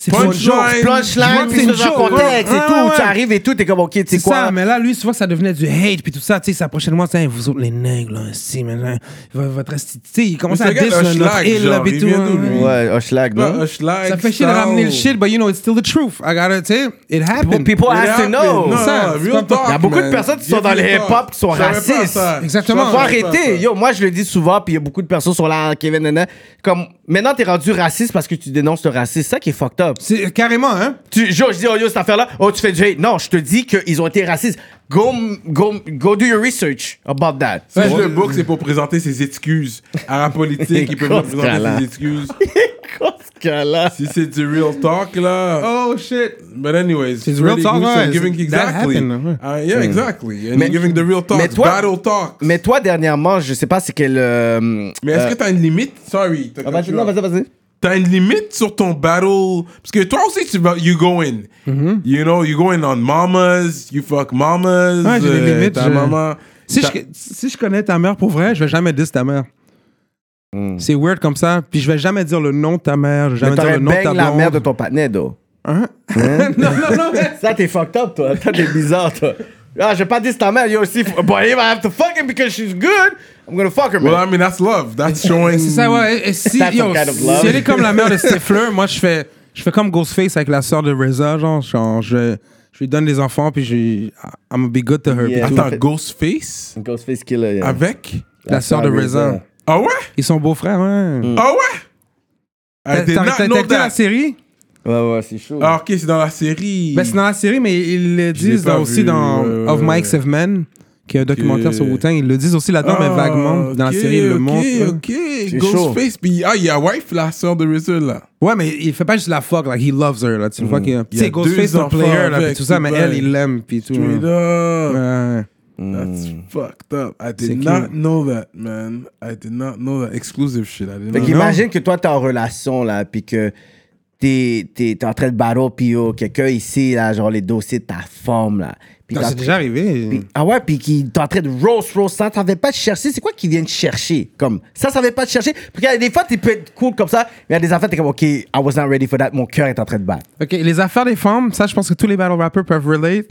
C'est pas une joke.
Punchline.
punchline,
c'est
puis
une
c'est genre
joke,
contexte
ouais.
et tout,
Ouais, ouais.
tu arrives et tout, t'es comme ok tu sais
C'est
quoi,
ça, mais là, lui, tu vois que ça devenait du hate, puis tout ça, tu sais, il s'approchait de moi, tu sais, vous autres les nègres, là, si, mais là, vo- votre esti- tu sais, il commence
Mais ce
à
gars,
diss là,
Hushlag,
notre île, là,
genre,
puis
il
tout.
vient d'où,
hein.
lui?
ouais Hoshlag
Pas
non,
un schlag,
Ça fait chier de
style.
ramener le shit, but you know, it's still the truth. I gotta, tu sais, it happened.
people
It
have to
happened.
know.
Non,
Ça,
real
c'est pas-
talk,
Il y a beaucoup de
man.
personnes qui sont
Real
dans les
talk.
hip-hop qui sont
Je savais pas
racistes.
ça.
Exactement.
Faut
Ouais,
arrêter.
ouais.
Yo, moi, je le dis souvent, puis il y a beaucoup de personnes sont là, Kevin, nanana. Comme, maintenant, t'es rendu raciste parce que tu dénonces le racisme. C'est ça qui est fucked up.
C'est carrément, hein?
Tu, yo, je dis, oh, yo, cette affaire-là, oh, tu fais du hate. Non, je te dis qu'ils ont été racistes. Go, go, go do your research about that.
Si je le book, c'est pour présenter ses excuses. À la politique, il peut pas présenter ses excuses.
ce cas-là?
Si c'est du real talk, là. Oh shit. But anyways,
C'est du real
Freddie
talk,
Houston
ouais,
Giving
c'est- that
exactly.
happened, ouais.
Uh, yeah, exactly. And
Mm. Mais-
giving the real talk.
mais toi-
battle talk.
Mais toi, dernièrement, je sais pas c'est quel. euh,
Mais est-ce que t'as une limite? Sorry. t'as
Ah, vas-y, non, vas-y, vas-y.
T'as une limite sur ton battle. Parce que toi aussi, tu vas. You go in.
Mm-hmm.
You know, you go in on mamas. You fuck mamas.
Ouais, j'ai des
euh,
limites,
Ta
je-
maman.
Si
Ta-
je, si je connais ta mère pour vrai, je vais jamais dire ta mère. C'est weird comme ça. Puis je vais jamais dire le nom de ta mère. Je vais
Hmm. Mais
jamais dire
t'aurais
le nom de ta
bang la
blonde.
mère de ton patinet, d'eau.
non, non, non.
Ça, t'es fucked up, toi. Toi, t'es bizarre, toi. Ah, je vais pas dire ta mère, yo aussi. But if I have to fuck her because she's good, I'm gonna fuck her, man.
Well, I mean, that's love. That's showing.
C'est ça, ouais. Et- et si,
That's
yo,
some kind of
si
love.
elle est comme la mère de Stifler, moi, je fais, je fais comme Ghostface avec la sœur de RZA, genre, genre, je, je lui donne des enfants, puis je, I'm gonna be good to her. puis
Yeah.
tout.
Attends, Ghostface?
Ghostface Killer, yeah.
Ah,
Avec?
La sœur de RZA.
Ah ouais?
Ils sont beaux-frères, ouais.
Mm.
Ah ouais? I
T'as
did
t'as-
not
t'as
know
écouté la
that.
série?
Ouais, ouais, c'est chaud.
Ah, ok, c'est dans la série.
Ben, c'est dans la série, mais ils le disent
pas
dans- aussi
vu,
dans
ouais,
Of
ouais,
Mike
ouais.
Seven, qui est un documentaire
Ok.
sur Wu-Tang. Ils le disent aussi là-dedans, mais
Ah,
vaguement, dans
ok,
la série Le
ok,
Monde.
Ok,
chaud.
Ghostface. Puis, ah, il y a Wife, la sœur de RZA, là.
Ouais, mais il fait pas juste la fuck, like, he loves her, là. Tu vois qu'il y a. Tu
Mm. Il y a
sais, Ghostface,
deux
son player, là,
enfants
puis tout ça, mais
avec,
elle,
ouais.
il l'aime, puis tout.
Straight
hein.
up.
Ouais, ouais.
That's fucked up. I
Hmm. C'est
did not
cute.
know that, man. I did not know that. Exclusive shit. I did
Fait
not know.
qu'imagine que toi, t'es en relation, là, puis que t'es, t'es, t'es en train de barreau, puis yo, quelqu'un ici, là, genre les dossiers de ta femme, là. Puis
Non,
t'as-
C'est déjà arrivé.
Ah ouais, puis qui t'es en train de roast, roast, ça, t'avais pas de chercher. C'est quoi qu'ils viennent chercher? Comme, ça, ça avait pas de chercher. Puis des fois, tu peux être cool comme ça, mais il y a des affaires, t'es comme, OK, I was not ready for that. Mon cœur est en train de battre.
Ok, les affaires des femmes, ça, je pense que tous les battle rappers peuvent relate.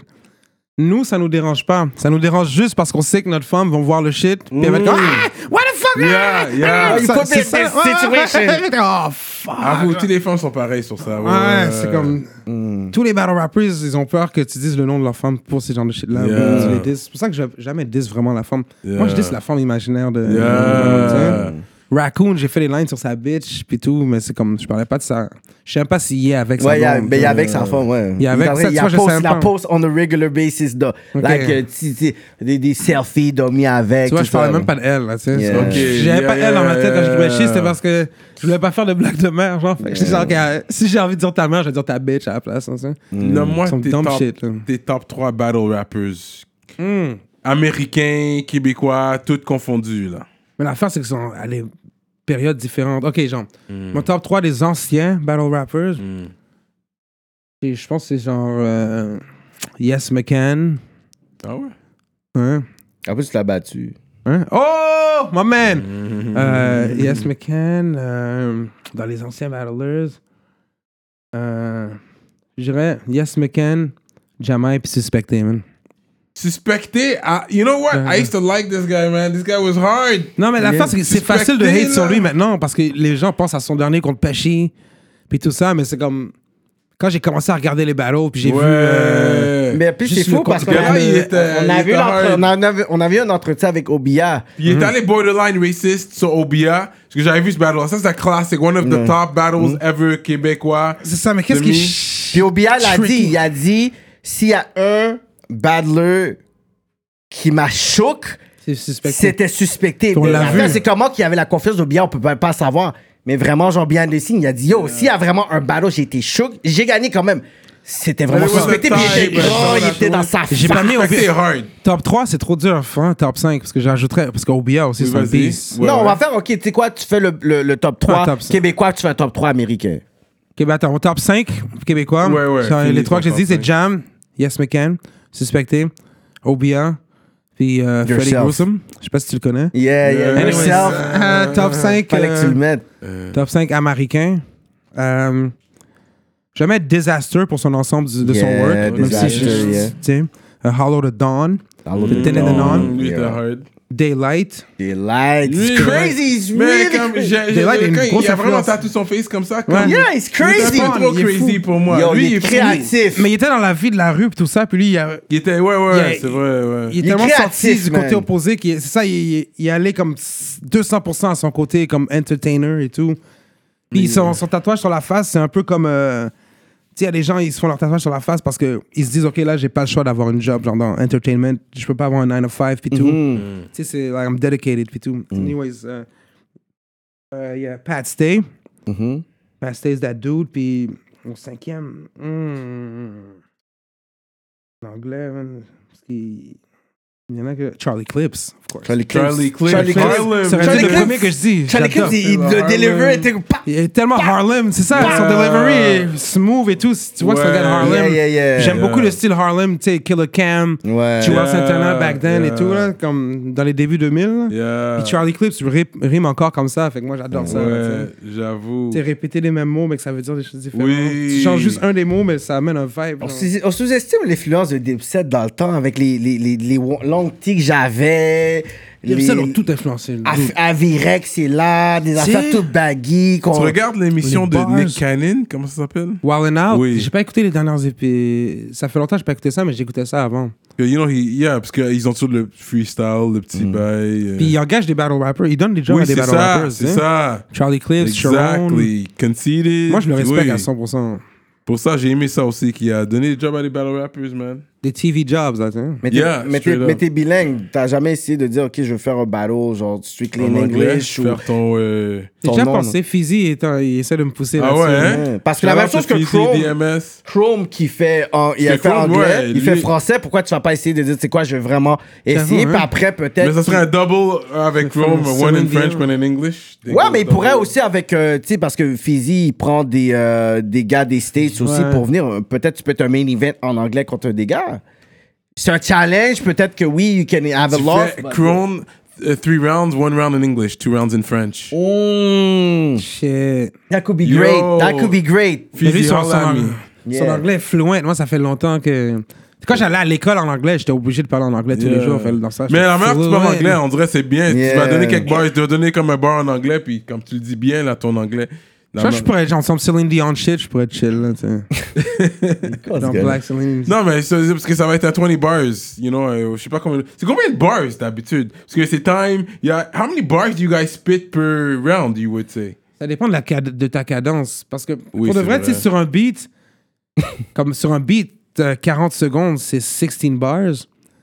Nous, ça nous dérange pas. Ça nous dérange juste parce qu'on sait que notre femme vont voir le shit. Puis elle va être
Mm.
comme, ah, What the fuck?
Yeah, yeah.
Ça-
You put me
c'est
in
ça.
this
Ouais,
situation. Ah,
Oh, fuck.
Avoue, tous les femmes sont pareilles sur ça. Ouais,
Ouais, c'est comme.
Mm.
Tous les battle rappers, ils ont peur que tu dises le nom de leur femme pour ces genres de shit-là.
Yeah.
Tu les diss. C'est pour ça que je jamais dis vraiment la femme. Moi, je dis la femme imaginaire de.
Yeah.
Raccoon, j'ai fait les lines sur sa bitch, puis tout, mais c'est comme, je parlais pas de ça. Je sais même pas s'il est avec
Ouais, il y
sa
a-
blonde,
ben, il y a
euh,
avec sa femme, ouais.
il y a avec
en
ça,
train-
tu
il la
vois, je
poste-
sais
il la
pas.
post on a regular basis, da. Like, euh, tu- tu- des, des selfies, dormi avec.
Tu vois,
tout
je parlais
ça,
même pas de elle, là, tu sais.
Yeah.
C'est comme-
Ok,
J'avais
yeah,
pas elle dans ma tête quand je
yeah,
jouais chier, c'était
yeah.
parce que je voulais pas faire de blague de mère, genre. Fait que j'étais genre, ok, si j'ai envie de dire ta mère, je vais dire ta bitch à la place, hein, ça.
Non, moi,
Some
Hmm. tes
dumb
top,
shit, là. Hmm.
tes top 3 battle rappers. Américains, québécois, tout confondu, là.
Mais l'affaire, c'est que sont à des périodes différentes. Ok, genre,
Mm.
mon top 3 des anciens battle rappers,
Mm.
et je pense que c'est genre euh, Yes McCann.
Ah ouais?
Hein?
En plus, tu l'as battu.
Hein? Oh, my man! Euh, yes McCann, euh, dans les anciens battlers, euh, je dirais Yes McCann, Jamai puis Suspecté, man.
Suspecté, ah, you know what?
Ben,
I used to like this guy, man. This guy was hard.
Non, mais l'affaire, c'est que c'est facile de hate
là.
sur lui maintenant parce que les gens pensent à son dernier contre Pesci, puis tout ça, mais c'est comme. Quand j'ai commencé à regarder les battles, puis j'ai vu. euh,
Mais en plus,
Juste
c'est fou
le
parce qu'on
contre-
avait-
il était-
on
il
avait
était
eu l'entre-
hard.
on en avait- on avait eu un entretien avec Obia.
Il
Mhm.
est allé borderline racist sur Obia. Parce que j'avais vu ce battle. Ça, c'est un classique. One of the top
Mhm.
battles ever québécois.
C'est ça, mais qu'est-ce
Demi.
qui.
Puis Obia l'a
Tricky.
dit, il a dit s'il y a un battler qui m'a choqué,
C'est suspecté.
c'était suspecté.
On
Mais
l'a
l'affaire,
vu.
C'est comment qu'il y avait la confiance d'Obia, on peut pas, pas savoir. Mais vraiment, jean bien de signe, il a dit yo, s'il y a vraiment un battle, j'ai été choqué, j'ai gagné quand même. C'était vraiment
Mais ouais,
suspecté,
ouais,
puis il était
ouais,
grand,
ouais,
il
ouais,
était dans sa
J'ai pas mis
Fait que C'est
Obia.
hard.
Top 3, c'est trop dur. Hein, top 5, parce que j'ajouterais. Parce qu'Obia aussi,
Oui,
c'est un
vas-y.
beast.
Ouais,
non, on
ouais.
va faire, ok, tu sais quoi, tu fais le, le- le top 3
top cinq.
québécois, tu fais un top 3 américain.
Ok, ben attends, au top 5 québécois.
Ouais, ouais,
Sur
finis
les trois que
ton
j'ai dit,
top
c'est
cinq.
Jam, Yes McCann, Suspecté, Obia, puis euh, Freddy
Yourself.
Gruesome. Je sais pas si tu le connais.
Yeah, yeah,
Anyways,
yourself.
Euh, top 5.
Fallait que tu le mettes.
Top 5 américain. Euh, je vais mettre Disaster pour son ensemble du- de son
Yeah,
work. Même si
Disaster,
je-
yeah.
tu sais, euh, Hollow the Dawn,
Dans
The Dead and the Non.
Lui, il était
Yeah.
hard.
Daylight.
Des lights.
Lui,
It's
ouais.
crazy. It's
Mais
really
comme j'ai-
crazy.
j'ai-
Daylight a une
quand
grosse
il a vraiment
influence.
tatoué son face comme ça. comme-
Ouais.
Yeah, it's
Il était
crazy.
pas trop
Il est fou.
crazy pour moi.
Yo,
Lui,
il est
fou.
créatif.
Mais il était dans la vie de la rue, puis tout ça, puis lui, il a.
Il était, ouais, ouais,
Yeah,
c'est vrai, ouais.
Il est
Il est
tellement sorti
créatif,
du côté
man.
opposé qui c'est ça il, il, il allait comme 200% à son côté comme entertainer et tout. Puis
euh,
son, son tatouage sur la face, c'est un peu comme euh, tu sais il y a des gens ils se font leur tatouage sur la face parce que ils se disent OK là, j'ai pas le choix d'avoir une job genre dans entertainment, je peux pas avoir un 9 to 5 puis tout.
Mhm.
Tu sais c'est like I'm dedicated puis tout. Anyways, euh, euh, yeah, Pat Stay.
Mm-hmm.
Pat Stay is that dude puis au cinquième hmm, l'anglais man, parce qu'il il y en a que. Charlie Clips, of course.
Charlie Clips.
Charlie Clips.
Charlie Clips.
Harlem.
C'est
Charlie
le
Clips.
premier que je dis.
Charlie Clips,
j'adore.
il le deliver était comme paf.
Il est tellement Harlem, c'est ça, son delivery est smooth et tout. Tu vois que c'est un gars de Harlem.
Yeah, yeah, yeah.
J'aime
Yeah.
beaucoup le style Harlem, tu sais, Killer Cam,
Ouais.
Joel
Yeah,
Santana back then
yeah.
et tout, là, comme dans les débuts 2000. là.
Yeah.
Puis Charlie Clips rime, rime encore comme ça, fait que moi j'adore ça. là, tu sais.
Ouais, j'avoue.
Tu sais, répéter les mêmes mots, mais que ça veut dire des choses différentes.
Oui.
Tu changes juste un des mots, mais ça amène un vibe.
On
là.
sous- on sous-estime l'influence de Dipset dans le temps avec les, les, les, les wo- longues tis que j'avais.
Les
les-
Upset ont tout influencé.
Ah,
le dude.
Af- Avirex, c'est là, des affaires toutes baggy. qu'on-
Tu regardes l'émission
les
de
bars.
Nick Cannon, comment ça s'appelle?
Wild and Out,
Oui.
j'ai pas écouté les dernières épisodes. Ça fait longtemps que j'ai pas écouté ça, mais j'écoutais ça avant.
Que, You know, he- yeah, parce qu'ils ont toujours le freestyle, le petit
Mm.
bail. euh.
Puis il engage des battle rappers, il donne des jobs
oui,
à des
c'est
battle
ça,
rappers.
c'est
hein.
ça.
Charlie Clips, Sharon.
Exactly. Conceited.
Moi, je le respecte
Oui.
à 100%.
Pour ça, j'ai aimé ça aussi, qu'il a donné des jobs à des battle rappers, man.
Des TV jobs, là, tu sais.
Mais t'es-
Yeah,
mais t'es
straight up.
mais t'es bilingue. T'as jamais essayé de dire, OK, je veux faire un battle, genre strictly
En
in
anglais,
English. Ou...
faire ton... euh,
J'ai
Ton
déjà
nom,
pensé, Fizzy, est un- il essaie de me pousser
Ah
là-dessus.
ouais, hein?
Ouais, Parce que la même chose que
Chrome.
Chrome,
DMS.
Chrome qui fait, en- il a
Parce que
fait
Chrome,
anglais,
ouais,
il fait
lui-
français, pourquoi tu vas pas essayer de dire, c'est quoi, je vais vraiment essayer,
J'avoue,
puis
hein.
après peut-être.
Mais ça serait un double avec
Ça
Chrome,
serait
one in
une
French,
vidéo.
one in English. They
Ouais,
go
mais il
double.
pourrait aussi avec, euh, tu sais, parce que Fizzy, il prend des, euh, des gars des States aussi
Ouais.
pour venir. Euh, Peut-être tu peux être un main event en anglais contre des gars. C'est un challenge, peut-être que oui, you can have a
Tu
loss.
fais
but-
Chrome, euh, three rounds, one round in English, two rounds in French.
Oh. Mm.
Shit.
That could be
Yo.
great. That could be great.
Mais lui,
Fizzy,
son, son,
holla at me.
son
Yeah.
anglais est fluent. Moi, ça fait longtemps que. Quand j'allais à l'école en anglais, j'étais obligé de parler en anglais tous les
Yeah.
jours. Fait, dans ça,
Mais
j'étais
la meilleure, tu
fluent.
parles anglais, on dirait c'est bien. Tu
Yeah.
vas donner quelques bars, tu vas donner comme un bar en anglais, puis comme tu le dis bien, là, ton anglais, La
Ça,
ma-
je pourrais être ensemble Céline Dion shit, je pourrais être chill, là, tu sais. Genre
good.
Black Céline.
Non, mais ça, c'est parce que ça va être à 20 bars. You know, euh, je sais pas combien. C'est combien de bars d'habitude? Parce que c'est time. il Y a, how many bars do you guys spit per round, you would say?
Ça dépend de, la cad- de ta cadence. Parce que
Oui,
pour de
c'est
vrai,
vrai.
tu sais, sur un beat, comme sur un beat, euh, 40 secondes, c'est 16 bars.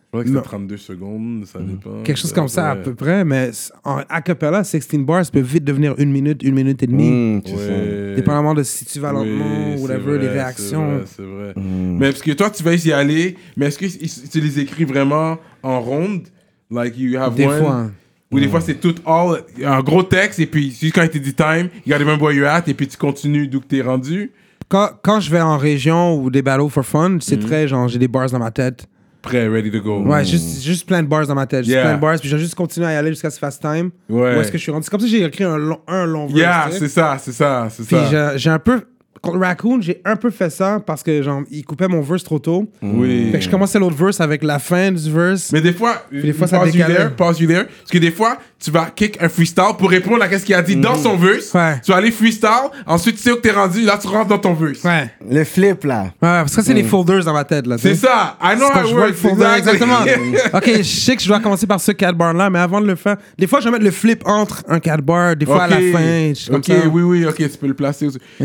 Je crois que c'est
Non. Mm.
32 secondes, ça dépend.
Quelque chose comme ça, à
ouais.
peu près. Mais c- en a cappella, 16 bars peut vite devenir une minute, une minute et demie.
Hmm, tu sais.
Ouais.
Dépendamment de si tu vas lentement,
Mm. Oui,
ou
c'est
whatever, les
vrai,
réactions.
C'est vrai. c'est vrai. Mais parce que toi, tu vas y aller, mais est-ce que ils- tu les écris vraiment en ronde? Like you have
Des
one.
fois. hein.
Ou des fois, c'est tout all, un gros texte, et puis juste quand il te dit time, you gotta remember where you're at, et puis tu continues d'où que t'es rendu.
Quand, quand je vais en région ou des battles for fun,
Mhm.
c'est très genre, j'ai des bars dans ma tête.
Prêt, ready to go.
Ouais, juste, juste plein de bars dans ma tête. Juste
Mhm. Yeah.
plein de bars, puis j'ai juste continué à y aller jusqu'à ce fast time.
Ouais.
Où est-ce que je suis rendu? C'est comme si j'ai écrit un long, un long verse,
Yeah,
tu sais.
c'est ça, c'est ça, c'est
Puis
ça.
j'ai- j'ai un peu. Contre Raccoon, j'ai un peu fait ça parce que genre, il coupait mon verse trop tôt.
Mhm. Oui.
Fait que je commençais l'autre verse avec la fin du verse.
Mais des fois,
des fois, ça
pause you
décalait.
there, pause you there. Parce que des fois, tu vas kick un freestyle pour répondre à ce qu'il a dit dans son verse.
Ouais.
Tu vas aller freestyle, ensuite tu sais où que t'es rendu, là tu rentres dans ton verse.
Ouais. Ouais,
Le flip, là.
parce que ça, c'est les folders dans ma tête. là. tu
Mhm. C'est
sais.
ça. I know
C'est
how
quand
it
je vois le
works.
folder, exactement.
exactly.
ok, je sais que je dois commencer par ce 4 bar là, mais avant de le faire, des fois, je vais mettre le flip entre un 4 bar, des fois à la
Ok.
fin. je suis comme
ok,
ça.
oui, oui, ok, tu peux le placer aussi. Parce que C'est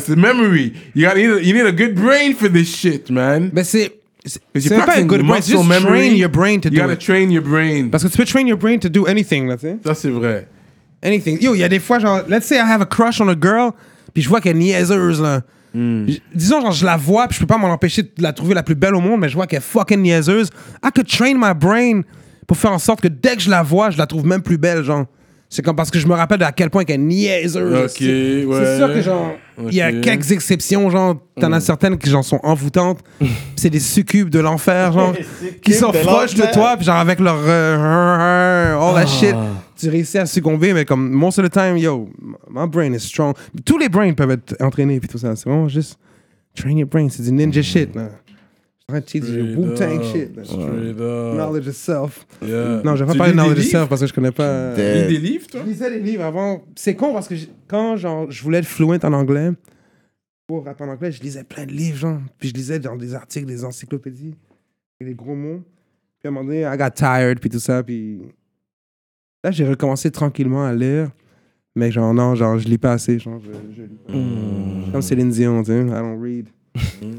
ça, c'est memory. You, gotta, you need a good brain for this shit, man.
Mais c'est. C'est
Because
c'est
you're
même pas un
practicing
good brain,
muscle
just train
memory.
your brain to
You
do
gotta
it.
train your brain.
Parce que tu peux train your brain to do anything, là, tu sais.
Ça, c'est vrai.
Anything. Yo, il y a des fois, genre, let's say I have a crush on a girl, puis je vois qu'elle est niaiseuse, là.
Hmm.
J- Disons, genre, je la vois, puis je peux pas m'en empêcher de la trouver la plus belle au monde, mais je vois qu'elle est fucking niaiseuse. I could train my brain pour faire en sorte que dès que je la vois, je la trouve même plus belle, genre. C'est comme parce que je me rappelle de à quel point qu'elle est niaiseuse.
Ok,
C'est-
ouais.
C'est sûr que, genre, il y a
Ok. Hmm.
quelques exceptions, genre, t'en as certaines qui, genre, sont envoûtantes. Puis c'est des succubes de l'enfer, genre, qui sont
de
proches de
l'enfer.
toi, puis genre, avec leur. euh, all
Ah.
that shit. Tu réussis à succomber, mais comme, most of the time, yo, my brain is strong. Tous les brains peuvent être entraînés, puis tout ça. C'est vraiment juste. Train your brain, c'est du ninja
Mm.
shit, là. Je suis en train de teach you Wu-Tang shit, là.
Straight up.
Knowledge of self.
Yeah.
Non, je vais
Tu
pas parler
lis des
de knowledge of
livres?
self parce que je connais pas.
Tu lis des livres, toi
Je lisais les livres avant. C'est con parce que j- quand genre, je voulais être fluent en anglais, pour rapper en anglais, je lisais plein de livres, genre. Puis je lisais dans des articles, des encyclopédies, avec des gros mots. Puis à un moment donné, I got tired, puis tout ça. Puis là, j'ai recommencé tranquillement à lire. Mais genre, non, genre, je lis pas assez. Genre, je, je lis pas. Comme Céline Dion, tu sais. I don't read.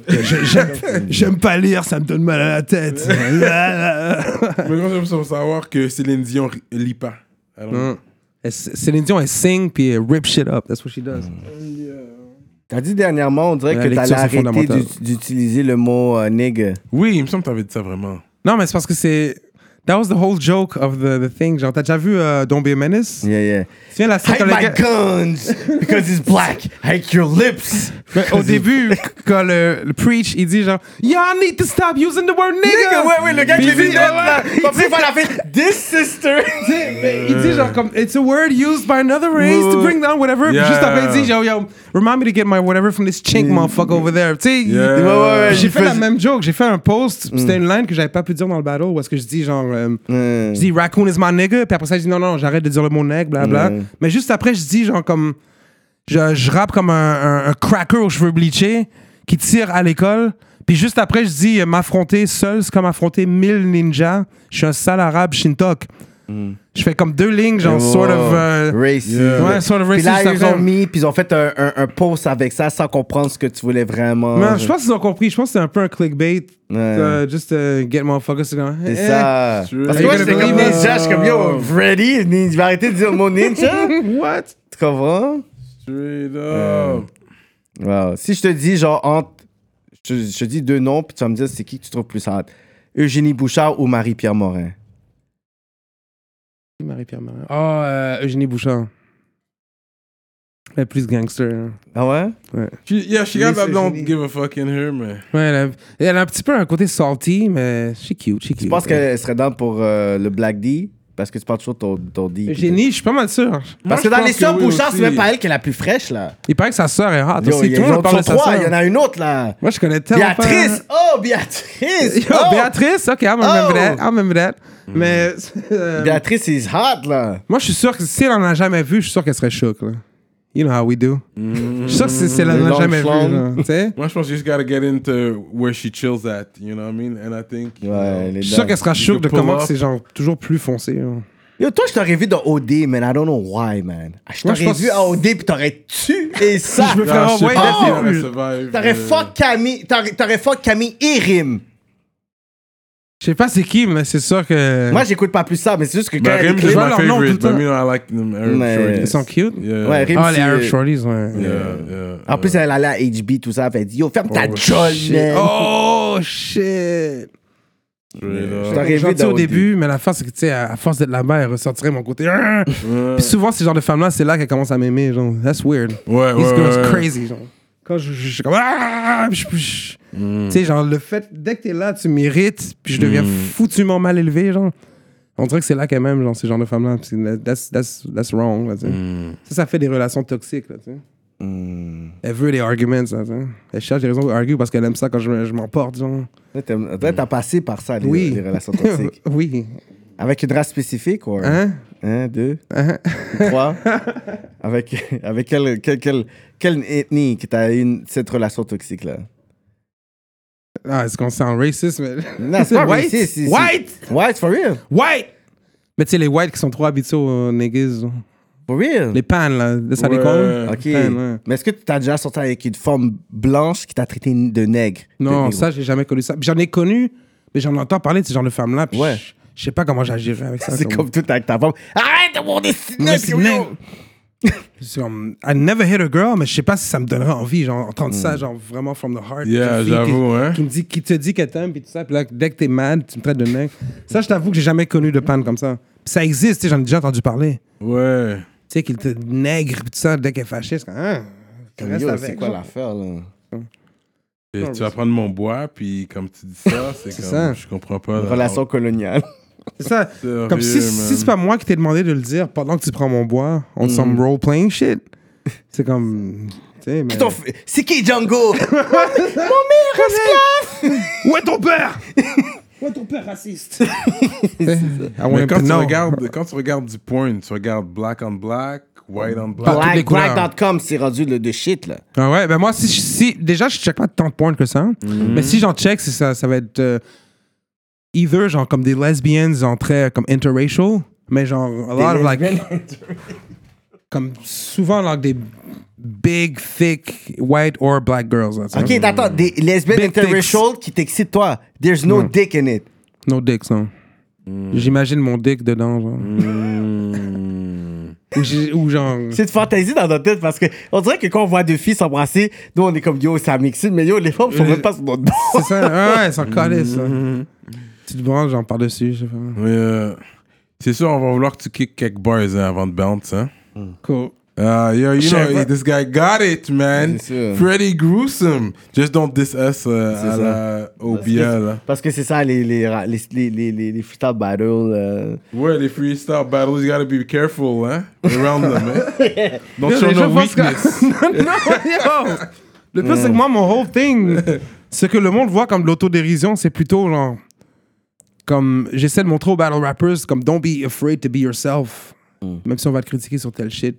Je- j'aime- J'aime pas lire, ça me donne mal à la tête.
Mais moi, j'aime savoir que Céline Dion ri- lit pas. Alors,
Mm. Elle- Céline Dion, elle sing puis elle rip shit up. That's what she does.
Mm. T'as dit dernièrement, on dirait
La
que
lecture,
t'allais arrêter
c'est fondamental.
d'ut- d'utiliser le mot euh, nigga.
Oui, il me semble que t'avais dit ça vraiment.
Non, mais c'est parce que c'est. That was the whole joke of the, the thing. Genre, t'as déjà vu euh, Don't Be a Menace?
Yeah, yeah.
Tu viens la scène
Hide
quand les
my
gars-
guns because it's black. Hide your lips.
Mais Au début, quand le, le preach, il dit genre, Y'all need to stop using the word nigga!
Ouais, ouais, le gars
Puis
qui
il dit, euh,
dit là.
ouais,
Comme ça, il va la faire. This sister.
Tu sais, mais il dit
Euh.
genre comme it's a word used by another race to bring down whatever. Puis
Yeah.
Juste après il dit yo yo remind me to get my whatever from this
Mm.
chink motherfucker over there. Tu sais, il-
Yeah. Ouais, ouais, ouais,
Euh,
j'ai
il
fait la
faisait- Mm.
même joke. J'ai fait un post. C'était une line que j'avais pas pu dire dans le battle où est-ce que je dis genre euh, je dis raccoon is my nigga. Puis après ça je dis non non j'arrête de dire le mot nègre bla bla.
Mm.
Mais juste après je dis genre comme je, je rappe comme un, un- un cracker aux cheveux bleachés qui tire à l'école. Puis juste après, je dis euh, m'affronter seul, c'est comme affronter mille ninjas. Je suis un sale arabe shintok.
Mm.
Je fais comme deux lignes, genre,
Oh,
sort of. euh,
Racist.
Ouais, sort of
Puis
racist.
là,
juste
ils
après.
ont mis, puis ils ont fait un, un, un post avec ça sans comprendre ce que tu voulais vraiment.
Mais je pense qu'ils ont compris. Je pense que c'est un peu un clickbait.
Ouais.
Euh, just euh, get motherfuckers. C'est comme,
C'est
eh,
ça.
Sure.
Parce que moi,
Are you
j'étais
gonna
comme
go-
ninja. Je suis comme,
euh,
yo, ready? Il va arrêter de dire le mot ninja? What? Tu comprends?
Straight up.
Wow. Si je te dis, genre, entre. Je, te- je te dis deux noms, puis tu vas me dire c'est qui que tu trouves plus hâte. Eugénie Bouchard ou Marie-Pierre Morin?
eh. Marie-Pierre Morin. Oh, euh, Eugénie Bouchard. Elle est plus gangster. hein.
Ah ouais?
She, yeah, she got
Lisa
that don't
Jolie.
give a fuck in her, man.
Ouais, elle a, elle a un petit peu un côté salty, mais she cute. She cute.
Je pense qu'elle serait dans pour euh, le Black D, parce que tu parles toujours de ton, ton D.
Eugénie, je suis pas mal sûr.
Parce
Moi,
que
je
dans
pense
les sœurs
que oui
Bouchard,
aussi.
c'est même pas elle qui est la plus fraîche, là.
Il paraît que sa sœur est hot
Yo,
aussi.
il y,
Tout le
a- ils
monde
en sont
parle de sa
trois, il y en
sœur.
a une autre, là.
Moi, je connais tellement pas-
Béatrice! Oh, Béatrice!
Yo,
Oh!
Béatrice, ok, I remember
Oh!
that, I remember that. Mais euh,
Béatrice is hot, là.
moi, je suis sûr que si elle en a jamais vu, je suis sûr qu'elle serait choc. là. You know how we do. Je suis sûr que c'est- c'est la
Les
n'a
longues
jamais vu.
flancs.
là, Tu sais?
Moi, je pense que you just gotta get into where she chills at, you know what I mean? And I think. you
Ouais,
know,
les
Je suis sûr
dents.
qu'elle sera
You
choquée de
can pull
comment
up.
que c'est genre toujours plus foncé. hein.
Yo, toi, je t'aurais vu dans OD, man. I don't know why, man. Je
Moi,
t'aurais
je pense-
vu à OD, puis t'aurais tué ça.
Je me ferais
Ah, je sais
envoyer
pas
d'être
si elle
plus.
survive,
T'aurais
euh,
fuck Camille, t'aurais t'aurais fuck Camille et Rim.
Je sais pas c'est qui, mais c'est sûr que.
Moi, j'écoute pas plus ça, mais c'est juste que quand
But
elle
Rim
écrit-
is
les
my
gens, leur nom,
favorite,
tout le
but you know, I like them Arab
Mais-
ils
shorties.
sont cute.
Yeah. euh,
Ouais, Rim,
Ah, les
c'est-
Arab Shorties, ouais.
Yeah, yeah,
En plus, elle allait à HB, tout ça. Elle fait Yo, ferme ta jolle,
Oh, Shit.
man.
Oh shit!
straight up.
T'aurais vu
gentil
dans
au
OD.
début, mais la fin, c'est que, tu sais, à à force d'être là-bas, elle ressortirait mon côté. Puis souvent, ces genres de femmes-là, c'est là qu'elles commencent à m'aimer. Genre, that's weird.
Ouais, ouais,
These girls
ouais.
crazy. Genre. Quand je, je- je suis comme. Ah, Puis je- puis je-
Hmm.
Tu sais, genre, le fait, dès que t'es là, tu m'irrites, puis je deviens foutument mal élevé, genre. On dirait que c'est là quand même, genre, ces genres de femmes-là. Puis c'est- That's, that's, that's wrong, là, tu sais.
Hmm.
Ça, ça fait des relations toxiques, là, tu sais. Elle veut des arguments, là, tu sais. Elle cherche des raisons pour arguer parce qu'elle aime ça quand je, je m'emporte, genre.
Toi, t'as- Toi, t'as passé par ça, les,
Oui.
les relations toxiques.
oui.
Avec une race spécifique, ou
Hein?
Un, deux, trois. Avec, avec quelle, quelle, quelle, quelle ethnie que t'as eu une- cette relation toxique-là?
Ah, est-ce qu'on se sent raciste, mais.
Non, c'est pas
White?
raciste, c'est-
White!
White, for real.
White! Mais tu sais, les whites qui sont trop habitués aux niggas, là.
For real.
les pannes, là, de ça
Ouais.
déconne.
OK.
Putain, ouais.
Mais est-ce que tu as déjà sorti avec une femme blanche qui t'a traité de nègre?
Non,
De négro?
ça, j'ai jamais connu ça. Puis J'en ai connu, mais j'en entends parler de ces genres de femmes-là. puis
Ouais.
Je je sais pas comment j'agirais avec ça.
C'est comme tout avec ta femme. Arrête de mon dessiner,
Mais c'est nègre. C'est comme, I never hit a girl, mais je sais pas si ça me donnerait envie, genre, entendre ça, genre, vraiment from the heart.
Yeah,
Une fille qui-
j'avoue, hein.
Qui, me dit, qui te dit qu'elle t'aime, puis tout ça, puis là, dès que t'es mad, tu me traites de nègre. Ça, je t'avoue que j'ai jamais connu de panne comme ça. Puis ça existe, tu sais, j'en ai déjà entendu parler.
Ouais.
Tu sais, qu'il te nègre, puis tout ça, dès qu'elle est fâchée, c'est comme, hein, reste
Yo, c'est
avec,
quoi
genre.
l'affaire, là?
Et tu vas prendre mon bois, puis comme tu dis ça, c'est comme.
ça.
Je comprends pas. là.
Bah, Relation coloniale.
C'est ça.
Sérieux,
Comme si,
man. Mm.
si c'est pas moi qui t'ai demandé de le dire pendant que tu prends mon bois, on some role-playing shit. C'est comme. Tu sais, mais.
Ton f- C'est qui Django?
Où est ton père Où est ton père raciste Ah ouais,
Mais quand tu,
non.
regardes, quand tu regardes du porn, tu regardes black on black, white on black.
toutes les
Black,
couleurs.
Black.com, c'est rendu le de shit, là.
Ah ouais, ben moi, si, si- déjà, je check pas tant de porn que ça.
Mm.
Mais si j'en check, c'est ça, ça va être. euh, either, genre, comme des lesbiennes, en très, comme interracial, mais genre, a lot of like. comme souvent, like, des big, thick, white or black girls. là, tu
Ok,
sais.
attends, des lesbiennes
Ah. Big
interracial qui t'excitent, toi. There's no dick in it.
No dicks, non. J'imagine mon dick dedans, genre. ou, j'ai- ou genre.
C'est de fantaisie dans notre tête parce que on dirait que quand on voit deux filles s'embrasser, nous on est comme yo, ça mixe, mais yo, les femmes sont même pas sur notre dos.
C'est ça, ouais, ouais, sans coller, ça. Tu te branches, genre, par-dessus, je sais pas.
Mais, euh, c'est sûr, on va vouloir que tu kicks quelques bars hein, avant de bounce. Hein.
Cool.
Ah, yo, you know,
Chef.
this guy got it, man.
Bien sûr.
Pretty gruesome. Just don't diss us euh, à
ça.
la OBL. là.
Parce que c'est ça, les, les, ra- les, les, les, les, les freestyle battles. euh.
Ouais, les freestyle battles, you gotta be careful, hein? Around them, hein? Don't show
les
no
gens pensent que-
weakness.
non, non, yo! Le plus, c'est que moi, mon whole thing, c'est que le monde voit comme de l'autodérision, c'est plutôt genre. Comme j'essaie de montrer aux battle rappers, comme don't be afraid to be yourself. Même si on va te critiquer sur tel shit.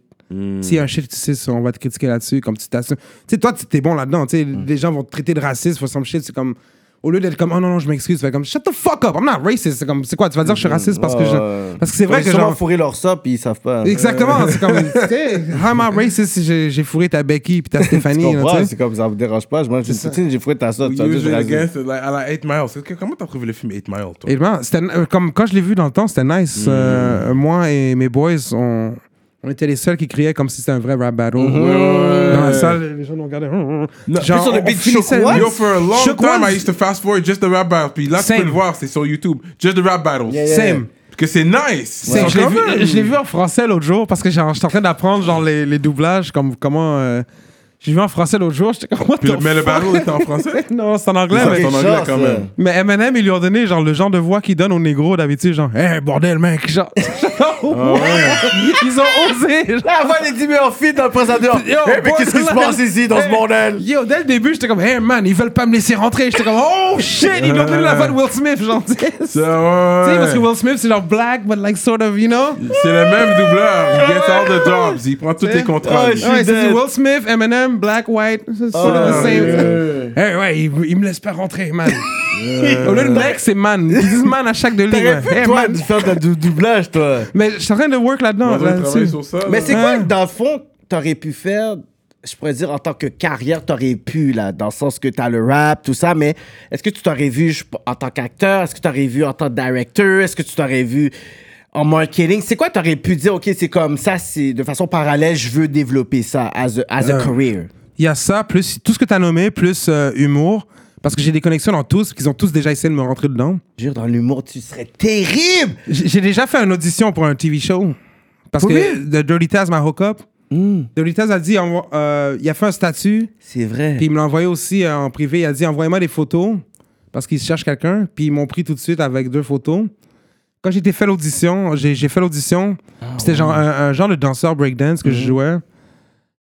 S'il y a un shit, tu sais, ça, on va te critiquer là-dessus, comme tu t'assumes. Tu sais, toi, tu t'es bon là-dedans. Tu sais, les gens vont te traiter de raciste, for some shit. C'est comme. Au lieu d'être comme, oh non, non, je m'excuse, tu fais comme, shut the fuck up, I'm not racist. C'est comme, c'est quoi, tu vas dire, je suis raciste parce que je. Parce que c'est vrai
Ils
que
ont sûrement
genre.
fourré leur ça puis ils savent pas. euh,
Exactement, c'est comme, tu sais, how am I racist si j'ai j'ai fourré ta Becky puis ta
Tu
Stéphanie, là,
comprends,
tu sais.
c'est comme ça me dérange pas. Je mange une poutine, j'ai fourré ta ça.
We
Tu as dit,
usually
je
against it, like, à la 8 Mile. C'est que- Comment t'as trouvé le film 8 Mile, toi?
Et vraiment, c'était- euh, comme quand je l'ai vu dans le temps, c'était nice. Euh, moi et mes boys, on, on était les seuls qui criaient comme si c'était un vrai rap battle. Dans la salle, les gens nous regardaient. hein, Genre,
Plus sur le
on
beat,
finissait-
Shook Ones?
Yo, for a long
Shook
time,
Ones.
I used to fast forward just the rap battles. Puis là, tu
Same.
peux le voir, c'est sur YouTube. Just the rap battles.
yeah, yeah.
Same.
Parce que c'est nice.
C'est-
Ils
je
sont
l'ai
quand
vu-
même-
je l'ai vu, en français l'autre jour parce que genre, j'étais en train d'apprendre genre les, les doublages, comme comment. euh, j'ai vu en français l'autre jour, j'étais comme. what
Puis le-
the
Mais le
fuck?
battle était en français?
Non, c'est en anglais.
Ça,
Ah,
mais-
c'est en anglais quand
euh.
même.
M&M, Mais Eminem, ils lui ont donné genre le genre de voix qu'ils donnent aux négros d'habitude, genre, hey, bordel, mec, genre.
Ah
Ils ont osé. genre.
Là, avant Ah, les 10 000 filles dans le présentateur.
Yo,
Hey, mais
bon,
qu'est-ce qui se
là,
passe ici, dans ce
hey,
bordel?
Yo, dès le début, j'étais comme, hey man, ils veulent pas me laisser rentrer. J'étais comme, oh shit, ils ont donné la voix de Will Smith, genre. tu sais. Tu sais, parce que Will Smith, c'est genre black, but like sort of, you know?
C'est le même doubleur. Il gets all the jobs. Il prend tous les contrats. lui.
suis
Ouais, c'est
dead.
du Will Smith, Eminem, black, white, c'est sort of
Ah,
the same.
Euh,
Eh ouais, ils il me laissent pas rentrer, man. Au lieu de mec, c'est man. Ils disent man à chaque de
T'aurais
lignes.
pu,
Eh,
toi,
man.
faire de la dou- doublage, toi.
Mais je suis en train de work là-dedans.
On va
Là,
travailler
dessus
sur ça.
Mais
là.
c'est quoi
Ouais.
que, dans le fond, t'aurais pu faire, je pourrais dire, en tant que carrière, t'aurais pu, là, dans le sens que t'as le rap, tout ça, mais est-ce que tu t'aurais vu je- en tant qu'acteur? Est-ce que t'aurais vu en tant que directeur? Est-ce que tu t'aurais vu en marketing? C'est quoi t'aurais pu dire, OK, c'est comme ça, c'est de façon parallèle, je veux développer ça as a, as a
Euh.
career?
Il y a ça, plus tout ce que t'as nommé, plus euh, humour. Parce que j'ai des connexions dans tous, qu'ils ont tous déjà essayé de me rentrer dedans.
Je jure, dans l'humour, tu serais terrible!
J'ai j'ai déjà fait une audition pour un TV show. Parce que The Dirty Taz m'a hook up. Dirty Taz a dit, envo- euh, il a fait un statut,
C'est vrai.
puis il me l'a envoyé aussi euh, en privé. Il a dit, envoyez-moi des photos, parce qu'il cherche quelqu'un. Puis ils m'ont pris tout de suite avec deux photos. Quand j'ai été fait l'audition, j'ai j'ai fait l'audition. C'était genre un, un genre de danseur breakdance que je jouais.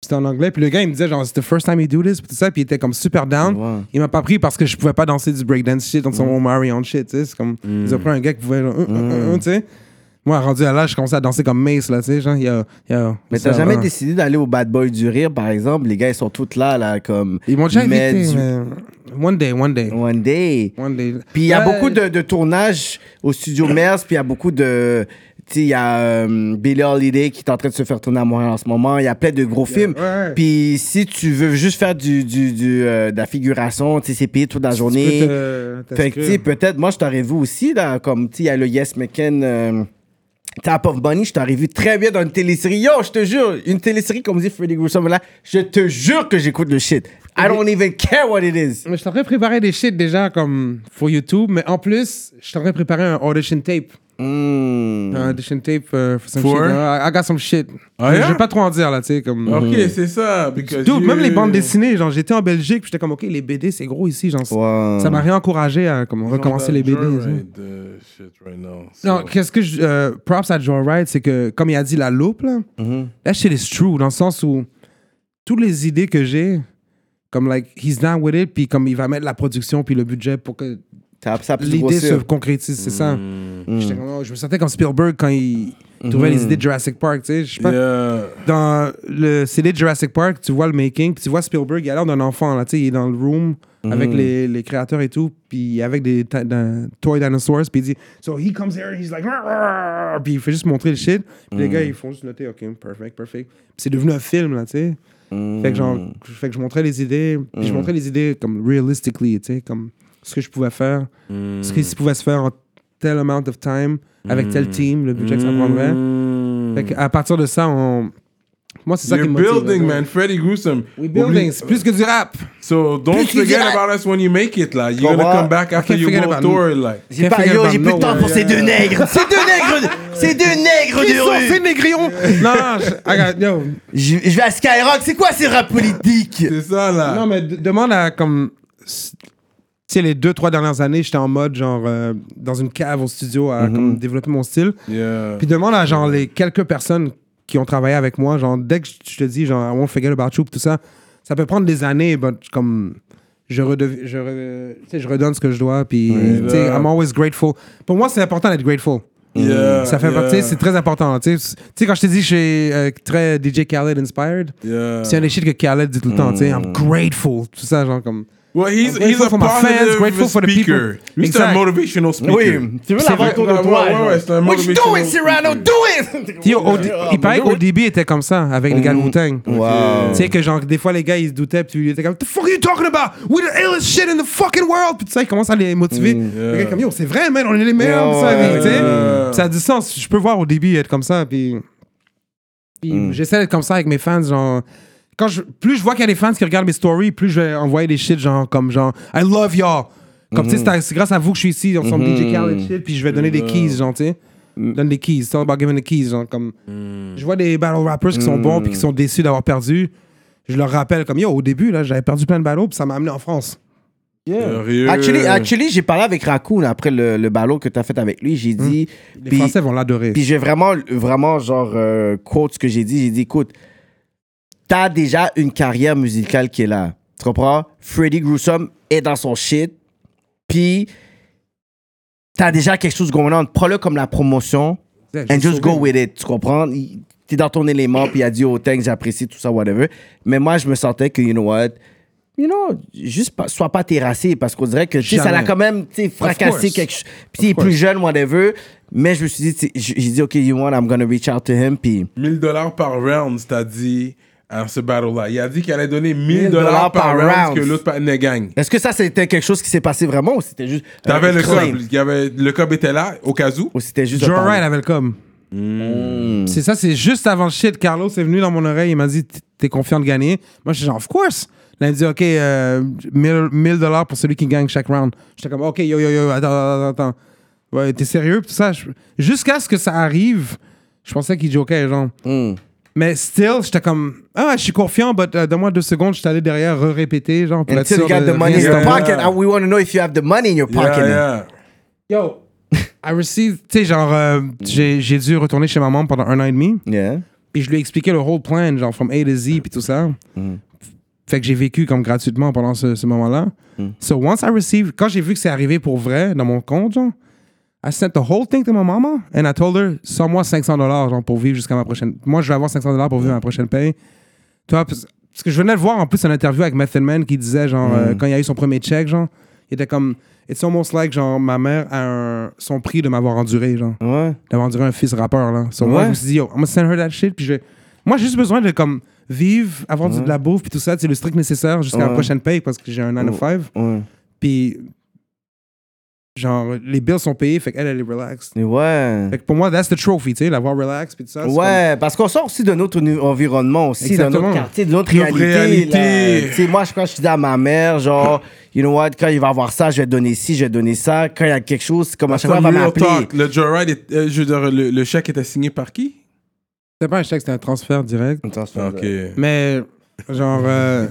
C'était en anglais. Puis le gars, il me disait, genre, c'est the first time you do this, puis tout ça. Puis il était comme super down.
Wow.
Il m'a pas pris parce que je pouvais pas danser du breakdance shit,
Mm.
donc son on marry on shit, tu sais. C'est comme, ils ont pris un gars qui pouvait, genre, euh, euh,
Mm.
euh, tu sais. Moi, rendu à là, je commençais à danser comme Mace, là, tu sais, genre, yo, yo.
Mais
ça
t'as jamais
va.
décidé d'aller au Bad Boy du Rire, par exemple? Les gars, ils sont tous là, là, comme...
Ils m'ont déjà
mais
invité,
du-
mais One day, one day.
One day.
One day.
Puis il y a
Ouais.
beaucoup de, de tournages au studio Mers, puis il y a beaucoup de. Tu sais, il y a euh, Billie Holiday qui est en train de se faire tourner à Montréal en ce moment. Il y a plein de gros films.
ouais.
Puis si tu veux juste faire du, du, du, euh, de la figuration, tu sais, c'est payé toute la
Tu peux
journée.
te-
Fait que, tu sais,
t'inscrire.
peut-être, moi, je t'aurais vu aussi, là, comme, tu sais, il y a le Yes McKen, euh, Tap of Bunny, je t'aurais vu très bien dans une télésérie. Yo, je te jure, une télésérie comme dit Freddy Grusham, là, je te jure que j'écoute le shit. I don't even care what it is.
Mais je t'aurais préparé des shit déjà comme pour YouTube, mais en plus, je t'aurais préparé un audition tape.
Hmm.
Un audition tape euh, for some
For?
shit. I I got some shit.
Ah,
je,
yeah?
je vais pas trop en dire là, tu sais, comme.
Mm-hmm.
Ok, c'est ça. because
Dude,
you-
même les bandes dessinées, genre j'étais en Belgique, puis j'étais comme ok, les BD c'est gros ici, genre c-
Wow.
ça m'a réencouragé à comme, recommencer les BD. tu sais.
Joyride, euh, shit right now.
Non,
So-
qu'est-ce que je. euh, props à Joyride, c'est que, comme il a dit, la loupe, là, that shit is true, dans le sens où toutes les idées que j'ai, comme, like, he's down with it, puis comme il va mettre la production, puis le budget pour que
Ça, ça a pu
l'idée se
grossir.
concrétise, c'est ça. J'étais comme, oh, je me sentais comme Spielberg quand il trouvait les idées de Jurassic Park, tu sais. Je sais pas.
Yeah.
Dans le CD de Jurassic Park, tu vois le making, puis tu vois Spielberg, il a l'air d'un enfant, là, tu sais, il est dans le room avec les, les créateurs et tout, puis avec des ta- d'un- toy dinosaurs, puis il dit, so he comes here, he's like, "Rah, rah, rah", puis il fait juste montrer le shit, puis les gars, ils font juste noter, ok, perfect, perfect. Puis c'est devenu un film, là, tu sais. Fait que, genre, fait que je montrais les idées, puis je montrais les idées comme realistically, tu sais, comme ce que je pouvais faire, ce qui se pouvait se faire en tel amount of time, avec tel team, le budget que ça prendrait. Fait que à partir de ça, on... moi, c'est ça
You're
qui me motive.
building,
là.
man. Freddy Gruesome.
We building,
Oublie-
c'est plus que du rap.
So don't
Plus qu'il
forget
dit-
about us when you make it, like you're gonna
Comprends?
come back after
can't
you
forget
go
about
tour, like.
J'ai pas,
Can't
yo,
forget
j'ai
about
plus de
no
temps
way.
pour ces deux nègres. Ces deux nègres. Ces deux nègres
Ils sont
de
ces
rue.
négrillons! non, non, je... I got- yo.
Je je vais à Skyrock. C'est quoi ces rap politiques?
C'est ça, là.
non, mais d- demande à comme. s- Tu sais, les deux, trois dernières années, j'étais en mode, genre, euh, dans une cave au studio à comme, développer mon style.
Yeah.
Puis demande à genre les quelques personnes qui ont travaillé avec moi, genre dès que je te dis genre I won't forget about you, tout ça, ça peut prendre des années, but comme je, redev- je, re- tu sais, je redonne ce que je dois, puis tu sais,
là.
I'm always grateful. Pour moi, c'est important d'être grateful.
Yeah,
ça fait
yeah.
partie, c'est très important. Tu sais. Tu sais, quand je te dis je suis euh, très DJ Khaled inspired,
Yeah. Mm.
c'est un des shit que Khaled dit tout le temps, tu sais, I'm grateful, tout ça, genre comme.
Well, he's
I'm
he's a
grateful for my fans,
positive
grateful for the
speaker.
people.
Lui, c'est un
Exact.
motivational speaker.
Oui, tu veux
C'est
l'avoir
vrai.
autour de
Ouais,
toi.
ouais,
genre.
ouais, c'est un
What you
motivational
doing, Cyrano?
speaker.
Do it!
Puis au- au- il paraît
do it.
qu'ODB était comme ça avec les gars de
Mm.
Wu-Tang.
Wow.
Tu sais que genre des fois les gars ils se doutaient puis ils étaient comme The fuck are you talking about? We the illest shit in the fucking world! Puis tu sais, ils commencent à les motiver. Les gars comme yo, c'est vrai man, on est les meilleurs!
Mm, Ouais,
tout ça,
ouais,
puis, tu sais,
ouais.
puis ça a du sens, je peux voir au début être comme ça puis, puis j'essaie d'être comme ça avec mes fans genre quand je, plus je vois qu'il y a des fans qui regardent mes stories, plus je vais envoyer des shit genre comme genre I love y'all! Comme tu sais, c'est- c'est grâce à vous que je suis ici, on ensemble DJ Khaled shit, puis je vais donner des keys genre tu sais. Donne des keys, it's all about giving the keys genre comme je vois des battle rappers qui sont bons puis qui sont déçus d'avoir perdu. Je leur rappelle comme yo, au début, là, j'avais perdu plein de battles, puis ça m'a amené en France.
Sérieux.
Actually, actually, j'ai parlé avec Raccoon après le, le ballot que tu as fait avec lui. J'ai dit.
Les
puis-
Français vont l'adorer.
Puis j'ai vraiment, vraiment, genre, euh, quote ce que j'ai dit. J'ai dit, écoute, t'as déjà une carrière musicale qui est là. Tu comprends? Freddy Gruesome est dans son shit. Puis t'as déjà quelque chose going on. Prends-le comme la promotion
Yeah,
and
just
just go with it. Tu comprends? Il- T'es dans ton élément, puis il a dit, oh, thanks, j'apprécie tout ça, whatever. Mais moi, je me sentais que, you know what? You know, juste pas, sois pas terrassé parce qu'on dirait que tu sais, ça
Jamais.
l'a quand même tu sais, fracassé
course.
quelque chose. Puis il est plus jeune, whatever. Mais je me suis dit, tu sais, j- j'ai dit, OK, you know what, I'm gonna reach out to him. Puis
1000 dollars par round, c'est-à-dire à ce battle-là. Il a dit qu'elle allait donner 1000
dollars
dollars
par
par round
round. Euh,
que l'autre partenaire gagne.
est-ce que ça, c'était quelque chose qui s'est passé vraiment ou c'était juste. un
T'avais le
claim?
cob. Il y avait, le cob était là, au cas où.
Ou c'était juste. un
Joe
parler? Hmm.
Wright avait le com. C'est ça, c'est juste avant le shit. Carlos est venu dans mon oreille, il m'a dit T- T'es confiant de gagner Moi, je suis genre, Of course Là, il me dit Ok, euh, 1000 1000 dollars pour celui qui gagne chaque round. J'étais comme Ok, yo, yo, yo, attends, attends, attends. Ouais, t'es sérieux Puis tout ça. je- Jusqu'à ce que ça arrive, je pensais qu'il jokait, genre.
Hmm.
Mais still, j'étais comme Ah, je suis confiant, mais donne-moi deux secondes, je suis allé derrière re-répéter, genre, pour
And
être
still
sûr
you got
de
the money in
rien
your
se
Yeah.
pocket. and we want to know if you have the money in your pocket.
Yeah, yeah.
Yo, I received, tu sais, genre, euh, j'ai j'ai dû retourner chez ma maman pendant un an et demi.
Yeah.
Puis je lui ai expliqué le whole plan, genre from A to Z, puis tout ça. Fait que j'ai vécu comme gratuitement pendant ce, ce moment-là. So once I received, quand j'ai vu que c'est arrivé pour vrai dans mon compte, genre, I sent the whole thing to my mama and I told her, sors-moi 500 dollars genre pour vivre jusqu'à ma prochaine. Moi, je vais avoir 500 dollars pour vivre ma prochaine paye. Toi, parce parce que je venais de voir en plus une interview avec Method Man qui disait genre euh, quand il a eu son premier check, genre, il était comme, it's almost like genre ma mère a un- son prix de m'avoir enduré, genre
Ouais.
d'avoir dirait un fils rappeur là. So, moi
Ouais.
je me suis dit yo, I'm gonna send her that shit puis je moi j'ai juste besoin de comme vivre, avoir du- de la bouffe puis tout ça, c'est le strict nécessaire jusqu'à la
Ouais.
prochaine paye parce que j'ai un 9 to 5
Ouais.
puis genre les bills sont payés fait qu'elle elle est relaxed.
Ouais.
Fait que pour moi that's the trophy, tu sais, l'avoir relax puis tout ça. c'est
Ouais, parce qu'on sort aussi de notre nu- environnement, aussi de
Exactement.
notre quartier, de notre
Notre
réalité. là.
réalité.
Tu sais, Moi, je- quand je dis à ma mère, genre, you know what, quand il va avoir ça, je vais donner ci, je vais donner ça. Quand il y a quelque chose, c'est comme à chaque fois, elle va
Real
m'appeler.
talk. Le Joyride, est- euh, je veux dire, le, le chèque était signé par qui
comme- C'était pas un chèque, c'était un transfert direct.
Ok.
Mais genre euh,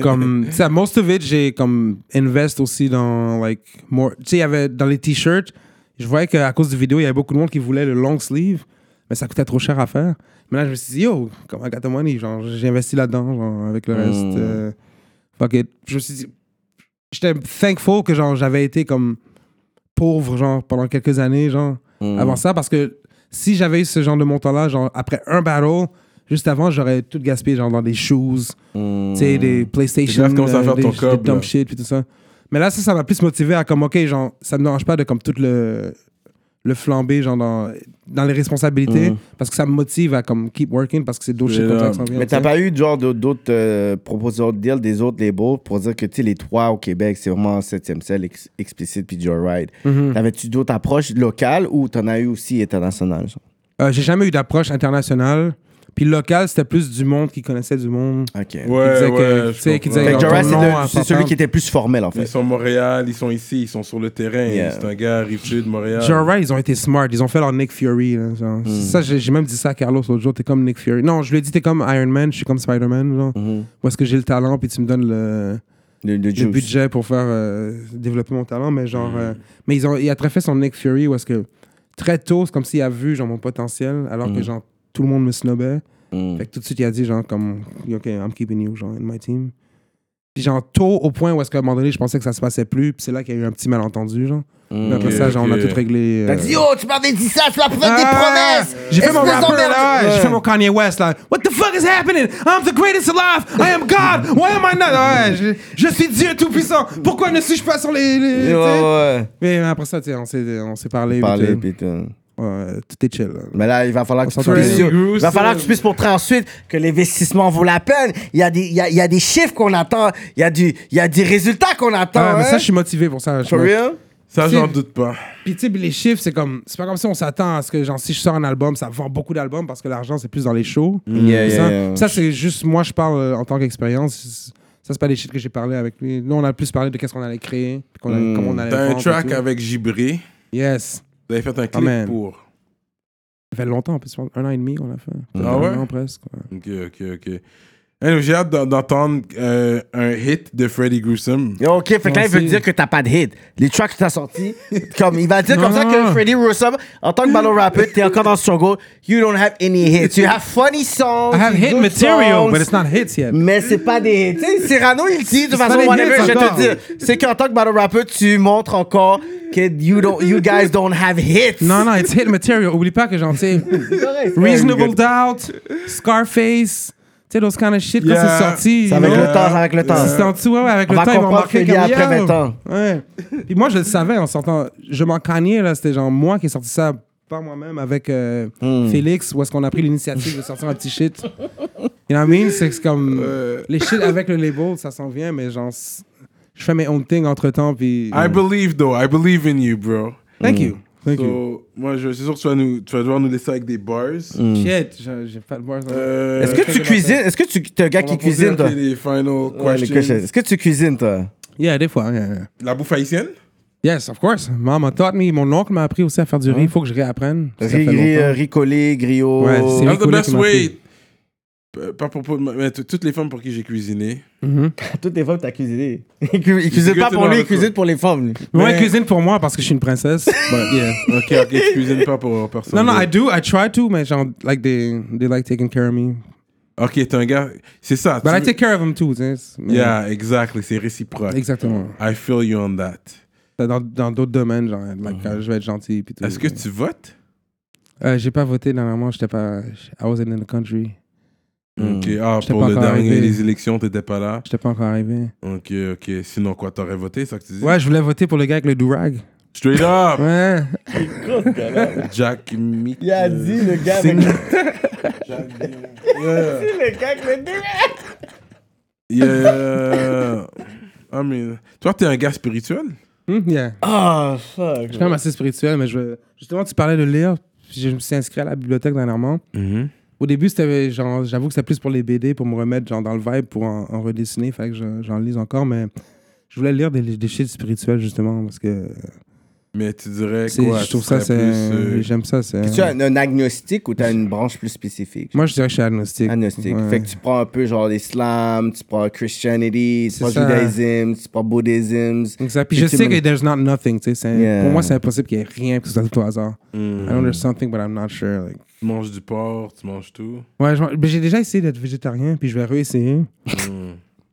comme tu sais, most of it j'ai comme invest aussi dans like more tu sais il y avait dans les t-shirts je voyais qu'à cause du vidéo il y avait beaucoup de monde qui voulait le long sleeve mais ça coûtait trop cher à faire mais là je me suis dit yo comme I got the money genre j'ai investi là-dedans genre avec le reste euh, fuck it je me suis dit j'étais thankful que genre j'avais été comme pauvre genre pendant quelques années genre
Hmm.
avant ça parce que si j'avais eu ce genre de montant là genre après un battle juste avant j'aurais tout gaspillé genre dans des shoes
Hmm.
tu sais des PlayStation euh,
Grave, commence à faire
des,
ton
des
cob,
dumb
là.
shit puis tout ça mais là ça ça m'a plus motivé à comme ok genre ça me dérange pas de comme tout le le flamber genre dans, dans les responsabilités parce que ça me motive à comme keep working parce que c'est
Hmm.
d'autres
C'est
shit comme ça qui
là.
s'en viennent,
Mais t'as
tu sais.
pas eu genre de- d'autres euh, propositions de deal des autres labels pour dire que tu sais, les trois au Québec, c'est vraiment 7e Cell, Ex- Explicit puis Joyride.
Mhm.
T'avais-tu d'autres approches locales ou t'en as eu aussi internationales? genre?
Euh, j'ai jamais eu d'approche internationale puis local c'était plus du monde qui connaissait du monde
OK.
Qui
Ouais,
disait que-
ouais.
tu sais,
je
qui
comprends.
disait
Fait que
Ton
Joyride, c'est
nom
le-
à
c'est
papa.
celui qui était plus formel, en
Ils
fait.
sont à Montréal, ils sont ici, ils sont sur le terrain.
Yeah.
C'est un gars, Rive-Sud, Montréal.
Genre, right, ils ont été smart. Ils ont fait leur Nick Fury. là, genre.
Mm.
Ça, j'ai j'ai même dit ça à Carlos l'autre jour. T'es comme Nick Fury. Non, je lui ai dit, t'es comme Iron Man, je suis comme Spider-Man. genre.
Mm-hmm.
Où est-ce que j'ai le talent, puis tu me donnes le,
Le, le
le
juice.
budget pour faire euh, développer mon talent. Mais genre,
Mm.
euh, mais ils ont, il a très fait son Nick Fury où est-ce que très tôt, c'est comme s'il a vu genre, mon potentiel, alors
Mm.
que genre tout le monde me snobait. Fait que tout de suite, il a dit, genre, comme, OK, I'm keeping you, genre, in my team. Puis genre, tôt, au point où est-ce qu'à un moment donné, je pensais que ça se passait plus, puis c'est là qu'il y a eu un petit malentendu, genre. Mais après
Mm. Ok,
ça, genre, on a
ok.
tout réglé.
T'as
euh,
dit, oh, tu m'avais dit ça, tu m'as fait
Ah,
des promesses.
J'ai fait mon
Espèce
rapper
d'emmerde.
là,
Ouais.
j'ai fait mon Kanye West là. What the fuck is happening? I'm the greatest alive. I am God. Why am I not? Ouais, je, je suis Dieu tout puissant. Pourquoi ne suis-je pas sur les. les- tu sais?
Ouais, ouais, ouais.
Mais après ça, tu sais, on s'est on s'est parlé.
Parler, puis
puis,
tout.
tout. ouais, tout est chill. là.
Mais là, il va falloir que tu
s'entend
puisses.
bien.
Il va falloir que tu puisses montrer ensuite que l'investissement vaut la peine. Il y a des, il y a, il y a des chiffres qu'on attend. Il y a du, il y a des résultats qu'on attend.
Ah, mais
hein.
ça, je suis motivé pour ça. je
For
me-
real?
Ça,
C'est-
j'en doute pas.
Puis tu sais, puis les chiffres, c'est comme. C'est pas comme si on s'attend à ce que, genre, si je sors un album, ça vend beaucoup d'albums parce que l'argent, c'est plus dans les shows.
Mm. Yeah,
Puis
yeah,
ça,
yeah.
ça, c'est juste. Moi, je parle euh, en tant qu'expérience. Ça, c'est pas des shit que j'ai parlé avec lui. Nous, on a plus parlé de qu'est-ce qu'on allait créer, puis qu'on allait-
Mm.
comment on allait.
T'as un
vendre et
track
tout.
avec Gibré.
Yes.
Vous avez fait un clip
man.
pour.
Ça fait longtemps, en plus, un an et demi qu'on l'a fait.
Ah ouais?
Un an presque. ouais.
Ok, ok, ok. Anyway, J'ai hâte d'en- d'entendre euh, un hit de Freddy Gruesome.
Yo, Ok, fait que là, il veut
Merci.
dire que t'as pas de hit. Les tracks que t'as sortis, comme, il va dire comme ça
Non,
que
non.
Freddy Rossum, en tant que battle rapper, t'es encore dans le struggle. You don't have any hits. You have funny
Oh,
songs.
I have hit
good
material,
songs,
but it's not hits yet.
Mais c'est pas des hits. Tu sais, Cyrano, il dit de façon
pas des
whatever,
hits
je vais
encore.
te dire. C'est qu'en tant que battle rapper, tu montres encore que you, don't, you guys don't have hits.
Non, non, it's hit material. Oublie pas que j'en sais. Reasonable Doubt, Scarface, tu sais, those kind of shit quand
Yeah.
c'est sorti.
C'est avec
you
le
know?
temps, c'est avec le temps.
Si c'est en dessous, ouais, ouais, avec
Euh, On
le
va
temps, ils vont
comprendre
marquer
qu'il y a
comme
après
yo.
20 ans.
Ouais. Puis moi, je le savais en sortant. Je m'en cagnais, là. C'était genre moi qui ai sorti ça par moi-même avec euh,
Hmm.
Félix, où est-ce qu'on a pris l'initiative de sortir un petit shit. You know what I mean? C'est que c'est comme. Les shit avec le label, ça s'en vient, mais genre. c'est- Je fais mes own thing entre temps, puis.
I believe though, I believe in you, bro.
Ah, Thank you. Mm. Thank you. Mm.
So, moi, je suis sûr que tu vas, nous, tu vas devoir nous laisser avec des bars.
hmm.
Shit, je- j'ai pas le bars.
Euh,
Est-ce que tu cuisines? Est-ce que tu t'es un gars
on
qui
va poser un
cuisine, toi?
peu les final
Ouais, les
questions.
questions. Est-ce que tu cuisines, toi?
Yeah, des fois. yeah, yeah.
La bouffe haïtienne?
Yes, of course. Mama taught me. Mon oncle m'a appris aussi à faire du riz. Il faut que je réapprenne. Ça fait
Ri- ri-
longtemps.
Hein? euh, Ricolé, griot.
Ouais, c'est
That's the
Nicolas
best
qui m'a
way. Euh, Pas pour, pour- mais t- toutes les femmes pour qui j'ai cuisiné.
Mhm.
Toutes les femmes, t'as cuisiné. Il cu- il
C'est
cuisine
que
pas
tu
pour
dois
lui, il
le faire.
cuisine pour les femmes. lui.
Mais ouais,
Mais-
cuisine pour moi parce que je suis une princesse. But, yeah.
Ok, ok, tu cuisines pas pour personne.
Non, non,
d'autre.
I do. I try to, mais genre, like, they, they like taking care of me.
Ok, t'es un gars. C'est ça.
But I
tu-
take Mm. care of them too, tu sais. Mais-
Yeah, exactly. C'est réciproque.
Exactement.
I feel you on that.
Dans dans d'autres domaines, genre, like, euh, je vais être gentil. puis tout.
Mhm. Est-ce que tu votes?
Euh, J'ai pas voté dernièrement, j'étais pas. I wasn't in the country.
Ok, ah,
J'étais
pour
Mm. pas
le
encore
dernier
arrivé.
des élections, t'étais pas là.
J'étais pas encore arrivé.
Ok, ok. Sinon, quoi, t'aurais voté, ça que tu dis?
Ouais, je voulais voter pour le gars avec le durag.
Straight up!
Ouais.
Jack Mick. euh,
Il a dit le gars
C'est
avec le gars avec le
Yeah. I mean, toi, t'es un gars spirituel?
Hmm, yeah.
Ah, fuck.
Je suis quand même assez spirituel, mais je veux- justement, tu parlais de lire. puis Je me suis inscrit à la bibliothèque dernièrement. Au début, c'était genre, j'avoue que c'était plus pour les BD, pour me remettre genre dans le vibe, pour en, en redessiner. Fait que je- j'en lise encore, mais je voulais lire des, des shit spirituels justement parce que
Mais tu dirais
c'est-
quoi?
je
tu
trouve ça,
serais
c'est,
plus, euh,
j'aime ça. C'est,
Tu es un, un agnostique ou t'as une branche plus spécifique?
moi, je dirais que je suis agnostique.
Agnostique.
Ouais.
Fait que tu prends un peu genre l'islam, tu prends Christianity, tu
C'est
prends
ça.
judaïsme, tu prends bouddhisme.
Exact. Puis
Puis
je
tu
sais
me-
que there's not nothing. tu sais, c'est-
Yeah.
Pour moi, c'est impossible qu'il y ait rien que ce soit tout au hasard.
Mm.
I know there's something, but I'm not sure. like.
tu manges du porc, tu manges tout.
Ouais, je- mais j'ai déjà essayé d'être végétarien, puis je vais réessayer.
Mm.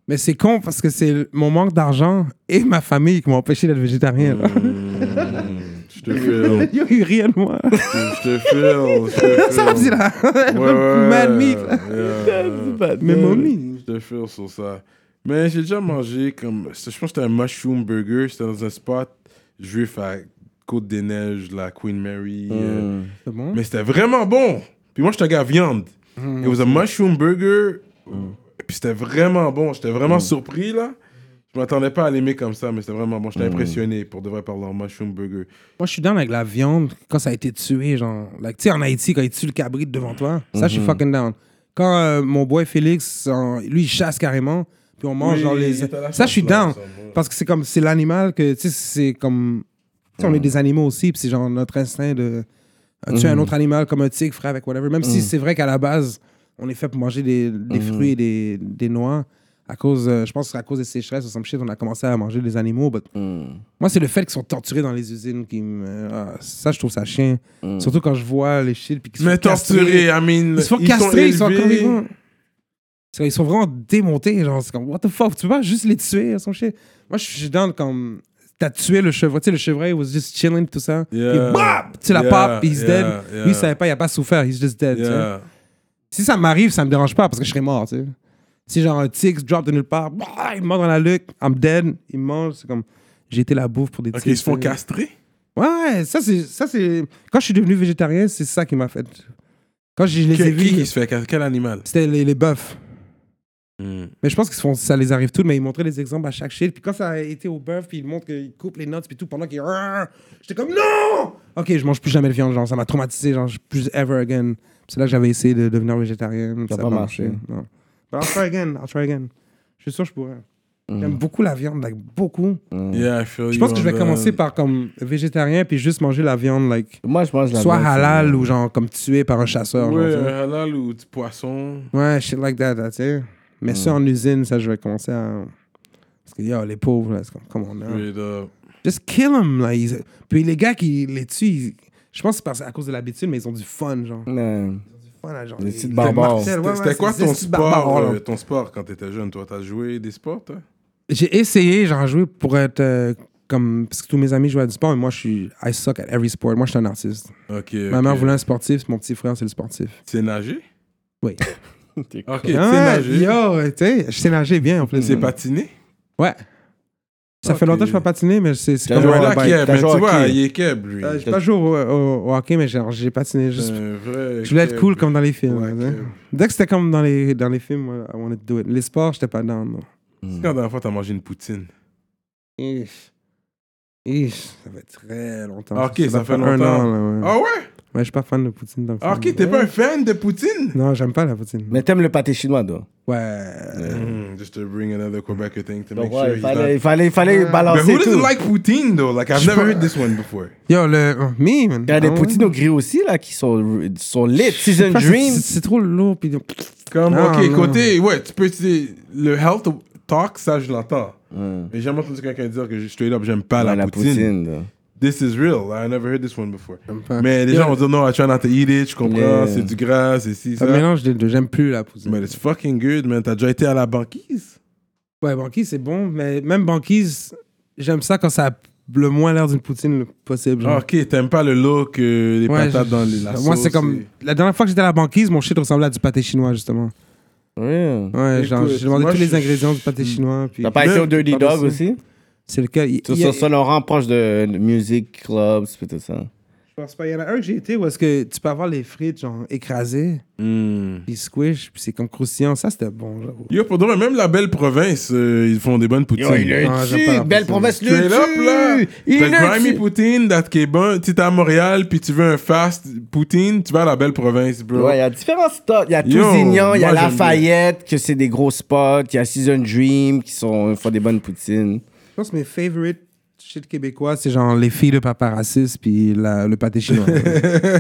Mais c'est con parce que c'est mon manque d'argent et ma famille qui m'ont empêché d'être végétarien. là.
Hmm. Je te feel.
Yo, ils rient de moi.
Je te feel. Je te feel.
Ça me dit là.
Ouais, ouais,
Mad
ouais,
meat.
yeah.
Mais mommy.
Je te feel sur ça. Mais j'ai déjà mangé comme. Je pense que c'était un mushroom burger. C'était dans un spot juif à Côte-des-Neiges, la Queen Mary. euh,
C'est bon?
Mais c'était vraiment bon. Puis moi, j'étais un gars viande.
Hmm,
It was a mushroom burger. Puis c'était vraiment bon. J'étais
Hmm.
vraiment surpris, là. Je m'attendais pas à l'aimer comme ça, mais c'était vraiment bon.
Hmm.
J'étais impressionné, pour de vrai, par leur mushroom burger.
Moi, je suis down avec la viande quand ça a été tué, genre. Like, tu sais, en Haïti, quand ils tuent le cabri devant toi, ça, je
Mhm.
suis fucking down. Quand euh, mon boy Félix, en- lui, il chasse carrément, puis on mange
Oui,
genre les.
il est à la
Ça, je suis
chasse, là, il
down.
me semble, ouais.
Parce que c'est comme, c'est l'animal que, tu sais, c'est comme. tu sais, on est des animaux aussi, puis c'est genre notre instinct de euh, tuer un autre animal comme un tigre, frère, avec whatever. Même si c'est vrai qu'à la base, on est fait pour manger des, des fruits et des, des noix. À cause, euh, je pense qu'à cause des sécheresses ou some shit, on a commencé à manger des animaux, but moi, c'est le fait qu'ils sont torturés dans les usines qui me. ah, ça, je trouve ça chien. Surtout quand je vois les shit puis qu'ils se
Mais
font castrer.
torturé, I mean.
Ils se font castrer, ils sont encore
élevés.
vivants. C'est- Ils sont vraiment démontés. Genre, c'est comme, what the fuck, tu vas juste les tuer, son shit. Moi, je suis dans le comme. T'as tué le chevreuil, tu sais, le chevreuil was just chilling, tout ça.
Yeah.
Et bam! Tu la
Yeah,
papes, he's
yeah,
dead.
yeah.
Lui, il savait pas, il a pas souffert, he's just dead. tu sais.
Yeah.
Si ça m'arrive, ça me dérange pas parce que je serais mort, tu sais. Si genre un tigre drop de nulle part, bah, il me mord dans la nuque, I'm dead, il me mange, c'est comme j'ai été la bouffe pour des
Ok,
tigres.
ils se font
tu sais.
castrer.
Ouais, ça c'est ça c'est quand je suis devenu végétarien, c'est ça qui m'a fait. Quand je les ai
Qui,
vus,
qui, qui se fait castrer Quel animal
c'était les, les bœufs.
Hmm.
Mm.
Mais je pense que ça les arrive tout, mais ils montraient des exemples à chaque shit. Puis quand ça a été au bœuf, puis ils montrent qu'ils coupent les notes, puis tout, pendant qu'ils. J'étais comme non Ok, je mange plus jamais de viande, genre, ça m'a traumatisé, genre, je- plus ever again. C'est là que j'avais essayé de devenir végétarien. Ça
pas
n'a pas marché.
marché.
Non. But I'll try again, I'll try again. Je suis sûr que je pourrais. J'aime beaucoup la viande, like, beaucoup.
Yeah, I feel
Je
you
pense que
on
je vais
that.
commencer par comme végétarien, puis juste manger la viande, like,
Moi, je mange la
soit
viande,
halal ou genre comme tué par un chasseur.
Ouais,
genre, tu sais.
un halal ou du poisson.
Ouais, shit like that, là, tu sais. Mais ça,
Mm.
en usine, ça, je vais commencer à. Parce que, yo, les pauvres, là, c'est comme, come on, now.
Straight up.
Just kill them, là. Ils- Puis les gars qui les tuent, ils- je pense que c'est parce- à cause de l'habitude, mais ils ont du fun, genre.
Mm.
Man.
Fun, là, genre.
Les
Ils-
petites
ils
barbares.
marcellent, ouais, ouais,
C'était quoi
c'est des
ton
petits barbares,
sport,
là.
euh, ton sport quand t'étais jeune? Toi, t'as joué des sports, toi?
J'ai essayé, j'en jouais pour être euh, comme. Parce que tous mes amis jouaient à du sport, mais moi, je suis. I suck at every sport. Moi, je suis un artiste.
Ok.
Ma
ok.
mère voulait un sportif, mon petit frère, c'est le sportif.
C'est nager?
Oui.
Ok, c'est
Ah,
nager.
yo, tu sais, je sais nager bien en plus.
C'est patiné?
Ouais. Ça fait
Ok.
longtemps que je ne pas patiner, mais c'est c'est
T'as
comme
joué à
un
Voilà
la
bike.
qui est,
t'as
mais
joué
tu
au
vois,
hockey.
il est keb, lui.
Euh, J'ai pas joué au, au- au hockey, mais genre, j'ai patiné juste.
Un vrai
Je voulais être
keb.
cool comme dans les films.
Euh, Ouais,
hein.
keb.
Dès que c'était comme dans les, dans les films, moi, I wanted to do it. Les sports, j'étais pas down. non.
Quand
Mm.
la dernière fois t'as mangé une poutine?
Ish. Ish. Ça fait très longtemps.
Ok, ça
doit
fait
faire un
longtemps.
an, là, ouais.
Ah ouais?
Ouais, je suis pas fan de poutine. donc ça-
Ok, t'es pas un fan de poutine?
Non, j'aime pas la poutine.
Mais t'aimes le pâté chinois, toi.
Ouais.
Mm, just to bring another Quebecer thing to
Donc,
make
ouais,
sure
il
he's
fallait, il
not...
fallait, il fallait
But
balancer
who doesn't
tout.
like poutine though? Like I've never heard this one before.
Yo, le. oh, me, man.
Il y a des
Ah ouais.
poutines au gris aussi, là, qui sont, sont lit.
Je sais
Season
pas, c'est-
Dream.
c'est- C'est trop lourd. Puis...
Comme
Non,
ok
non.
côté ouais tu peux c'est- le health talk ça je l'entends. Mais j'ai jamais entendu quelqu'un dire que je- straight up j'aime pas
Ouais,
la, poutine.
là.
This is real. I never heard this one before.
pas.
Mais les gens vont dire non I try not to eat it. Je comprends
Yeah.
c'est du gras c'est ci
Ça
ça.
mélange des deux. J'aime plus la poutine.
But it's fucking good man. T'as déjà été à la banquise?
Ouais, banquise, c'est bon, mais même banquise, j'aime ça quand ça a le moins l'air d'une poutine le possible. genre.
Ah, ok t'aimes pas le look euh, les
Mm. Ouais,
patates
je-
dans les la
Moi,
sauce,
c'est comme. La dernière fois que j'étais à la banquise, mon shit ressemblait à du pâté chinois, justement.
Ouais.
Ouais,
Écoute,
genre, j'ai demandé
moi,
tous
je- Hmm.
les ingrédients du pâté chinois. Puis...
T'as pas été au Dirty
par-dessus.
Dog aussi?
C'est lequel il-
Tout
il y a-
ça, ça, Laurent, proche de de music clubs, pis tout ça.
Je pense pas. Il y en a un que j'ai été où est-ce que tu peux avoir les frites, genre, écrasées,
Hmm.
puis squish, puis c'est comme croustillant. Ça, c'était bon, j'avoue.
Yo pour de vrai, même la belle province euh, ils font des bonnes poutines.
Ah, j'aime pas la
Belle
poutine.
promesse, le
Straight up, là.
tue! Il
Le grimy
le tue!
poutine, that qui est bon. Si t'es à Montréal, puis tu veux un fast poutine, tu vas à la belle province, bro.
Ouais, il y a différents stocks. Il y a
Yo,
Tousignan, il y a
moi, j'aime
Lafayette, que c'est des gros spots. Il y a Season Dream, qui sont, font des bonnes poutines.
Je pense que mes favorite shit québécois, c'est genre les filles de papa raciste, puis la- le pâté chinois.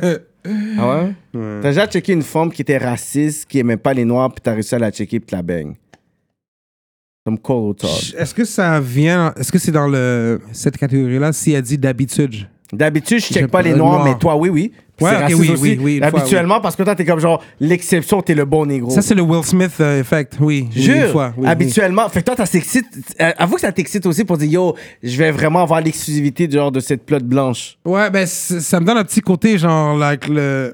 Ah ouais? T'as déjà checké une femme qui était raciste, qui aimait pas les noirs, puis t'as réussi à la checker, puis te la bang. Comme Cole au top.
Ch- Est-ce que ça vient. Est-ce que c'est dans le, cette catégorie-là si elle dit d'habitude
D'habitude, je check
J'aime
pas les
le
noirs,
noir.
mais toi, oui, oui. Puis
Ouais,
c'est
ok,
raciste
oui,
aussi.
oui, oui, une fois,
Habituellement, parce que toi, t'es comme genre l'exception, t'es le bon négro.
Ça, c'est le Will Smith euh, effect, oui. oui,
Oh. Jure,
une fois, oui, oui.
habituellement. Fait que toi, ça s'excite. euh, Avoue que ça t'excite aussi pour dire yo, je vais vraiment avoir l'exclusivité du genre de cette plotte blanche.
Ouais, ben, c- ça me donne un petit côté, genre, like, le.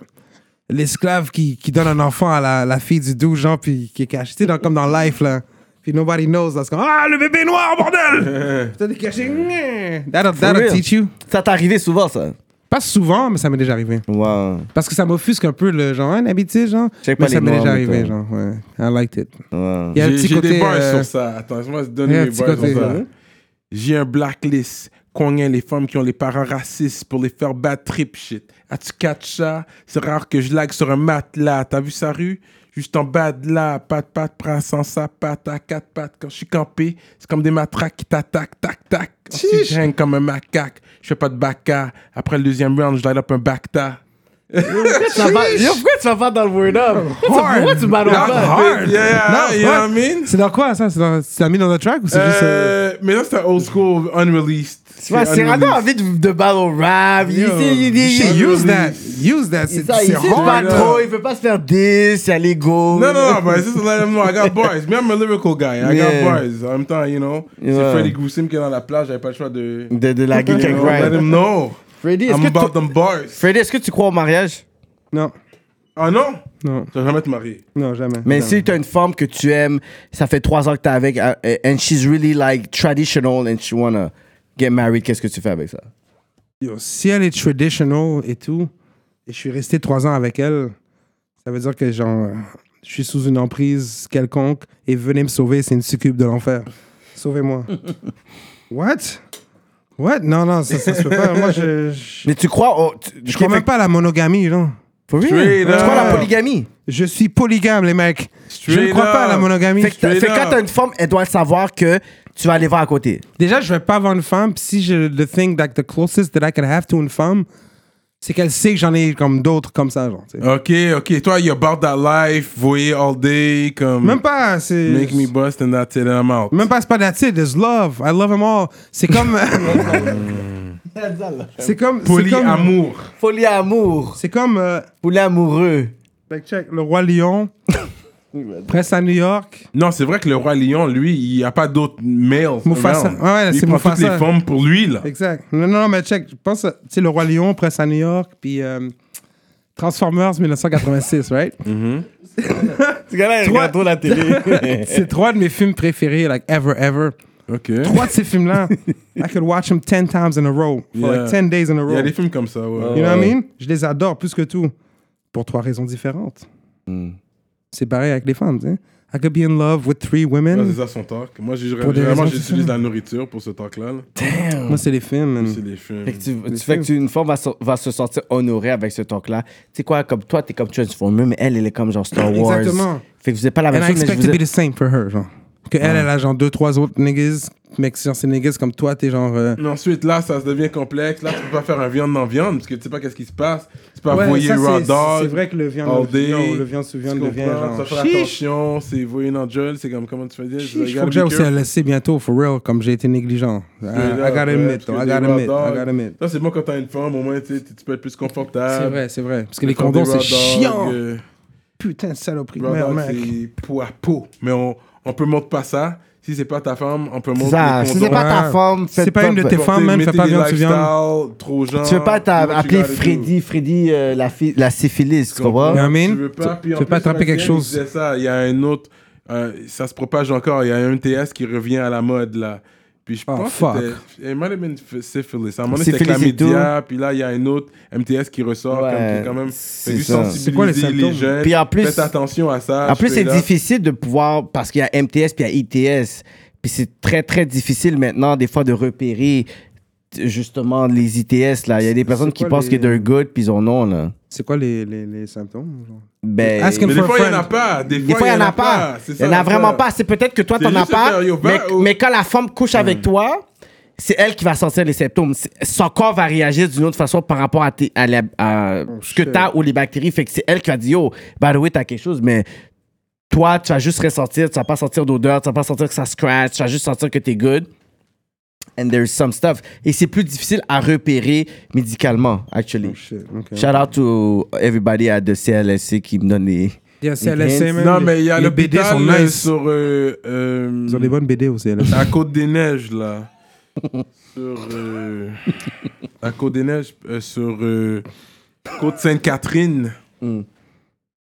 L'esclave qui, qui donne un enfant à la, la fille du 12 ans, puis qui est cachée, tu sais, dans- comme dans Life, là. Puis nobody knows, là. C'est comme, ah, le bébé noir, bordel! Puis T'as des cachés. Nyeh. That'll, that'll
real.
teach you.
Ça t'est arrivé souvent, ça.
Pas souvent, mais ça m'est déjà arrivé.
Wow.
Parce que ça m'offusque un peu, le genre, hein, d'habitude, genre.
Check
mais
pas
ça
les
m'est déjà
noirs,
arrivé,
mais toi.
genre, ouais. I liked it.
wow.
Il y a un
J'ai-
petit
J'ai
côté.
des bars
euh,
sur ça. Attends, laisse-moi te donner
il y a un
mes
petit
bars
côté,
sur ça.
ouais.
J'ai un blacklist. Combien les femmes qui ont les parents racistes pour les faire battre trip shit. As-tu catch ça? C'est rare que je lag sur un matelas. T'as vu sa rue? Juste en bas de là, patte, patte, bras sans sa patte, à quatre pattes. Quand je suis campé, c'est comme des matraques qui t'attaquent, tac, tac. Ensuite, je règne comme un macaque. Je fais pas de bacca. Après le deuxième round, je light up un bacta.
Ça va- Yo, pourquoi tu vas pas dans le word up? Pourquoi pourquoi tu ballons
That's
pas?
hard. Yeah,
Non,
you know
ouais.
what I mean?
C'est dans quoi ça? C'est dans- Tu l'as mis dans le track ou c'est juste. euh,
Euh, mais là, c'était old school, unreleased.
Tu vois, Cyrano a envie de, de battle rap. Il,
Yo,
il, il, il-
shit,
il-
euh, use that. Use that.
il-
C'est
ça, il
c'est
sait pas
hard. là.
trop, il peut pas se faire 10, il y a les go.
No, no, no,
bah,
but it's just to let them know I got bars. Me, I'm a lyrical guy. I
Yeah.
got bars. En même temps, you know,
Yeah.
c'est Freddy Goussim qui est dans la plage, j'avais pas le choix de.
De, de la
You
geek and
know, let
grind.
him know.
Freddy, est-ce
I'm
que,
about
tu-
them bars.
Freddy, est-ce que tu crois au mariage?
Non,
Ah non?
non,
Tu vas jamais te marier.
non, jamais.
Mais
Non.
si t'as une femme que tu aimes, ça fait trois ans que t'es avec, euh, euh, and she's really like traditional and she wanna get married, qu'est-ce que tu fais avec ça?
Yo, si elle est traditional et tout, et je suis resté trois ans avec elle, ça veut dire que genre, euh, je suis sous une emprise quelconque et venez me sauver, c'est une succube de l'enfer. Sauvez-moi. What? What? Non, non, ça, ça se peut pas. Moi, je. Je,
Mais tu crois euh, au. Tu,
je crois même pas à la monogamie, non.
Tu
Straight
crois à la
up.
polygamie?
Je suis polygame, les mecs. je ne
Straight
crois pas à la
up.
monogamie.
Fait que, t'as-
Straight
fait que quand
up.
t'as une femme, elle doit savoir que tu vas aller voir à côté.
Déjà, je vais pas avoir une femme. Puis si je the thing like the closest that I can have to une femme, c'est qu'elle sait que j'en ai comme d'autres comme ça, genre. tu
Oh.
sais.
Ok, ok. Toi, you're about that life, voyez all day, comme.
Même pas, c'est.
Make me bust and that's it, and I'm out.
Même pas, c'est pas that's it, there's love, I love them all. C'est comme. c'est comme. C'est comme.
Polyamour.
Folie amour.
C'est comme. euh,
Folie amoureux.
Fait que check, le roi lion, presse à New York.
Non, c'est vrai que le roi lion, lui, il n'y a pas d'autres males.
Mufasa.
around.
Ouais, ouais,
il
c'est
prend
Mufasa.
toutes les femmes pour lui, là.
Exact. Non, non, non, mais check, je pense, euh, tu sais, le roi lion, presse à New York, puis euh, Transformers 1986, right?
Ce gars-là, il regarde trop la télé.
C'est trois de mes films préférés, like ever, ever.
Ok.
Trois de ces films-là, I could watch them 10 times in a row, for
Yeah.
like 10 days in a
Il y
row.
a des films comme ça, ouais.
You know what I mean? Je les adore plus que tout. Pour trois raisons différentes.
Hmm.
C'est pareil avec les femmes, tu sais. I could be in love with three
Ouais,
women.
Ah, c'est ça son talk. Moi, j'ai-
Pour des
généralement,
raisons Hmm.
j'utilise la
sociales.
nourriture pour ce talk-là. là.
Moi, c'est les films. man.
C'est les films.
Fait que
Mm.
tu, tu fais que tu, une femme va, se- va se sentir honorée avec ce talk-là. Tu sais quoi, comme toi, t'es comme Transformers, mais elle, elle est comme genre Star Wars.
Exactement.
Fait que vous êtes pas la même
And I
chose, mais je
expect
vous
to be
êtes-
the same for her, genre. Que elle, elle a genre deux, trois autres niggas, mais que genre, ces niggas comme toi, t'es genre. euh,
Mais ensuite, là, ça se devient complexe. Là, tu peux pas faire un viande en viande parce que tu sais pas qu'est-ce qui se passe. Tu peux
Ouais,
envoyer
ça,
raw
c'est-
dog.
c'est vrai que le viande
all
en
day.
viande- le viande sous
Tu
viande devient
comprends?
genre,
Tu dois faire
chiche.
attention. C'est voyer en gel. C'est comme comment tu fais dire.
Il faut que j'aille aussi à laisser bientôt, for real, comme j'ai été négligent. I, I gotta admit, though. I gotta admit, I gotta admit.
Ça, c'est bon quand t'as une femme. Au moins, tu sais, tu tu peux être plus confortable.
C'est vrai, c'est vrai. Parce que les condoms, c'est chiant. Putain de saloperie. Merde, mec.
euh, c'est peau à peau. Mais on, on peut montre pas ça. Si c'est pas ta femme, on peut montre
Ça,
les
si
condoms.
c'est pas ta
Ouais.
femme,
C'est
faites
pas une de tes
Porter-
femmes, man, fais
mettez
pas
des
viande sous viande.
lifestyle, trop genre.
Tu veux pas t'a-
do what you
appeler
gotta do.
Freddy, Freddy euh, la, fi- la syphilis, tu
You know
comprends?
what I mean?
Tu veux pas,
Tu-
puis
tu
en
veux pas
plus,
attraper quelque
Maxime, il
chose.
disait ça, il y a un autre, euh, ça se propage encore, il y a un MTS qui revient à la mode là. Puis je
Oh,
pense
fuck.
que c'était. It might have been f- syphilis. À un moment donné, c'était
Syphilis et
chlamydia, puis là, il y a un autre MTS qui ressort,
Ouais,
comme, qui est quand même.
c'est
fait juste
ça.
C'est quoi les
sensibiliser les
symptômes?
jeunes.
Puis en plus-
Faites attention à ça.
En plus, c'est
celui-là.
difficile de pouvoir, parce qu'il y a MTS puis il y a ITS. Puis c'est très, très difficile maintenant, des fois, de repérer t- justement les ITS. Là. Il y a des personnes qui
quoi
pensent
les-
que they're good puis ils en ont. Là.
C'est quoi les, les, les symptômes? genre?
Ben,
Ask him
Mais des
for
fois,
a
il n'y en a
friend.
pas. Des
Des
fois,
fois, il n'y en a pas.
C'est
Il
ça,
n'y en a
l'affaire.
vraiment pas. C'est peut-être que toi,
C'est
tu n'en as
juste
pas.
faire, yo, va
Mais,
au- Hmm.
mais quand la femme couche avec toi, c'est elle qui va sentir les symptômes. C'est- Son corps va réagir d'une autre façon par rapport à, tes- à la- à
Oh,
ce que tu as ou les bactéries. Fait que c'est elle qui va dire, yo, by the way, tu as quelque chose, mais toi, tu vas juste ressentir, tu vas pas sentir d'odeur, tu vas pas sentir que ça scratch, tu vas juste sentir que tu es good. And there's some stuff. Et c'est plus difficile à repérer médicalement, actually.
Oh,
Shit, ok.
Shout out to everybody at the CLSC qui me donne les...
Yeah,
Enhanced.
CLSC, man.
Non, mais il y a
les BD sont
l'hôpital euh,
nice.
sur. euh, euh,
Ils ont des bonnes BD au CLSC.
À Côte des Neiges, là. sur. euh, à Côte des Neiges, euh, sur. euh, Côte Sainte-Catherine.
Hmm.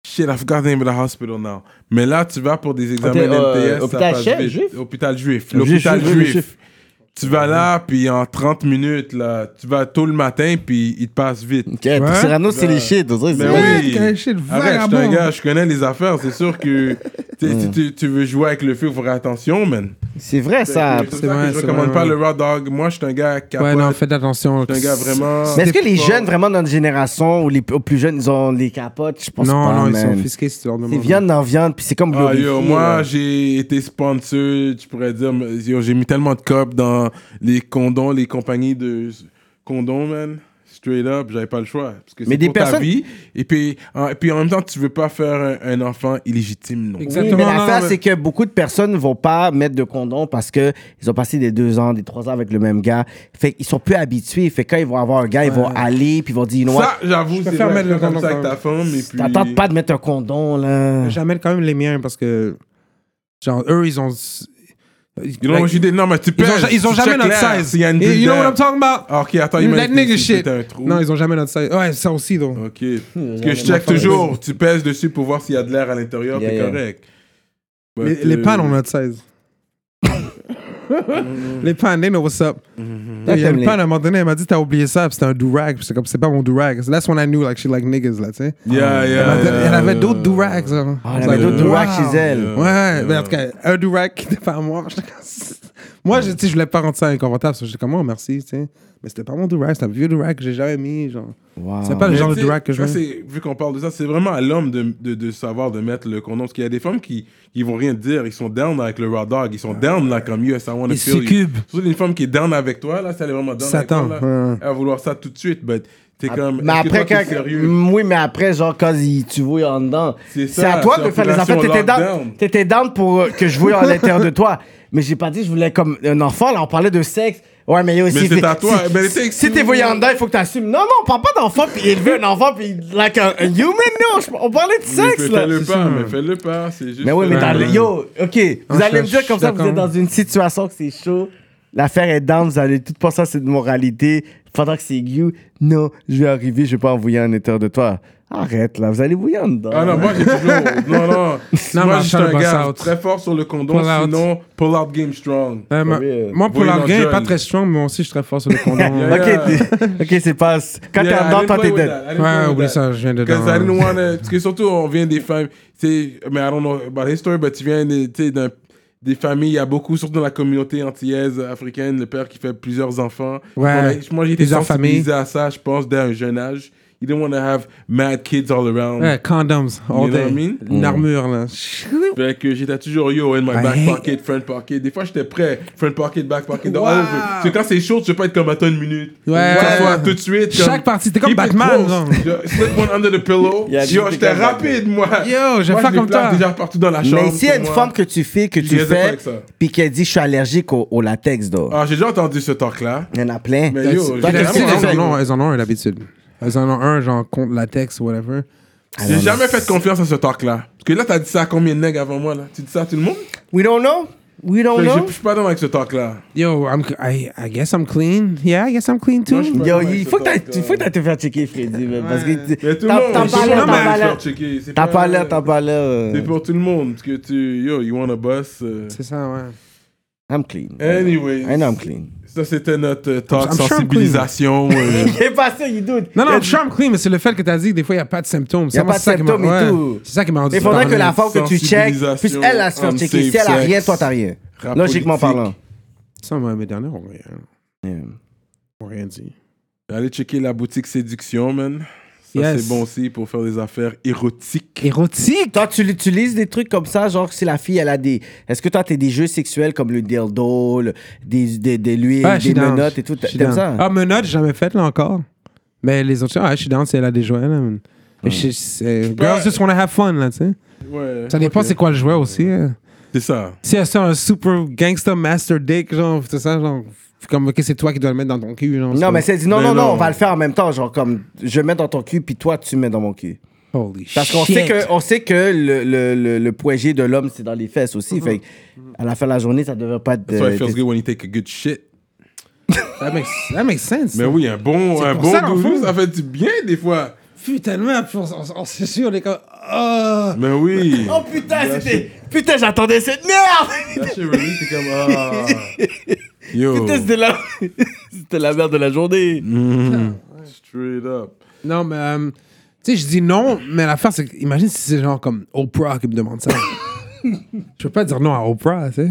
Shit, I forgot the name of the hospital now. Mais là, tu vas pour des examens
Hôtel- euh,
MTS.
hôpital
ça passe
chef,
vite.
juif?
Hôpital juif.
Juif,
L'hôpital
juif, juif.
juif. Tu vas là, puis en 30 minutes, là, tu vas tôt le matin, puis il te passe vite.
Ok, pour Cyrano, c'est les shit. on dirait que c'est-
Mais
Ouais,
oui.
quel shit
Arrête, je suis un
vagabond.
gars, je connais les affaires. C'est sûr que tu sais,
Hmm.
si tu, tu veux jouer avec le feu, il faut faire attention, man.
C'est vrai,
C'est
ça.
pour
Ah, c'est
ça
vrai,
que je
c'est
recommande
vrai,
pas
ouais.
le raw dog. Moi, je suis un gars capable.
Ouais, non, faites attention.
Je suis un gars vraiment.
Mais est-ce que les
Pas-
jeunes, vraiment, de notre génération, ou les p- aux plus jeunes, ils ont les capotes Je pense
Non,
pas.
non, ils
man.
sont offisqués si tu leur demandes.
C'est viande en viande, puis c'est comme
Ah,
glorifié.
yo, moi,
là.
j'ai été sponsor, je pourrais dire, mais, yo, j'ai mis tellement de copes dans les condoms, les compagnies de condoms, man. Straight up, j'avais pas le choix. Parce que
Mais
c'est
des
pour ta
personnes-
vie. Et puis, en, et puis en même temps, tu veux pas faire un, un enfant illégitime, non.
Oui,
Exactement,
mais
non,
l'affaire,
non, mais-
c'est que beaucoup de personnes vont pas mettre de condom parce que ils ont passé des deux ans, des trois ans avec le même gars. Fait qu'ils sont plus habitués. Fait que quand ils vont avoir un gars, ils vont aller, puis ils vont dire, non,
Ça, j'avoue, c'est
préfère
vrai,
mettre le
comme
condom
ça
quand
avec ta femme. Et puis...
t'attends pas de mettre un condom, là.
J'amène quand même les miens parce que, genre, eux, ils ont.
You know what you did? Non, mais tu
Ils ont,
pèses,
ils ont
tu
jamais
check
notre
l'air,
size.
s'il y a une bulle
you know what
d'air.
I'm talking about?
Ah, ok, attends, il m'a
That
dit
nigga
que
shit.
c'était un trou.
Non, ils ont jamais notre size. Ouais, ça aussi, donc.
Ok. Parce que je check toujours. Tu pèses dessus pour voir s'il y a de l'air à l'intérieur,
Yeah,
t'es
yeah.
correct.
Les,
But,
les
euh,
pannes ont notre size. les pannes, they know what's up.
Mm-hmm.
Il y a une
les-
panne à un moment donné, elle m'a dit t'as oublié ça, puis c'était un do-rag, puis c'est comme c'est pas mon do-rag. So That's when I knew like she like niggas là, tu sais.
Yeah, yeah.
Elle avait-
yeah,
elle avait
yeah.
d'autres do-rags. hein.
Ah, elle
Like,
avait d'autres duracs
wow.
chez elle.
Ouais, ouais, mais en tout cas, un do-rag qui était pas à moi. moi, je, tu sais, je voulais pas rendre ça inconfortable, parce que j'étais comme oh merci, tu sais. Mais c'était pas mon do-rag, c'était un vieux do-rag que j'ai jamais mis, genre.
Wow.
C'est pas le
Mais
genre de
tu sais,
do-rag que je
ça,
veux.
c'est- Vu qu'on parle de ça, c'est vraiment à l'homme de, de, de savoir de mettre le condom. Parce qu'il y a des femmes qui, qui vont rien dire. Ils sont down avec le raw dog. Ils sont down là comme yes, I want to
Les
feel you.
succubes.
Surtout une femme qui est down avec toi, là, si elle est vraiment down
Satan,
avec toi, là,
ouais. Ah,
elle va vouloir ça tout de suite. But T'es comme.
Mais
est-ce que
après,
toi, t'es
quand-
sérieux?
Mm, oui, mais après, genre, quand il- tu vouilles en dedans,
C'est
c'est
ça,
à toi
c'est
de faire les
opération
affaires. T'étais down,
lockdown.
t'étais down pour euh, que je vouille à l'intérieur de toi. Mais j'ai pas dit, je voulais comme un enfant, là, on parlait de sexe. Ouais, mais yo,
Mais
si
c'est
t'es-
à toi.
Si,
Ben, les
si,
textes-
si t'es voyant en dedans, il faut que t'assumes. Non, non, on parle pas d'enfant, puis élever un enfant, puis like un un human, non. je- On parlait de
Mais
sexe, là.
Fais-le pas, mais fais-le pas. C'est juste.
Mais oui, mais
euh,
dans le- Yo, OK, vous
je-
allez me dire
je
comme
suis
ça, vous
d'accord.
êtes dans une situation que c'est chaud, l'affaire est down, vous allez tout penser à cette moralité, pendant que c'est aigu, non, je vais arriver, je vais pas envoyer un éteur de toi. Arrête, là, vous allez bouiller en dedans.
Ah non, moi j'ai toujours. Non, non.
Non,
moi
mais
j'ai
shut
un
the bus
gars
out.
très fort sur le condom,
Pull out.
sinon pull out game strong.
Euh, ma-
oui, euh,
moi, pour
voyez dans
l'argent, il
le
est pas
jeune.
très strong, mais aussi, je suis très fort sur le condom.
Yeah,
OK,
yeah.
t'es- OK, c'est pas... Quand t'es en dedans, toi, t'es dead.
Ouais, oublie ça, je viens de
Because I didn't wanna, parce que surtout on vient des familles, tu sais, mais I don't know about history, but tu viens des, tu sais, d'un- des familles, il y a beaucoup, surtout dans la communauté antillaise euh, africaine, le père qui fait plusieurs enfants.
Ouais,
Donc, moi j'ai été
plusieurs
sensibilisé à ça, je pense, dès un jeune âge. You don't want to have mad kids all around.
Ouais, condoms,
You know
all
what I
day.
mean?
Une armure, là. Bah,
Fait Ben, que j'étais toujours yo in my
I
back
hate-
pocket, front pocket. Des fois j'étais prêt, front pocket, back pocket, all over. Parce que quand c'est chaud, tu peux pas être comme attends une minute.
Ouais.
Que ça soit tout de suite. comme-
Chaque partie, t'es comme
Keep it
Batman,
close.
genre.
Yo, Slip one under the pillow.
Il y a des
Yo,
trucs
j'étais
comme ça.
rapide moi.
Yo, je vais
Moi,
faire
les
comme
plaque
toi.
déjà partout dans la chambre.
Mais s'il y a
pour
une
moi.
femme que tu fais, que
Je
tu
niaisais pas
fais,
avec ça.
puis qu'elle dit « je suis allergique au, au latex, d'or
Ah, j'ai déjà entendu ce talk là.
Il y en a plein.
Mais yo, hein.
Toi,
j'ai
qu'est-ce que
vraiment-
tu
Elles
fais?
en ont- elles en ont un d'habitude. Elles en ont un, genre contre latex ou whatever.
Ah,
J'ai jamais fait confiance à ce talk là. Parce que là t'as dit ça à combien de nègres avant moi là Tu dis ça à tout le monde
We don't know. We don't
Fait que
know.
Je je suis pas dans avec ce talk là.
Yo, I'm, I, I guess I'm clean. Yeah, I guess I'm clean too.
Moi, je-
Yo,
Ouais, ouais,
il faut que
c'est
t'ailles-
ça,
il faut que t'ailles te faire checker, Freddy, man, parce que
Mais tout
tu-
le monde,
t'en t'en
tout le
parlais,
monde
t'en
Non, mais-
va se
parlais.
faire checker. C'est
T'en
pas-
parlais, t'en parlais.
C'est
euh,
pour tout le monde, parce que tu, yo, you want a boss. euh.
C'est ça, ouais.
I'm clean.
Anyway,
I know I'm clean.
ça c'était notre euh, talk
I'm sure I'm
sensibilisation. euh.
T'es pas sûr, you dude.
Non, non, je suis I'm clean, mais c'est le fait que t'as dit que des fois, il n'y a pas de
Y
symptômes.
a
Ça, moi,
pas de
c'est ça qui m'a-
symptômes et
ouais.
tout.
C'est ça qui m'a rendu
Il faudrait
parler.
que la femme que tu checkes, puisse elle à se faire
Sensibilisation,
checker. Si elle a
unsafe
rien,
sex,
toi t'as rien.
rap
Logiquement
politique.
parlant.
Ça, moi, mes dernières ont rien,
Yeah.
ont rien dit.
Allez checker la boutique Séduction, man. Ça
Yes.
c'est bon aussi pour faire des affaires érotiques.
Érotique!
Toi, tu l'utilises des trucs comme ça, genre si la fille, elle a des. Est-ce que toi, t'es des jeux sexuels comme le dildo, le- des, des, des, l'huile,
Ouais, je
des
suis down.
menottes et tout?
Je suis
T'aimes
down.
ça?
Ah, menottes, j'ai jamais fait, là, encore. Mais les autres, ah, je suis down si elle a des jouets, là. man. Mais je- c'est- Girls just wanna have fun, là, tu sais.
Ouais.
Ça dépend
Ok.
c'est quoi le jouet aussi. hein.
C'est ça.
Si elle sort un super gangster master dick, genre, c'est ça, genre, comme, ok, c'est toi qui dois le mettre dans ton cul, genre.
Non, mais
c'est...
c'est dit non,
Mais
non, non,
non.
on va le faire en même temps. Genre, comme je mets dans ton cul, puis toi, tu mets dans mon cul.
Holy shit.
Parce qu'on sait que, on sait que le, le, le, le poids G de l'homme, c'est dans les fesses aussi. Fait que, à la fin de la journée, ça devrait pas être.
That's why it
euh,
feels good when you take a good shit.
That makes, that makes sense.
Mais oui, un bon, un
pour
bon
ça, dans le
doudou,
fond.
ça fait du bien des fois.
Putain, tellement, puis on, on, on s'est sûr, on est comme. ah.
Mais oui.
Oh putain, c'était. Putain, j'attendais cette merde!
That shit really, t'es comme, ah. Yo.
Putain, c'était la. c'était la merde de la journée.
Mm. Straight up.
Non, mais. euh, tu sais, je dis non, mais l'affaire, c'est que. Imagine si c'est genre comme Oprah qui me demande ça. je peux pas dire non à Oprah, tu sais.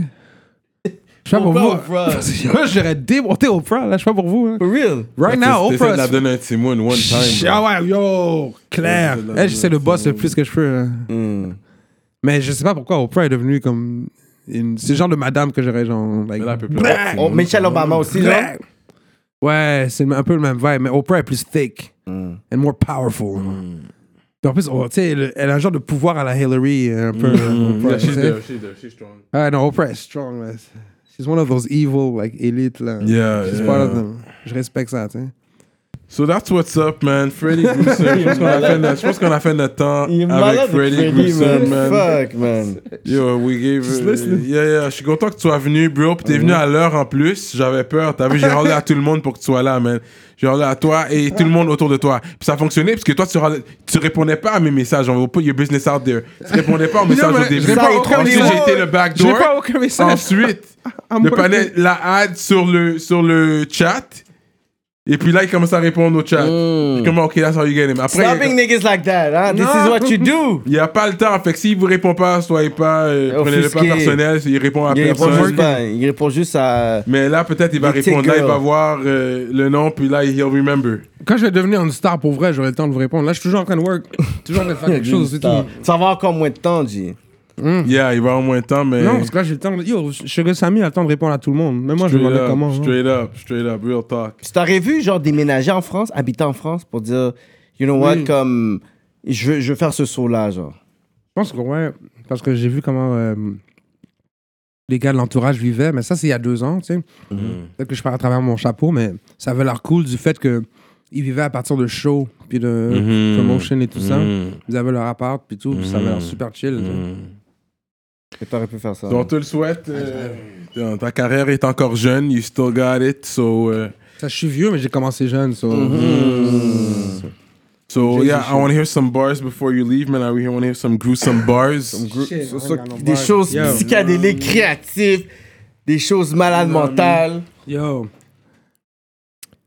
Je suis pas pour
Oprah,
vous.
Oprah.
Parce que Là, j'aurais démonté Oprah, là, je suis pas pour vous. hein.
For real.
Right now,
T'essaies de
Oprah.
la donner un Timon one time. bro.
Ah ouais, yo, clair.
Ouais, c'est de la- Hmm.
Elle, j'essaie de boss le plus que je peux. là. Mais je sais pas pourquoi Oprah est devenue comme. Une... C'est le genre de madame que j'aurais, genre. like,
Mais là, elle peut plus avoir de Timon.
Oh, Michelle Obama aussi, là.
Black. Ouais, c'est un peu le même vibe, mais Oprah est plus thick and more powerful.
Mm.
Puis en plus, oh, tu sais, elle, elle a un genre de pouvoir à la Hillary, euh, un peu. Oprah,
Yeah,
tu
she's
sais.
there, she's there, she's strong.
Ah non, Oprah est strong. là. She's one of those evil, like, elite, là.
Yeah,
She's
yeah.
part of them. Je respecte ça, tu sais.
So that's what's up, man. Freddy Grusin. je pense qu'on a fait notre- je pense qu'on a fait notre temps
Il est
avec
malade,
Freddy
Freddy,
Grusin, man.
Fuck, man.
Yo, we gave.
listening.
yeah, yeah. Je suis content que tu sois venu, bro. Puis t'es
Ah,
venu à l'heure en plus. J'avais peur. T'as vu, j'ai râlé à tout le monde pour que tu sois là, man. J'ai râlé à toi et tout le monde autour de toi. Puis ça fonctionnait parce que toi, tu, râlais- tu répondais pas à mes messages. On va put your business out there. Tu répondais pas aux messages
mais
au début.
j'ai pas
aucun
Ensuite,
message.
j'ai été le
J'ai
backdoor.
pas aucun message.
Ensuite,
I'm
le
working.
panel, la ad sur le, sur le chat. Et puis là, il commence à répondre au chat.
Hmm.
Je suis comme, ok, that's how you get him. Après,
Stopping niggas like that, hein? This is what you do.
il n'y a pas le temps. Fait que s'il vous répond pas, soyez pas, euh, prenez le pas
Offusqué.
personnel. Il répond à
Il répond
personne.
juste pas- il répond juste à.
Mais là, peut-être, il va
The Tick
répondre. Là, il
Girl.
va voir euh, le nom, puis là, he'll remember.
Quand je vais devenir une star pour vrai, j'aurai le temps de vous répondre. Là, je suis toujours en train de work. toujours en train de faire quelque chose. c'est tout.
Ça va encore moins de temps, G.
Yeah, il va au moins de temps, mais.
Hmm. Non, parce que là, j'ai le temps. de- Yo, Sugar Sammy a le temps de répondre à tout le monde. Même moi, je
straight
me demandais
up,
comment. hein.
Straight up, straight up, real talk.
Tu t'aurais vu, genre, déménager en France, habiter en France pour dire, you know what, comme, je veux, je veux faire ce saut-là, genre.
Je pense que, ouais, parce que j'ai vu comment euh, les gars de l'entourage vivaient, mais ça, c'est il y a deux ans, tu sais. Peut-être que je parle à travers mon chapeau, mais ça avait l'air cool du fait que ils vivaient à partir de show, puis de
Mhm.
Mm-hmm.
promotion et tout ça. Ils avaient leur appart, puis tout, puis ça avait l'air super chill. tu sais.
Mhm.
Mm-hmm. Que t'aurais pu faire ça.
Ah. Donc, on te le souhaite. euh, dans- ta carrière est encore jeune, you still got it. So, euh,
Ça, je suis vieux, mais j'ai commencé jeune, so...
Mhm. Hmm. so yeah, I want to hear some bars before you leave, man. I want to hear some gruesome bars.
des choses
Yo.
psychédéliques, créatives, des choses malades mentales.
Yo.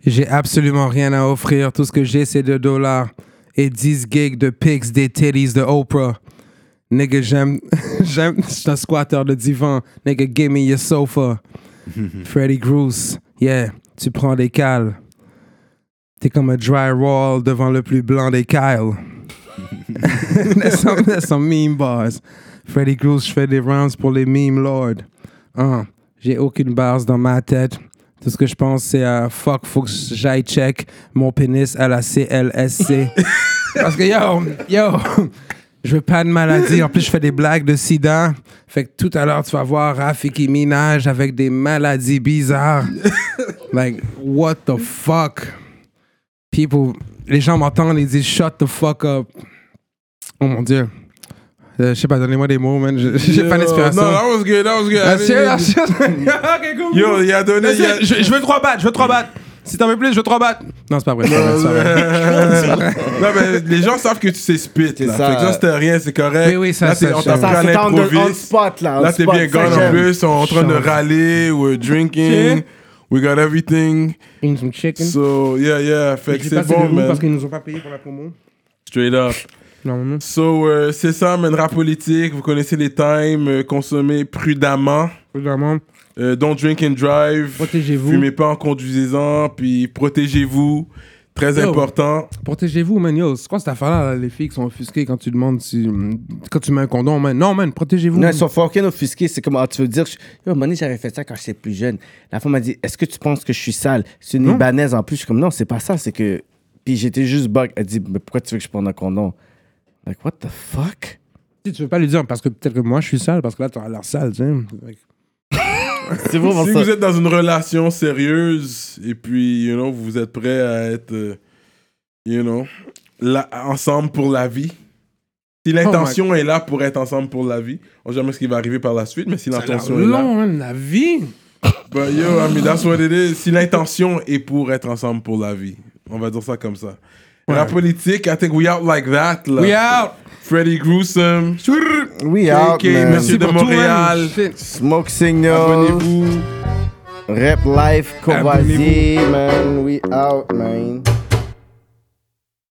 J'ai absolument rien à offrir. Tout ce que j'ai, c'est 2 dollars et 10 gigs de pics, des titties de Oprah. Nigga, j'aime. j'aime. Je suis un squatter de divan. Nigga, give me your sofa. Freddy Groose. Yeah, tu prends des cales. T'es comme un dry roll devant le plus blanc des Kyle. that's, some, that's some meme bars. Freddy Groose, je fais des rounds pour les meme lords. Hein, j'ai aucune base dans ma tête. Tout ce que je pense, c'est à fuck, faut que j'aille check mon pénis à la CLSC. Parce que yo, yo, je veux pas de maladie. En plus, je fais des blagues de sida. Fait que tout à l'heure, tu vas voir Rafiki Minaj avec des maladies bizarres. like, what the fuck? People, les gens m'entendent et disent shut the fuck up. Oh mon dieu. Euh, je sais pas, donnez-moi des mots, man. Je- J'ai pas
Yo,
d'inspiration.
No, Euh, that was good, that was good. I
Ah,
didn't
sérieux,
even-
ah, sérieux? Ok, cool.
Yo, il a donné.
Vas-y,
il a-
je, je veux trois battes, je veux trois battes. Si t'en veux plus, je veux trois battes. Non, c'est pas vrai. c'est pas vrai, c'est pas vrai.
non, mais les gens savent que tu sais spit.
C'est
Là.
ça.
Fait que ça, c'était rien, c'est correct.
Oui, oui, ça,
là,
ça,
c'est- on t'a
ça.
pris
Ça,
à
c'est on, the- on the
l'improviste.
spot, là. on
Là,
the
t'es
spot,
bien
ça,
gone en
j'aime.
plus. On est en train de
Change.
râler. We're drinking.
Ok.
We got everything.
Une some
Mm.
chicken.
So, yeah, yeah. Fait que
J'ai
c'est
passé
bon,
le loup
man.
Parce qu'ils nous ont pas payé pour la promo.
Straight up.
Normalement.
So, euh, c'est ça, man. Rap politique. Vous connaissez les times. euh, consommez prudemment.
Vraiment.
Euh, don't drink and drive.
Protégez-vous.
Fumez pas en conduisant. Puis protégez-vous. Très
Yo.
important.
Protégez-vous, man. Yo, c'est quoi cette affaire-là? là? Les filles qui sont offusquées quand tu demandes si. mm, Quand tu mets un condom, man. Non, man, protégez-vous.
Non,
man.
ils sont fucking offusqués. C'est comme, ah, tu veux dire, je... yo, Mané, j'avais fait ça quand j'étais plus jeune. La femme m'a dit, est-ce que tu penses que je suis sale? C'est
Hmm?
une Libanaise en plus. Je suis comme, non, c'est pas ça, c'est que. Puis j'étais juste bug. Elle dit, mais pourquoi tu veux que je prenne un condom? Like, what the fuck?
Si tu veux pas lui dire, parce que peut-être que moi je suis sale, parce que là t'as l'air sale, tu sais.
C'est vraiment
si
ça.
vous êtes dans une relation sérieuse et puis, you know, vous êtes prêt à être, euh, you know, là, ensemble pour la vie.
Oh
Si l'intention est là pour être ensemble pour la vie, on sait jamais ce qui va arriver par la suite, mais si l'intention est là.
Non, man, la vie.
But Bon, yo, I mean, that's what it is. Si l'intention est pour être ensemble pour la vie, on va dire ça comme ça. La politique, I think we out like that. Là.
We out.
Freddy Gruesome.
Oui,
KK,
out, man.
Monsieur de
pour tout, man.
Montréal.
Shit.
Smoke Signal,
Abonnez-vous.
Rap Life, Courvoisier, man. We out, man.